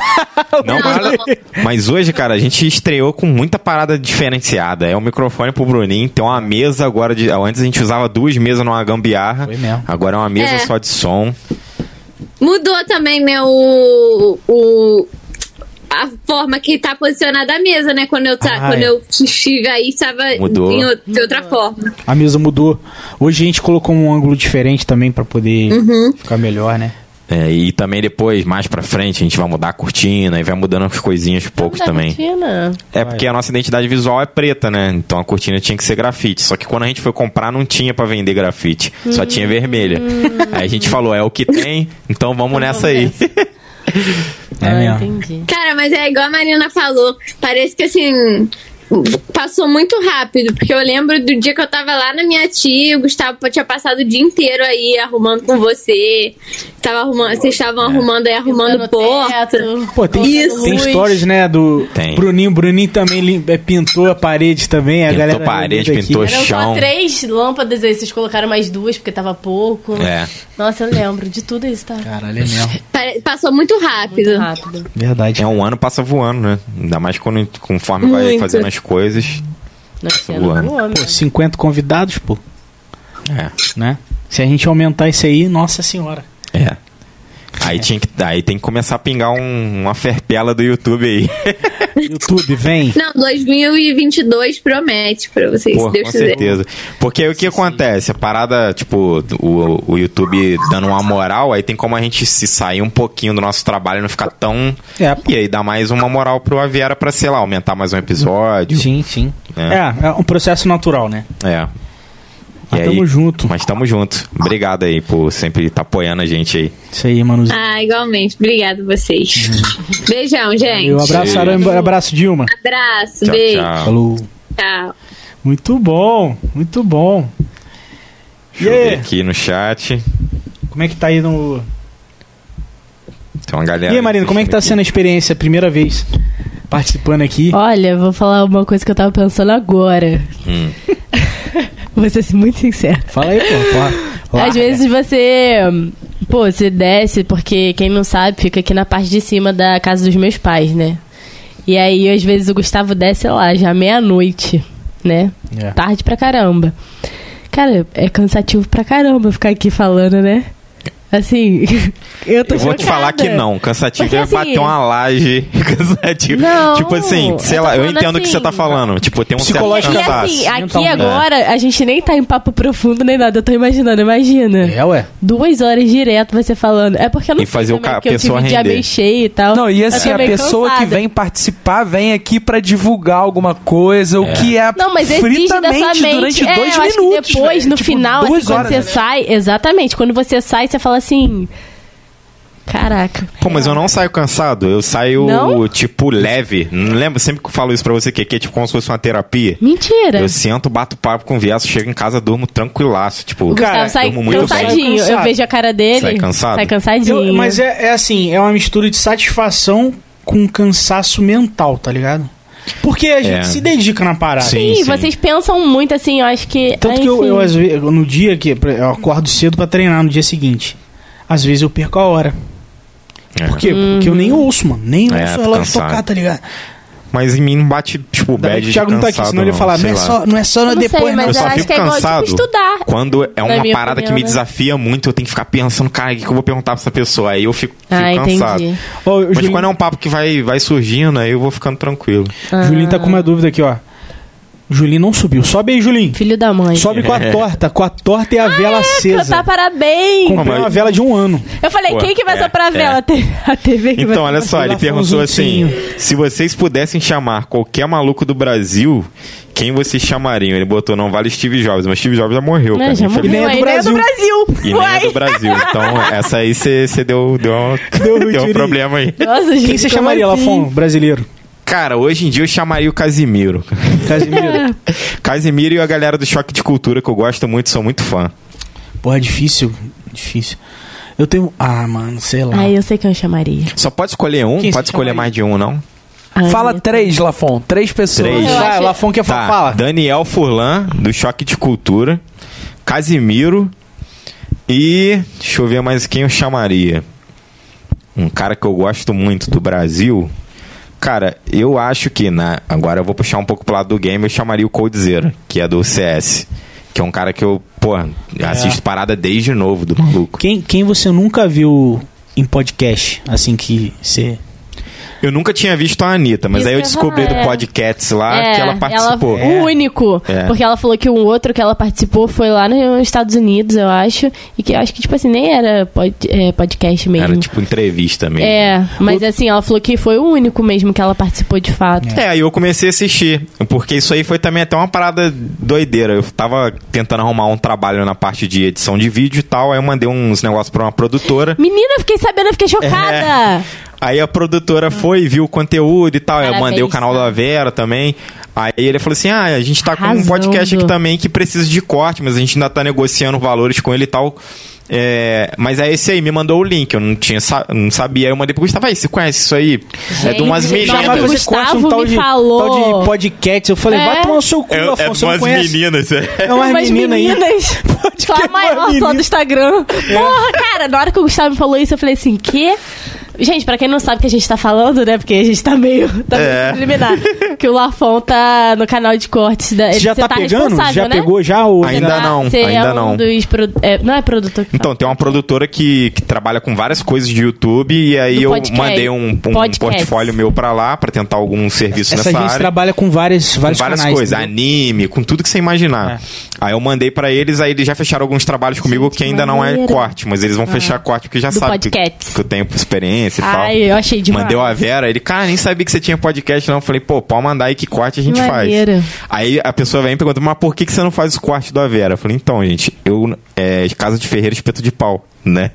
Não, mas, mas hoje, cara, a gente estreou com muita parada diferenciada. É um microfone pro Bruninho, tem uma mesa agora de. Antes a gente usava duas mesas numa gambiarra. Foi mesmo. Agora é uma mesa É. só de som. Mudou também meu. O, a forma que tá posicionada a mesa, né? Quando eu, tá, Ah, quando é. eu estive aí, estava Mudou. em outra, de outra forma. A mesa mudou. Hoje a gente colocou um ângulo diferente também pra poder ficar melhor, né? É, e também depois, mais pra frente, a gente vai mudar a cortina e vai mudando as coisinhas aos poucos Da também. Cortina. É porque a nossa identidade visual é preta, né? Então a cortina tinha que ser grafite. Só que quando a gente foi comprar, não tinha pra vender grafite. Só tinha vermelha. Aí a gente falou, é o que tem, então vamos nessa aí. É ah, mesmo. entendi. Cara, mas é igual a Marina falou. Parece que assim. Passou muito rápido, porque eu lembro do dia que eu tava lá na minha tia, o Gustavo tinha passado o dia inteiro aí arrumando com você. Tava arrumando, vocês estavam arrumando aí, arrumando porta. É. Pô, tem, Isso. tem stories, né, do Tem. Bruninho. Bruninho também lim- é, pintou a parede também. A Pintou galera parede, linda aqui. pintou Eram só Chão. três lâmpadas aí, vocês colocaram mais duas porque tava pouco. É. Nossa, eu lembro de tudo isso, tá? Caralho, é mesmo. Pare- Passou muito rápido. Muito rápido. Verdade. É um ano passa voando, né? Ainda mais quando, conforme vai Muito. fazendo as coisas. Nossa, Voando. eu homem. Pô, 50 convidados, pô, É. né? Se a gente aumentar isso aí, nossa senhora. É. Aí, tinha que, aí tem que começar a pingar um- uma ferpela do YouTube aí. YouTube, vem. Não, 2022 promete pra vocês, Pô, se Deus com quiser. certeza. Porque aí o que acontece? A parada, tipo, o, o YouTube dando uma moral, aí tem como a gente se sair um pouquinho do nosso trabalho e não ficar tão. É. E aí dá mais uma moral pro Aviera pra, sei lá, aumentar mais um episódio. Sim, sim. É. É, é um processo natural, né? É. Mas tamo junto. Mas tamo junto. Obrigado aí por sempre estar apoiando a gente aí. Isso aí, Manuzinho. Ah, igualmente. Obrigado vocês. Beijão, gente. Eu Uhum. abraço, Aranha, abraço, Dilma. Abraço, beijo. Falou. Tchau. Muito bom, muito bom. E Deixa eu ver aí, aqui no chat. como é que tá aí no. Tem uma E galera. aí, Marina, como é que tá sendo a experiência? Primeira vez participando aqui. Olha, vou falar uma coisa que eu tava pensando agora. Hum. Vou ser assim, muito sincero. Fala aí, pô. Às vezes você. Pô, você desce, porque quem não sabe fica aqui na parte de cima da casa dos meus pais, né? E aí, às vezes, o Gustavo desce lá, já meia-noite, né? É. Tarde pra caramba. Cara, é cansativo pra caramba ficar aqui falando, né? Assim, eu tô Eu vou te chocada. falar que não. Cansativo Porque, é assim, bater uma laje. Cansativo. Não, tipo assim, sei eu tô lá, eu falando entendo o que assim, você tá falando. Tipo, tem um certo E cansaço. assim, tá aqui agora, a gente nem tá em papo profundo nem nada, eu tô imaginando, imagina. É, ué. Duas horas direto você falando. É porque eu não E fazer sei o também, ca- a porque eu tive pessoa o dia render. bem cheio e tal. Não, e Eu assim, tô a bem pessoa que cansada. vem participar vem aqui pra divulgar alguma coisa, o que é Não, mas exige da sua fritamente mente. durante é, dois eu acho que minutos. depois, velho. no Tipo, final, assim, duas quando horas, você né? sai, exatamente, quando você sai, você fala assim. Caraca. Pô, mas eu não saio cansado, eu saio, Não? tipo, leve. Não lembro sempre que eu falo isso pra você, que aqui é tipo como se fosse uma terapia. Mentira. Eu sento, bato papo com o Viaço, chego em casa, durmo tranquilaço. Tipo, O Gustavo sai durmo muito cansadinho. bem. Eu vejo a cara dele. Sai cansado? Sai cansadinho. Eu- mas é, é assim, é uma mistura de satisfação com cansaço mental, tá ligado? Porque a gente É. se dedica na parada. Sim, vocês pensam muito assim, eu acho que. Tanto que eu, eu, às vezes, no dia que eu acordo cedo pra treinar no dia seguinte, às vezes eu perco a hora. Por quê? Porque Hum. eu nem ouço, mano. Nem ouço É, o tô relógio cansado. tocar, tá ligado? Mas em mim não bate, tipo, Ainda bem bad que o de Thiago cansado. não tá aqui, senão ele ia falar, sei não é lá. só- não é só Eu não depois, sei, não. mas Eu eu só acho fico que é igual, tipo, cansado estudar, quando é na uma minha parada que opinião, me né? desafia muito, eu tenho que ficar pensando, cara, o que que eu vou perguntar pra essa pessoa? Aí eu fico, fico Ah, entendi. cansado. Ó, o Mas Julinho- quando é um papo que vai, vai surgindo, aí eu vou ficando tranquilo. O Julinho tá com Ah. uma dúvida aqui, ó. O Julinho não subiu. Sobe aí, Julinho. Filho da mãe. Sobe com a É. torta, com a torta e a vela acesa. Tá, parabéns. Comprei uma vela de um ano. Eu falei, Pô, quem que vai é, soprar a é. vela? A TV que vai Então, olha só, ele perguntou assim: Afonso se vocês pudessem chamar qualquer maluco do Brasil, quem vocês chamariam? Ele botou, não vale Steve Jobs, mas Steve Jobs já morreu, cara. Né, já infelizmente. morreu, aí, nem é do Brasil. E nem é do Brasil. Então, essa aí você deu, deu, uma- deu um problema aí. Nossa, gente, Quem você como chamaria, assim? Lafon, brasileiro? Cara, hoje em dia eu chamaria o Casimiro. Casimiro. Casimiro e a galera do Choque de Cultura, que eu gosto muito, sou muito fã. Porra, é difícil. Difícil. Eu tenho. Ah, mano, sei lá. Ai, eu sei quem eu chamaria. Só pode escolher um? Quem pode você escolher mais de um, não? Fala três, Lafon. Três pessoas. Três. Vai, Lafon quer Tá, Daniel Furlan, do Choque de Cultura. Casimiro. E. Deixa eu ver mais quem eu chamaria. Um cara que eu gosto muito do Brasil. Cara, eu acho que. Na, agora eu vou puxar um pouco pro lado do game. Eu chamaria o Coldzera, que é do CS. Que é um cara que eu, pô, assisto parada desde novo do Tá maluco. Quem, quem você nunca viu em podcast, assim que você. Eu nunca tinha visto a Anitta, mas Isso aí eu que eu ia descobri falar, do é. podcast lá É, que ela participou. ela- o único. É. Porque ela falou que um outro que ela participou foi lá nos Estados Unidos, eu acho. E que eu acho que, tipo assim, nem era pod- é, podcast mesmo. Era tipo entrevista mesmo. É, mas assim, ela falou que foi o único mesmo que ela participou de fato. É, aí eu comecei a assistir, porque isso aí foi também até uma parada doideira. Eu tava tentando arrumar um trabalho na parte de edição de vídeo e tal, aí eu mandei uns negócios pra uma produtora. Menina, eu fiquei sabendo, É. eu fiquei chocada. Aí a produtora foi, viu o conteúdo e tal. Hum. é, Eu Parabéns, né? mandei o canal da Vera também. Aí ele falou assim: Ah, a gente tá com um Arrasando. podcast aqui também que precisa de corte, mas a gente ainda tá negociando valores com ele e tal. É, mas é esse aí, me mandou o link, eu não tinha sa- não sabia, aí eu mandei pro Gustavo, aí, você conhece isso aí? é de umas Gente, meninas. mas o é Gustavo um me falou. tal de podcast. Eu falei, É. vai tomar no seu cu, É, Lafon, é você não umas conhece. meninas, é. É umas Umas meninas aí. meninas. É. Só a maior só do Instagram. Porra, cara, na hora que o Gustavo me falou isso, eu falei assim, quê? Gente, pra quem não sabe o que a gente tá falando, né? Porque a gente tá meio. Tá É. meio preliminar. que o Lafon tá no canal de cortes da. Você já você tá pegando? responsável, Já né? pegou já o- Ainda não, Você ainda é um não. dos produ- é, não é produtor que Então, tem uma produtora que, que trabalha com várias coisas de YouTube e aí Do eu podcast. mandei um, um Podcast. portfólio meu pra lá pra tentar algum serviço Essa nessa gente área. trabalha com várias, com vários várias canais, né? É. coisas, entendeu? anime, com tudo que você imaginar. Aí eu mandei pra eles, aí eles já fecharam alguns trabalhos comigo que ainda não é maneiro. corte, mas eles vão Ah. fechar corte porque já Do sabe que, podcast. que eu tenho experiência e tal. Ai, eu achei demais. Mandei a Vera, ele, cara, nem sabia que você tinha podcast, não. Eu falei, pô, pode mandar aí que corte a gente Que faz. maneiro. Aí a pessoa vem e pergunta, mas por que, que você não faz o corte da Vera? Eu falei, então, gente, eu. É, casa de ferreiro, espeto de pau, né?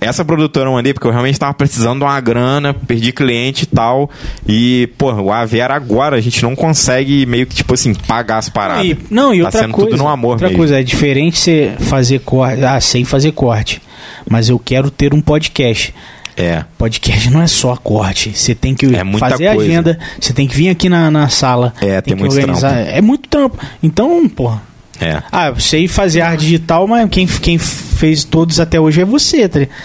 Essa produtora eu mandei porque eu realmente tava precisando de uma grana, perdi cliente e tal. E, pô, o Avera agora a gente não consegue meio que, tipo assim, pagar as paradas. E- não, e tá outra sendo coisa. tudo no amor outra mesmo. coisa, é diferente você fazer corte. Ah, sem fazer corte. Mas eu quero ter um podcast. É. Podcast não é só corte. Você tem que muita fazer a coisa. agenda, você tem que vir aqui na, na sala. É, tem que muito trampo. É muito trampo. Então, porra. É. Ah, eu sei fazer arte digital, mas quem, quem fez todos até hoje é você, tá ligado?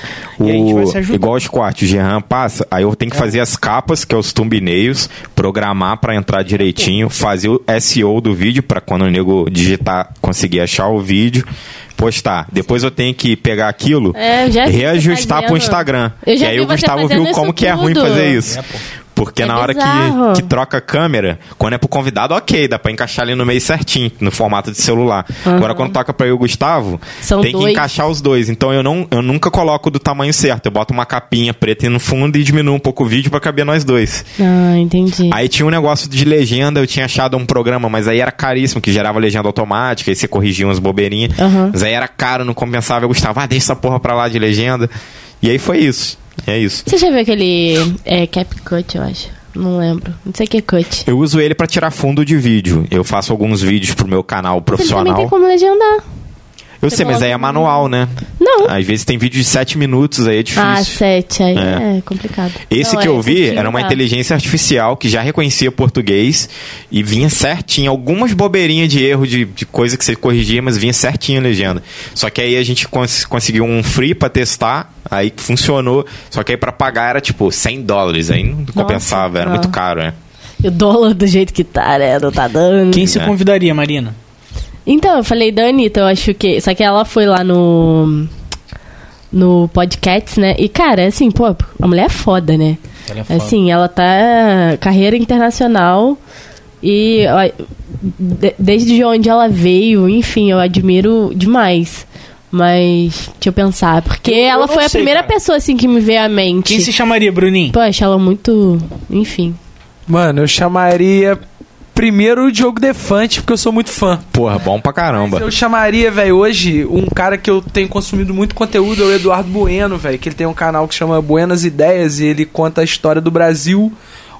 E a gente vai se O, ajudar. igual os cortes, o Jean passa, aí eu tenho que fazer as capas, que é os thumbnails, programar pra entrar direitinho, fazer o SEO do vídeo pra quando o nego digitar, conseguir achar o vídeo, postar. Depois eu tenho que pegar aquilo, É, eu já vi você reajustar pro fazendo. Instagram. Eu já e aí vi o você Gustavo fazendo viu como isso que é ruim tudo. É fazer isso. porque na hora bizarro. que, que troca a câmera, quando é pro convidado, ok, dá pra encaixar ali no meio certinho, no formato de celular. Aham. Agora quando toca pra eu e o Gustavo, São tem que dois. encaixar os dois. Então eu, não, eu nunca coloco do tamanho certo. Eu boto uma capinha preta no fundo e diminuo um pouco o vídeo pra caber nós dois. Ah, entendi. Aí tinha um negócio de legenda, eu tinha achado um programa, mas aí era caríssimo, que gerava legenda automática, aí você corrigia umas bobeirinhas. Aham. Mas aí era caro, não compensava. Eu gostava, ah, deixa essa porra pra lá de legenda. E aí foi isso. É isso. Você já viu aquele é, CapCut, eu acho? Não lembro. Não sei o que é cut. Eu uso ele pra tirar fundo de vídeo. Eu faço alguns vídeos pro meu canal Você também tem profissional. como legendar. Eu sei, mas aí é manual, né? Não. Às vezes tem vídeo de 7 minutos, aí é difícil. Ah, sete. Aí É. é, complicado. Esse Não, que é eu vi curtinho, era uma tá? inteligência artificial que já reconhecia português e vinha certinho, algumas bobeirinhas de erro, de, de coisa que você corrigia, mas vinha certinho a legenda. Só que aí a gente cons- conseguiu um free pra testar, aí funcionou, só que aí pra pagar era tipo 100 dólares, aí não compensava, era cara. muito caro, né? E O dólar do jeito que tá, né? Não tá dando. Quem É. se convidaria, Marina? Então, eu falei da Anitta, eu acho que. Só que ela foi lá no. No podcast, né? E, cara, assim, pô, a mulher é foda, né? Ela é foda. Assim, ela tá. Carreira internacional. E ó, de- desde de onde ela veio, enfim, eu admiro demais. Mas, deixa eu pensar, porque Eu- eu ela não foi a sei, primeira cara. pessoa, assim, que me veio à mente. Quem se chamaria, Bruninho? Pô, eu acho ela é muito. Enfim. Mano, eu chamaria primeiro o Diogo Defante, porque eu sou muito fã. Porra, bom pra caramba. Eu chamaria, velho, hoje um cara que eu tenho consumido muito conteúdo, é o Eduardo Bueno, velho, que ele tem um canal que chama Buenas Ideias e ele conta a história do Brasil.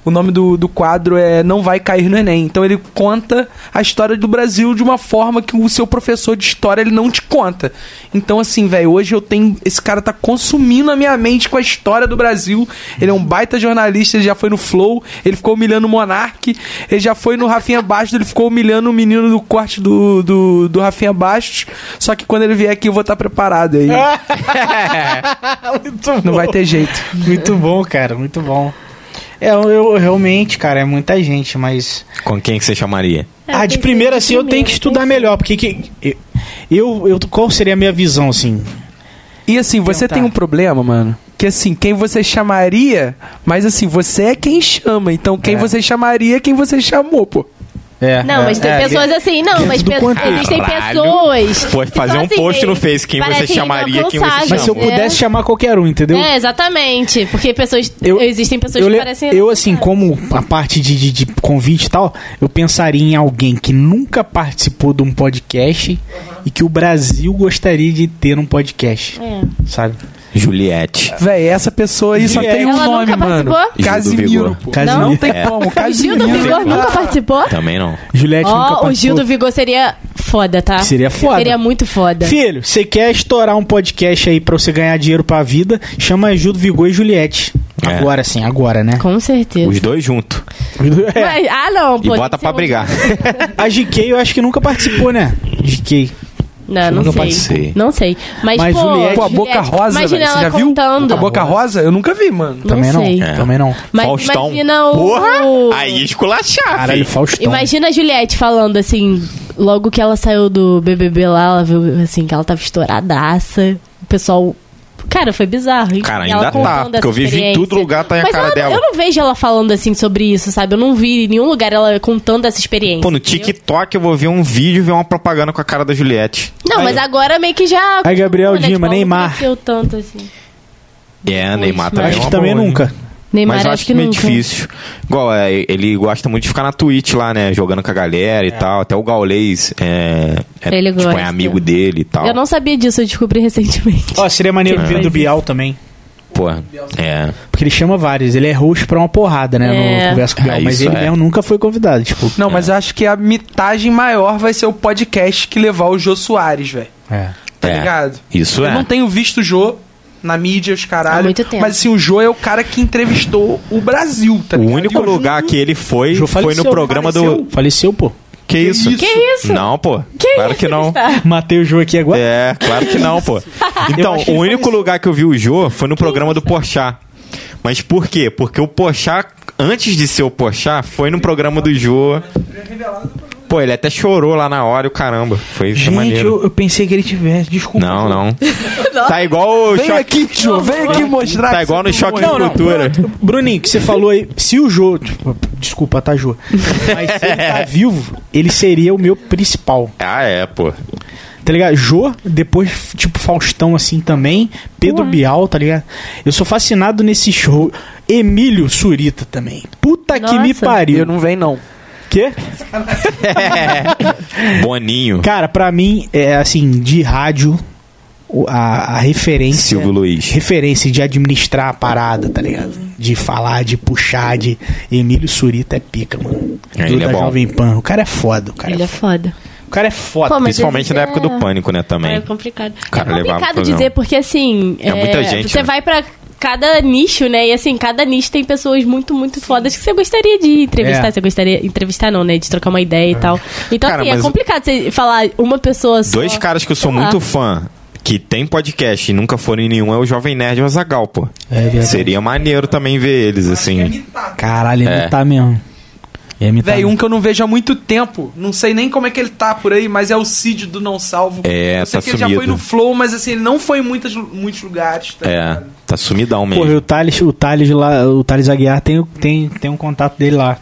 O nome do, do quadro é Não Vai Cair no Enem. Então ele conta a história do Brasil de uma forma que o seu professor de história ele não te conta. Então, assim, velho, hoje eu tenho. Esse cara tá consumindo a minha mente com a história do Brasil. Ele é um baita jornalista, ele já foi no Flow, ele ficou humilhando o Monark, ele já foi no Rafinha Bastos, ele ficou humilhando o menino do corte do, do, do Rafinha Bastos. Só que quando ele vier aqui eu vou estar preparado aí. Não vai ter jeito. Muito bom, cara, muito bom. É, eu, eu realmente, cara, é muita gente, mas. Com quem que você chamaria? É, ah, de primeira, assim, eu tenho que estudar melhor, porque que. Eu, eu, qual seria a minha visão, assim? E assim, você tem um problema, mano. Que assim, quem você chamaria, mas assim, você é quem chama. Então, quem você chamaria é quem você chamou, pô. É, Não, mas tem pessoas assim, não, mas pe- existem pessoas. Pode que fazer são um assim, post no meio- Face, quem você parecem chamaria, quem você inalcançáveis, chama. Mas se eu né? pudesse chamar qualquer um, entendeu? É, exatamente. Porque pessoas. existem pessoas Eu, que le- parecem. eu, assim, como a parte de, de- de convite e tal, eu pensaria em alguém que nunca participou de um podcast e que o Brasil gostaria de ter um podcast. É. Sabe? Juliette. Véi, É, essa pessoa aí só Juliette. tem um Ela nome, nunca mano. participou? Casimiro, Vigor. pô. Casimiro. Não tem É. como, O Gil Casimiro. do Vigor nunca participou? Também não. Juliette nunca Ó, o participou. Gil do Vigor seria foda, tá? Seria foda. Seria muito foda. Filho, você quer estourar um podcast aí pra você ganhar dinheiro pra vida? Chama Gil do Vigor e Juliette. É. Agora sim, agora, né? É. Com certeza. Os dois juntos. Mas- ah, não, E pô. bota pra brigar. A GK eu acho que nunca participou, né? GK. Não, não, Não sei. participei. Não sei. Mas, Mas pô, Juliette, com um, a boca Juliette, rosa, imagina velho, ela você já viu? contando. A boca rosa? Eu nunca vi, mano. Não Também não, sei. é, também não. Mas Faustão. imagina o... É. Porra! Aí tipo, esculachar. Caralho, Faustão. Imagina a Juliette falando assim, logo que ela saiu do BBB lá, ela viu assim que ela tava estouradaça. O pessoal Cara, foi bizarro. hein? Cara, E ela ainda tá. contando Porque eu essa vejo em experiência. todo lugar, tá aí a Mas cara ela- dela. eu não vejo ela falando assim sobre isso, sabe? Eu não vi em nenhum lugar ela contando essa experiência. Pô, no TikTok eu vou ver um vídeo e ver uma propaganda com a cara da Juliette. Não, mas agora meio que já. Aí, Gabriel continua, Tipo, Dima, ela não Neymar. cresceu tanto assim. É, Neymar também. Acho é uma que também boa, hein? nunca. Neymar, Mas eu acho acho que que meio nunca. difícil. Igual, é, ele gosta muito de ficar na Twitch lá, né? Jogando com a galera e É. tal. Até o Gaulês é, é, Ele tipo, é gosta. amigo dele e tal. Eu não sabia disso, eu descobri recentemente. Ó, seria maneiro É. ver do Bial também. Pô, é. Porque ele chama vários. Ele é host pra uma porrada, né? É. No Conversa com o Bial. É, mas isso ele um- é. mesmo nunca foi convidado. Tipo, Não, mas eu acho que a mitagem maior vai ser o podcast que levar o Jô Soares, velho. É. Tá É, ligado? isso eu é. não tenho visto o Jô na mídia, os caralho. Há muito tempo. Mas assim, o Jô é o cara que entrevistou o Brasil, tá O ligado? único E lugar que ele foi Jô foi no faleceu, programa faleceu. do. Faleceu, pô. Que isso? Que isso? Não, pô. Que claro isso, que não. Gustavo? Matei o Jô aqui agora. É, claro que não, pô. Então, o único lugar que eu vi o Jô foi no programa do Porchat. Mas por quê? Porque o Porchat, antes de ser o Porchat, foi no programa do Jô. Pô, ele até chorou lá na hora e o caramba. Foi, foi Gente, maneiro. eu, eu pensei que ele tivesse. Desculpa. Não, não. Tá igual o Vem choque... aqui, tio, vem aqui mostrar Tá que igual você no choque não de morreu. cultura. Bruninho, que você falou aí, se o Jô. tipo, Desculpa, tá, Jô? Mas se ele tá vivo, ele seria o meu principal. Ah, é, pô. Tá ligado? Jô, depois, tipo, Faustão, assim, também. Pedro Bial, tá ligado? Eu sou fascinado nesse show. Emílio Surita também. Puta que me Nossa. pariu. Eu não venho, não. Quê? É. Boninho. Cara, pra mim, é assim, de rádio, o- a, a referência. Silvio Luiz. Referência de administrar a parada, tá ligado? De falar, de puxar, de. Emílio Surita é pica, mano. É, Do- ele é da bom. Jovem Pan. O cara é foda, o cara. Ele é foda. O cara é foda. Pô, mas Principalmente esse na época é- do pânico, né, também. É complicado. Cara, é levava complicado pro programa. dizer, porque assim. um. É muita gente, Você né? vai pra cada nicho, né? E assim, cada nicho tem pessoas muito, muito fodas que você gostaria de entrevistar. É. Você gostaria. Entrevistar não, né? De trocar uma ideia e tal. Então, Cara, assim, é mas- complicado você falar uma pessoa só. Dois caras que eu sou Sei lá. muito fã, que tem podcast e nunca foram em nenhum, é o Jovem Nerd e o Azagal, pô. É verdade. Seria maneiro também ver eles, assim. Caralho, é, É. imitar mesmo. É imitar. Véi, um que eu não vejo há muito tempo. Não sei nem como é que ele tá por aí, mas é o Cid do Não Salvo. É, eu sei tá que ele já foi sumido. no Flow, mas assim, ele não foi em muitas, muitos lugares. Tá? É, tá sumidão mesmo. Porra, e o Thales, o Thales lá, o Thales Aguiar tem, o- tem, tem um contato dele lá.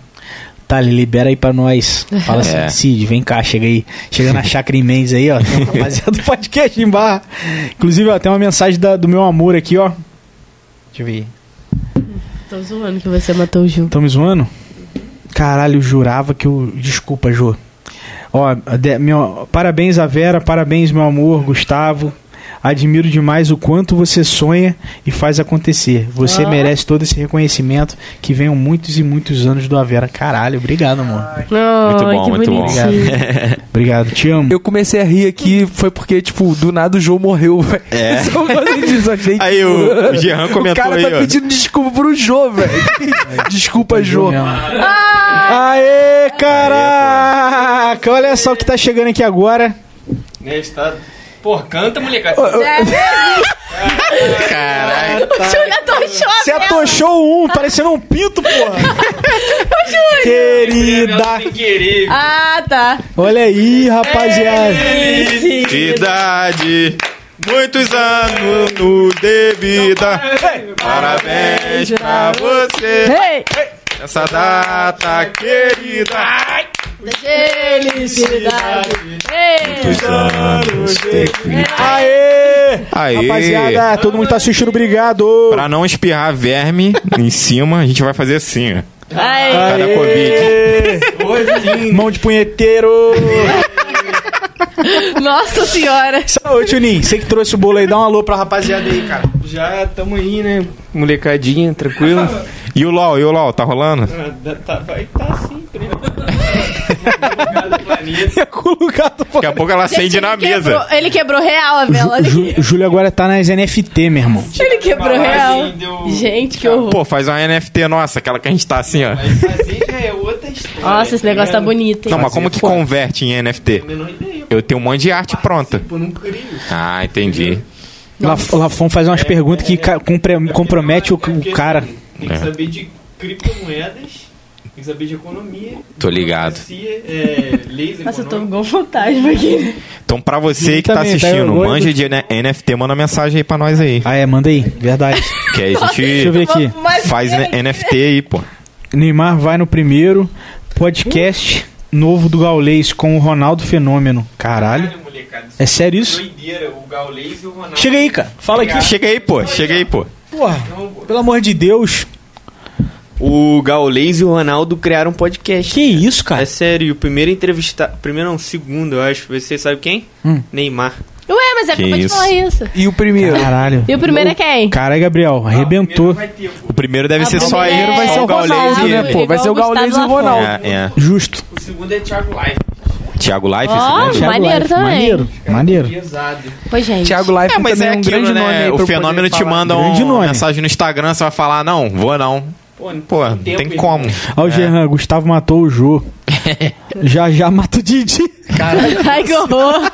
Thales, libera aí pra nós. Fala assim, É. Cid, vem cá, chega aí. Chega na Chácara em Mendes aí, ó. Tem um rapaziada do podcast em barra. Inclusive, ó, tem uma mensagem da- do meu amor aqui, ó. Deixa eu ver. Tô zoando que você matou o Ju. Tamo zoando? Caralho, eu jurava que eu. Desculpa, Jô. Ó, de- meu, parabéns a Vera, parabéns, meu amor, Gustavo. Admiro demais o quanto você sonha e faz acontecer. Você Ah. merece todo esse reconhecimento. Que venham muitos e muitos anos do Avera. Caralho, obrigado, amor. Não, que bonitinho. Obrigado. obrigado, te amo. Eu comecei a rir aqui, foi porque, tipo, do nada o Jô morreu, velho. É. Só por causa disso, achei que- Aí o- o Jean O comentou cara aí, tá ó. pedindo desculpa pro Jô, velho. Desculpa, Jô. Ah! Aê, caraca! Olha só o que tá chegando aqui agora. Pô, Né, canta, molecada. É. Caralho. Ah, tá. Você atochou um, parecendo um pinto, porra. Querida. Ah, tá. Olha aí, rapaziada. Felicidade, muitos anos no de vida. é. Parabéns pra você. Essa data querida. Felicidade. Muitos anos de vida. Aê! Aê! Rapaziada, todo mundo tá assistindo, obrigado. Pra não espirrar verme em cima, a gente vai fazer assim, ó. Ai. Cada Covid. Mão de punheteiro. Nossa senhora. Ô, é Juninho, você que trouxe o bolo aí, dá um alô pra rapaziada aí, cara. Já tamo aí, né? Molecadinha, tranquilo. E o LOL, e o LOL, tá rolando? tá, vai tá sim, Daqui a pouco ela acende na mesa. Ele quebrou real a vela. Olha aqui. Ju, Júlio agora tá nas NFT, meu irmão. Ele quebrou assim, real. Gente, que horror. Pô, faz uma NFT nossa, aquela que a gente tá assim, ó. Nossa, esse negócio tá bonito, hein? Não, mas como que converte em NFT? Eu tenho um monte de arte pronta. Ah, entendi. Laf- Lafon faz umas perguntas que ca- compre- compromete o, o cara. Tem que saber de criptomoedas, tem que saber de economia. Tô ligado. democracia, É, leis Nossa, eu tô igual fantasma aqui. Então, pra você Eu que tá também, tá, eu assistindo, gosto. manja de N- NFT, manda mensagem aí pra nós aí. Ah, é, manda aí, verdade. Que aí a gente Deixa eu ver aqui. faz é. N- NFT aí, pô. Neymar vai no primeiro podcast novo do Gaulês com o Ronaldo Fenômeno. Caralho. É sério isso? Chega aí, cara. Fala aqui. Chega aí, pô. Chega aí, pô. Porra, pelo amor de Deus. O Gaulês e o Ronaldo criaram um podcast. Que isso, cara? É sério, e o primeiro entrevistado. Primeiro não, o segundo, eu acho. Você sabe quem? Hum. Neymar. Ué, mas é Que acabou de isso. falar isso. E o primeiro? Caralho. Ah, E o primeiro é quem? Caralho, Gabriel, arrebentou. O primeiro deve Ah, ser o só ele. primeiro vai ser só o Ronaldo, e né, ele. pô? Vai ser o Igual o Gaules e o Gustavo Ronaldo. É, é. Justo. O segundo é Thiago Life. Thiago Life, Ó, esse nome? maneiro também. Maneiro, maneiro. Pô, gente. Thiago Life É, mas é também é um aquilo, grande nome aí né? pra eu O poder fenômeno te falar. manda Grande uma nome. mensagem no Instagram, você vai falar, não, vou não. Pô, não tem como. É. Olha o Gerran, Gustavo matou o Jô. já já mata o Didi. Ai, que horror.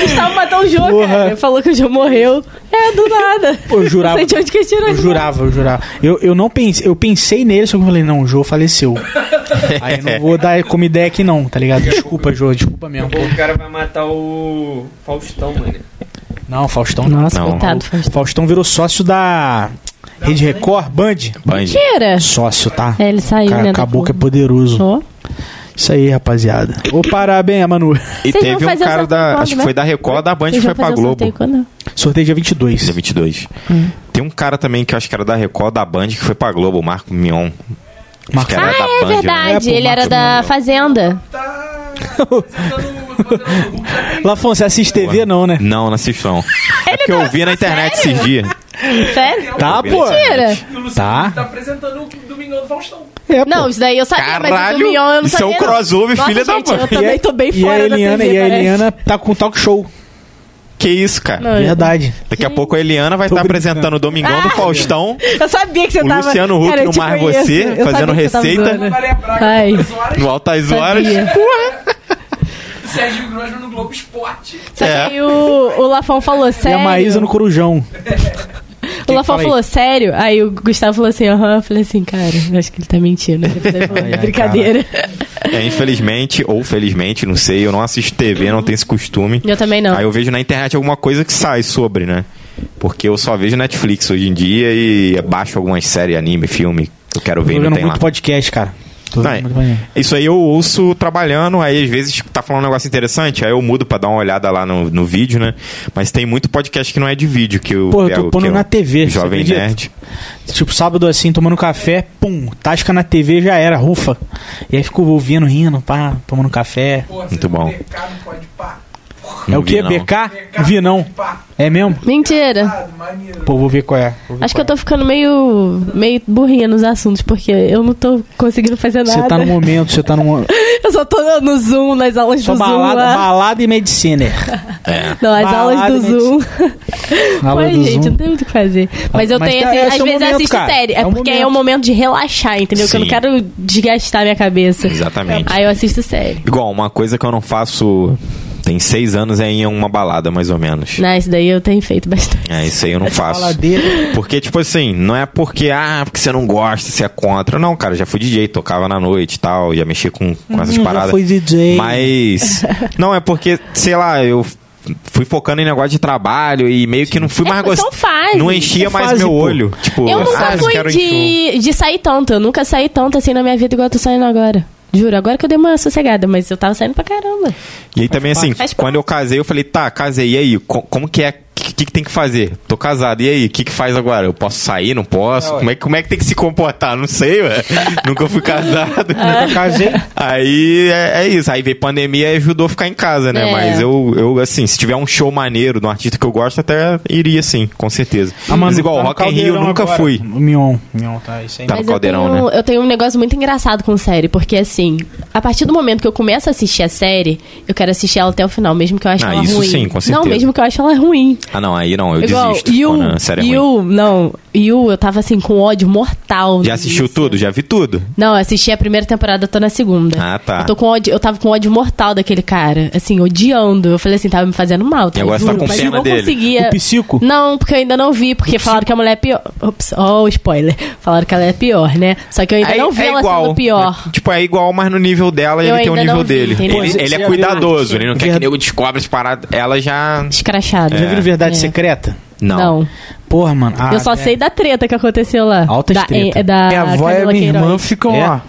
Gustavo matou o Jô, Porra. cara. Falou que o Jô morreu. É, do nada. Pô, eu Não jurava. sei de onde que ele tirou Eu isso. jurava, eu jurava. Eu, eu não pensei, eu pensei nele, só que eu falei, não, o Jô faleceu. Aí eu não vou dar como ideia aqui não, tá ligado? Desculpa, Jô, desculpa mesmo. Pô, o cara vai matar o Faustão, mano. Não, Faustão não. Nossa, não. coitado, Faustão. virou sócio da Rede Record, Band. Band. Mentira. Sócio, tá? É, ele saiu, Cara, né? da acabou que é Globo. poderoso. Ó. Isso aí, rapaziada. Ô, parabéns, Manu. Vocês E teve vão um fazer o cara sorteio da. quando, Acho que né? foi da Record, da Band Vocês que vão foi pra fazer o sorteio Globo. quando? Sorteio dia 22. Dia 22. Hum. Tem um cara também que eu acho que era da Record, da Band, que foi pra Globo, o Marco Mion. Acho que era da Ah, é Band, né? verdade. É, pô, ele era Marcos da Fazenda. Lafon, você assiste TV não, né? Não, não assisto não. É tá porque eu vi na internet esses dias. Sério? Tá, pô. Mentira. Tá. apresentando o Domingão do Faustão. É, pô. Não, isso daí eu sabia, mas o Caralho, do Mion eu não isso é sabia. um não. crossover, Nossa, filha da gente, mãe. Eu também tô bem fora e a Eliana, da né? TV, E a parece. Eliana tá com talk show. Que isso, cara. Não, eu- Verdade. Daqui a pouco a Eliana vai estar apresentando o Domingão Ah! do Faustão. Ah. Eu sabia que você O tava... Luciano Huck Cara, eu no te Mar conheço. Você, Eu sabia fazendo que você tava receita. zoando. Ai, No Altas Horas. sabia. Sérgio Grosman no Globo Esporte. Só que É. aí o, o Lafon falou, E sério? a Maísa no Corujão. O Lafon fala aí? falou, sério? Aí o Gustavo falou assim, aham. Eu falei assim, cara, eu acho que ele tá mentindo. Depois ele falou, Ai, ai, Brincadeira. É, infelizmente, ou felizmente, não sei, eu não assisto TV, não tenho esse costume. Eu também não. Aí eu vejo na internet alguma coisa que sai sobre, né? Porque eu só vejo Netflix hoje em dia e baixo algumas séries, anime, filme que eu quero Tô ver e não vendo tem muito lá. podcast, cara. Tô Não, é. vendo muito podcast. Isso aí eu ouço trabalhando, aí às vezes tá falando um negócio interessante, aí eu mudo pra dar uma olhada lá no, no vídeo, né? Mas tem muito podcast que não é de vídeo, que eu Pô, eu tô pego, pondo que é o na TV, você Jovem acredita? Nerd. Tipo, sábado assim, tomando café, pum, tasca na TV, já era, rufa. E aí fico ouvindo, rindo, pá, tomando café. Muito bom. é Não o vi, que? não. BK? Vi não. É mesmo? Mentira. Pô, vou ver qual é. Vou ver Acho que qual eu tô ficando meio, meio burrinha nos assuntos, porque eu não tô conseguindo fazer é. nada. Você tá no momento, você tá no momento. Eu só tô no, no Zoom, nas aulas Só do Zoom balada, lá. balada e medicina. É. Não, as balada aulas do e medicina. Zoom. Aula Mas, do gente, Zoom. não tem muito o que fazer. Mas eu Mas tenho, tá- assim, esse às é o um vezes eu momento, assisto cara. série. É, É o porque aí é o momento. momento de relaxar, entendeu? Que eu não Sim. quero desgastar minha cabeça. Exatamente. Aí eu assisto série. Igual, uma coisa que eu não faço tem seis anos é ir em uma balada, mais ou menos. Não, Né, isso daí eu tenho feito bastante. É, isso aí eu não faço. Baladeira. Porque, tipo assim, não é porque, ah, porque você não gosta, você é contra. Não, cara, já fui DJ, tocava na noite e tal, já mexi com, com essas Hum, já paradas. foi DJ. Mas. Não, é porque, sei lá, eu fui focando em negócio de trabalho e meio que não fui É, mais são gostando. fases. Não enchia São mais fases, meu É pô. olho. Tipo, eu ah, nunca fui quero um. ir em show. de, de sair tanto. Eu nunca saí tanto assim na minha vida igual eu tô saindo agora. Juro, agora que eu dei uma sossegada, mas eu tava saindo pra caramba. E aí também, assim, Faz parte. quando eu casei, eu falei, tá, casei, e aí? Co- como que é? O que, que tem que fazer? Tô casado, e aí? O que, que faz agora? Eu posso sair? Não posso? como, é, que- como é que tem que se comportar? Não sei, ué. Nunca fui casado. É. Eu casei. Aí é, é isso. Aí veio pandemia e ajudou a ficar em casa, né? É. Mas eu, eu, assim, se tiver um show maneiro de um artista que eu gosto, até iria sim, com certeza. Ah, mano, Mas igual, tá no Rock in Rio eu caldeirão nunca agora. fui. O Mion, Mion, tá, isso aí. Tá. no Mas caldeirão, eu tenho, eu tenho um negócio muito engraçado com série, porque assim, a partir do momento que eu começo a assistir a série, eu quero assistir ela até o final, mesmo que eu ache Ah, ela isso ruim. sim, com certeza. Não, mesmo que eu ache ela ruim. Ah, não, aí não, eu Igual, desisto. You, quando a série é ruim. you, não, You, eu tava assim com ódio mortal. Já assistiu tudo? Já vi tudo? Não, eu assisti a primeira temporada, tô na segunda. Ah, tá. Eu, tô com ódio, eu tava com ódio mortal daquele cara, assim, odiando. Eu falei assim, tava me fazendo mal. E agora você tá juro, com mas eu pena não dele? Conseguia... O psico? Não, porque eu ainda não vi, porque falaram que a mulher é pior. Ops, oh, spoiler. Falaram que ela é pior, né? Só que eu ainda É- não vi é ela igual. sendo pior. Tipo, é igual, mas no nível dela Eu ele tem o ainda nível não vi, dele. entendeu? ele Você ele é já cuidadoso, viu? ele não quer que nego descobre as paradas. Ela já. Escrachado. Já viram Verdade É. Secreta? Não. Não. Porra, mano. ah, eu só é. sei da treta que aconteceu lá. Altas da, treta. é, da Minha avó e Camila minha irmã Queiroz. ficam É. lá.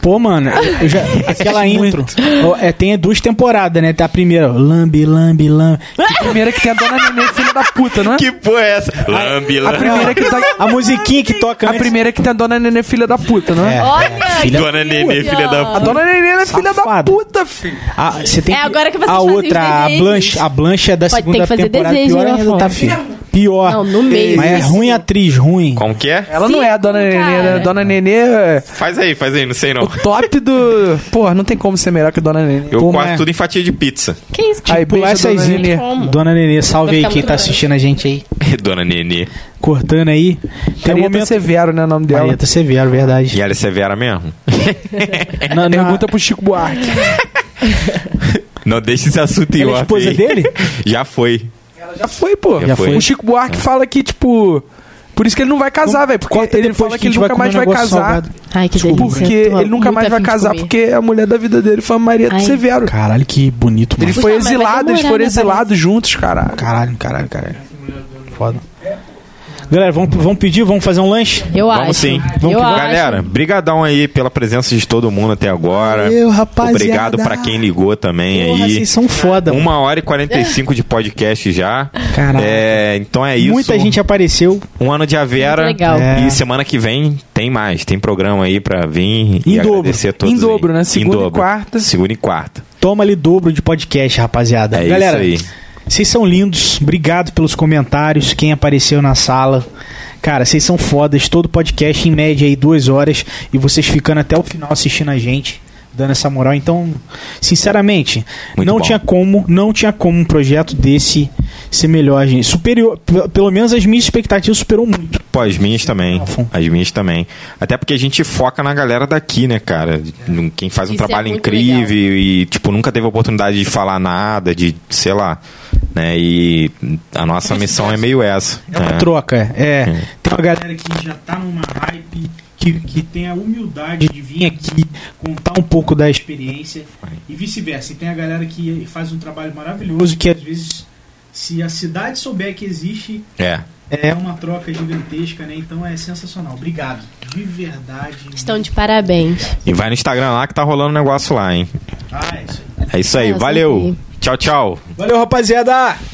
Pô, mano, é, eu já- aquela intro. ó, É, tem duas temporadas, né? Tem a primeira, ó, lambe, lambe, lambe. A primeira que tem a dona Nenê, filha da puta, não é? Que porra é essa? Lambi, A primeira que tá. A musiquinha que toca. né? A primeira que tem a dona Nenê, filha da puta, não é? Olha! Dona Nenê, filha da A dona Nenê é filha da puta, filho. Ah, você tem É agora que vocês A fazem os outra, a desejos. Blanche, a Blanche é da Pode ter segunda que fazer temporada. desejo, pior né, ainda, tá, Rafael? filho? Pior. Não, no meio. Mas é ruim atriz, ruim. Como que é? Ela não é a dona Nenê, né? Dona Nenê é Faz aí, faz aí, não sei não. o top do. Pô, não tem como é? ser melhor que a dona Nenê. Eu Pô, quase mas- tudo em fatia de pizza. Que isso, Aí, Pular beija essas tipo, dona Nenê. Dona Nenê, salve Vai aí ficar quem muito tá bem. assistindo a gente aí. Dona Nenê. Cortando aí. Tem um momento... Severo, né, o nome dela. Marieta Severo, verdade. E ela é severa mesmo? Na, Pergunta pro Chico Buarque. Não, deixa esse assunto em Ela é off esposa aí. dele? Já foi. Já foi, pô. Já Já foi. foi. O Chico Buarque fala que, tipo. Por isso que ele não vai casar, velho. Porque ele fala que ele nunca mais vai casar. Ai, que Tipo, delícia. Porque Tô ele nunca muito mais vai afim de casar, comer. porque a mulher da vida dele foi a Maria do Ai. Severo. Caralho, que bonito, mano. Ele foi Puxa, mas vai exilado, eles demorar, foram né, exilados juntos, caralho. Caralho, caralho, caralho. Foda. Galera, vamos, vamos pedir? Vamos fazer um lanche? Eu Vamos acho. sim. Eu acho. assim? Galera, brigadão aí pela presença de todo mundo até agora. Valeu, rapaziada. Obrigado pra quem ligou também Porra, aí. vocês são foda, mano. Uma hora e 45 de podcast já. Caralho. É, então é isso. Muita gente apareceu. Um ano de Avera. Muito legal. E É. semana que vem tem mais. Tem programa aí pra vir Em e dobro. agradecer a todos. Em dobro, aí. né? Segunda Em e dobro. quarta. Segunda e quarta. Toma ali dobro de podcast, rapaziada. É Galera, isso aí. vocês são lindos. Obrigado pelos comentários. Quem apareceu na sala. Cara, vocês são fodas. Todo podcast, em média, aí duas horas. E vocês ficando até o final assistindo a gente. Dando essa moral. Então, sinceramente, Muito não bom. tinha como, não tinha como um projeto desse ser melhor, gente. Superior, p- pelo menos as minhas expectativas superou muito. Pô, as minhas também. As minhas também. Até porque a gente foca na galera daqui, né, cara? Quem faz um Isso é trabalho muito incrível e, tipo, nunca teve a oportunidade de falar nada, de, sei lá. Né? E a nossa missão é meio essa. É uma né? troca. É. Tem uma galera que já tá numa hype, que, que tem a humildade de vir aqui contar um pouco da experiência. E vice-versa. E tem a galera que faz um trabalho maravilhoso, que às vezes, se a cidade souber que existe, É. é uma troca gigantesca, né? Então é sensacional. Obrigado. De verdade. Estão de parabéns. E vai no Instagram lá que tá rolando um negócio lá, hein? Ah, é isso aí. É isso aí. É, eu Valeu. sei. Tchau, tchau. Valeu, rapaziada!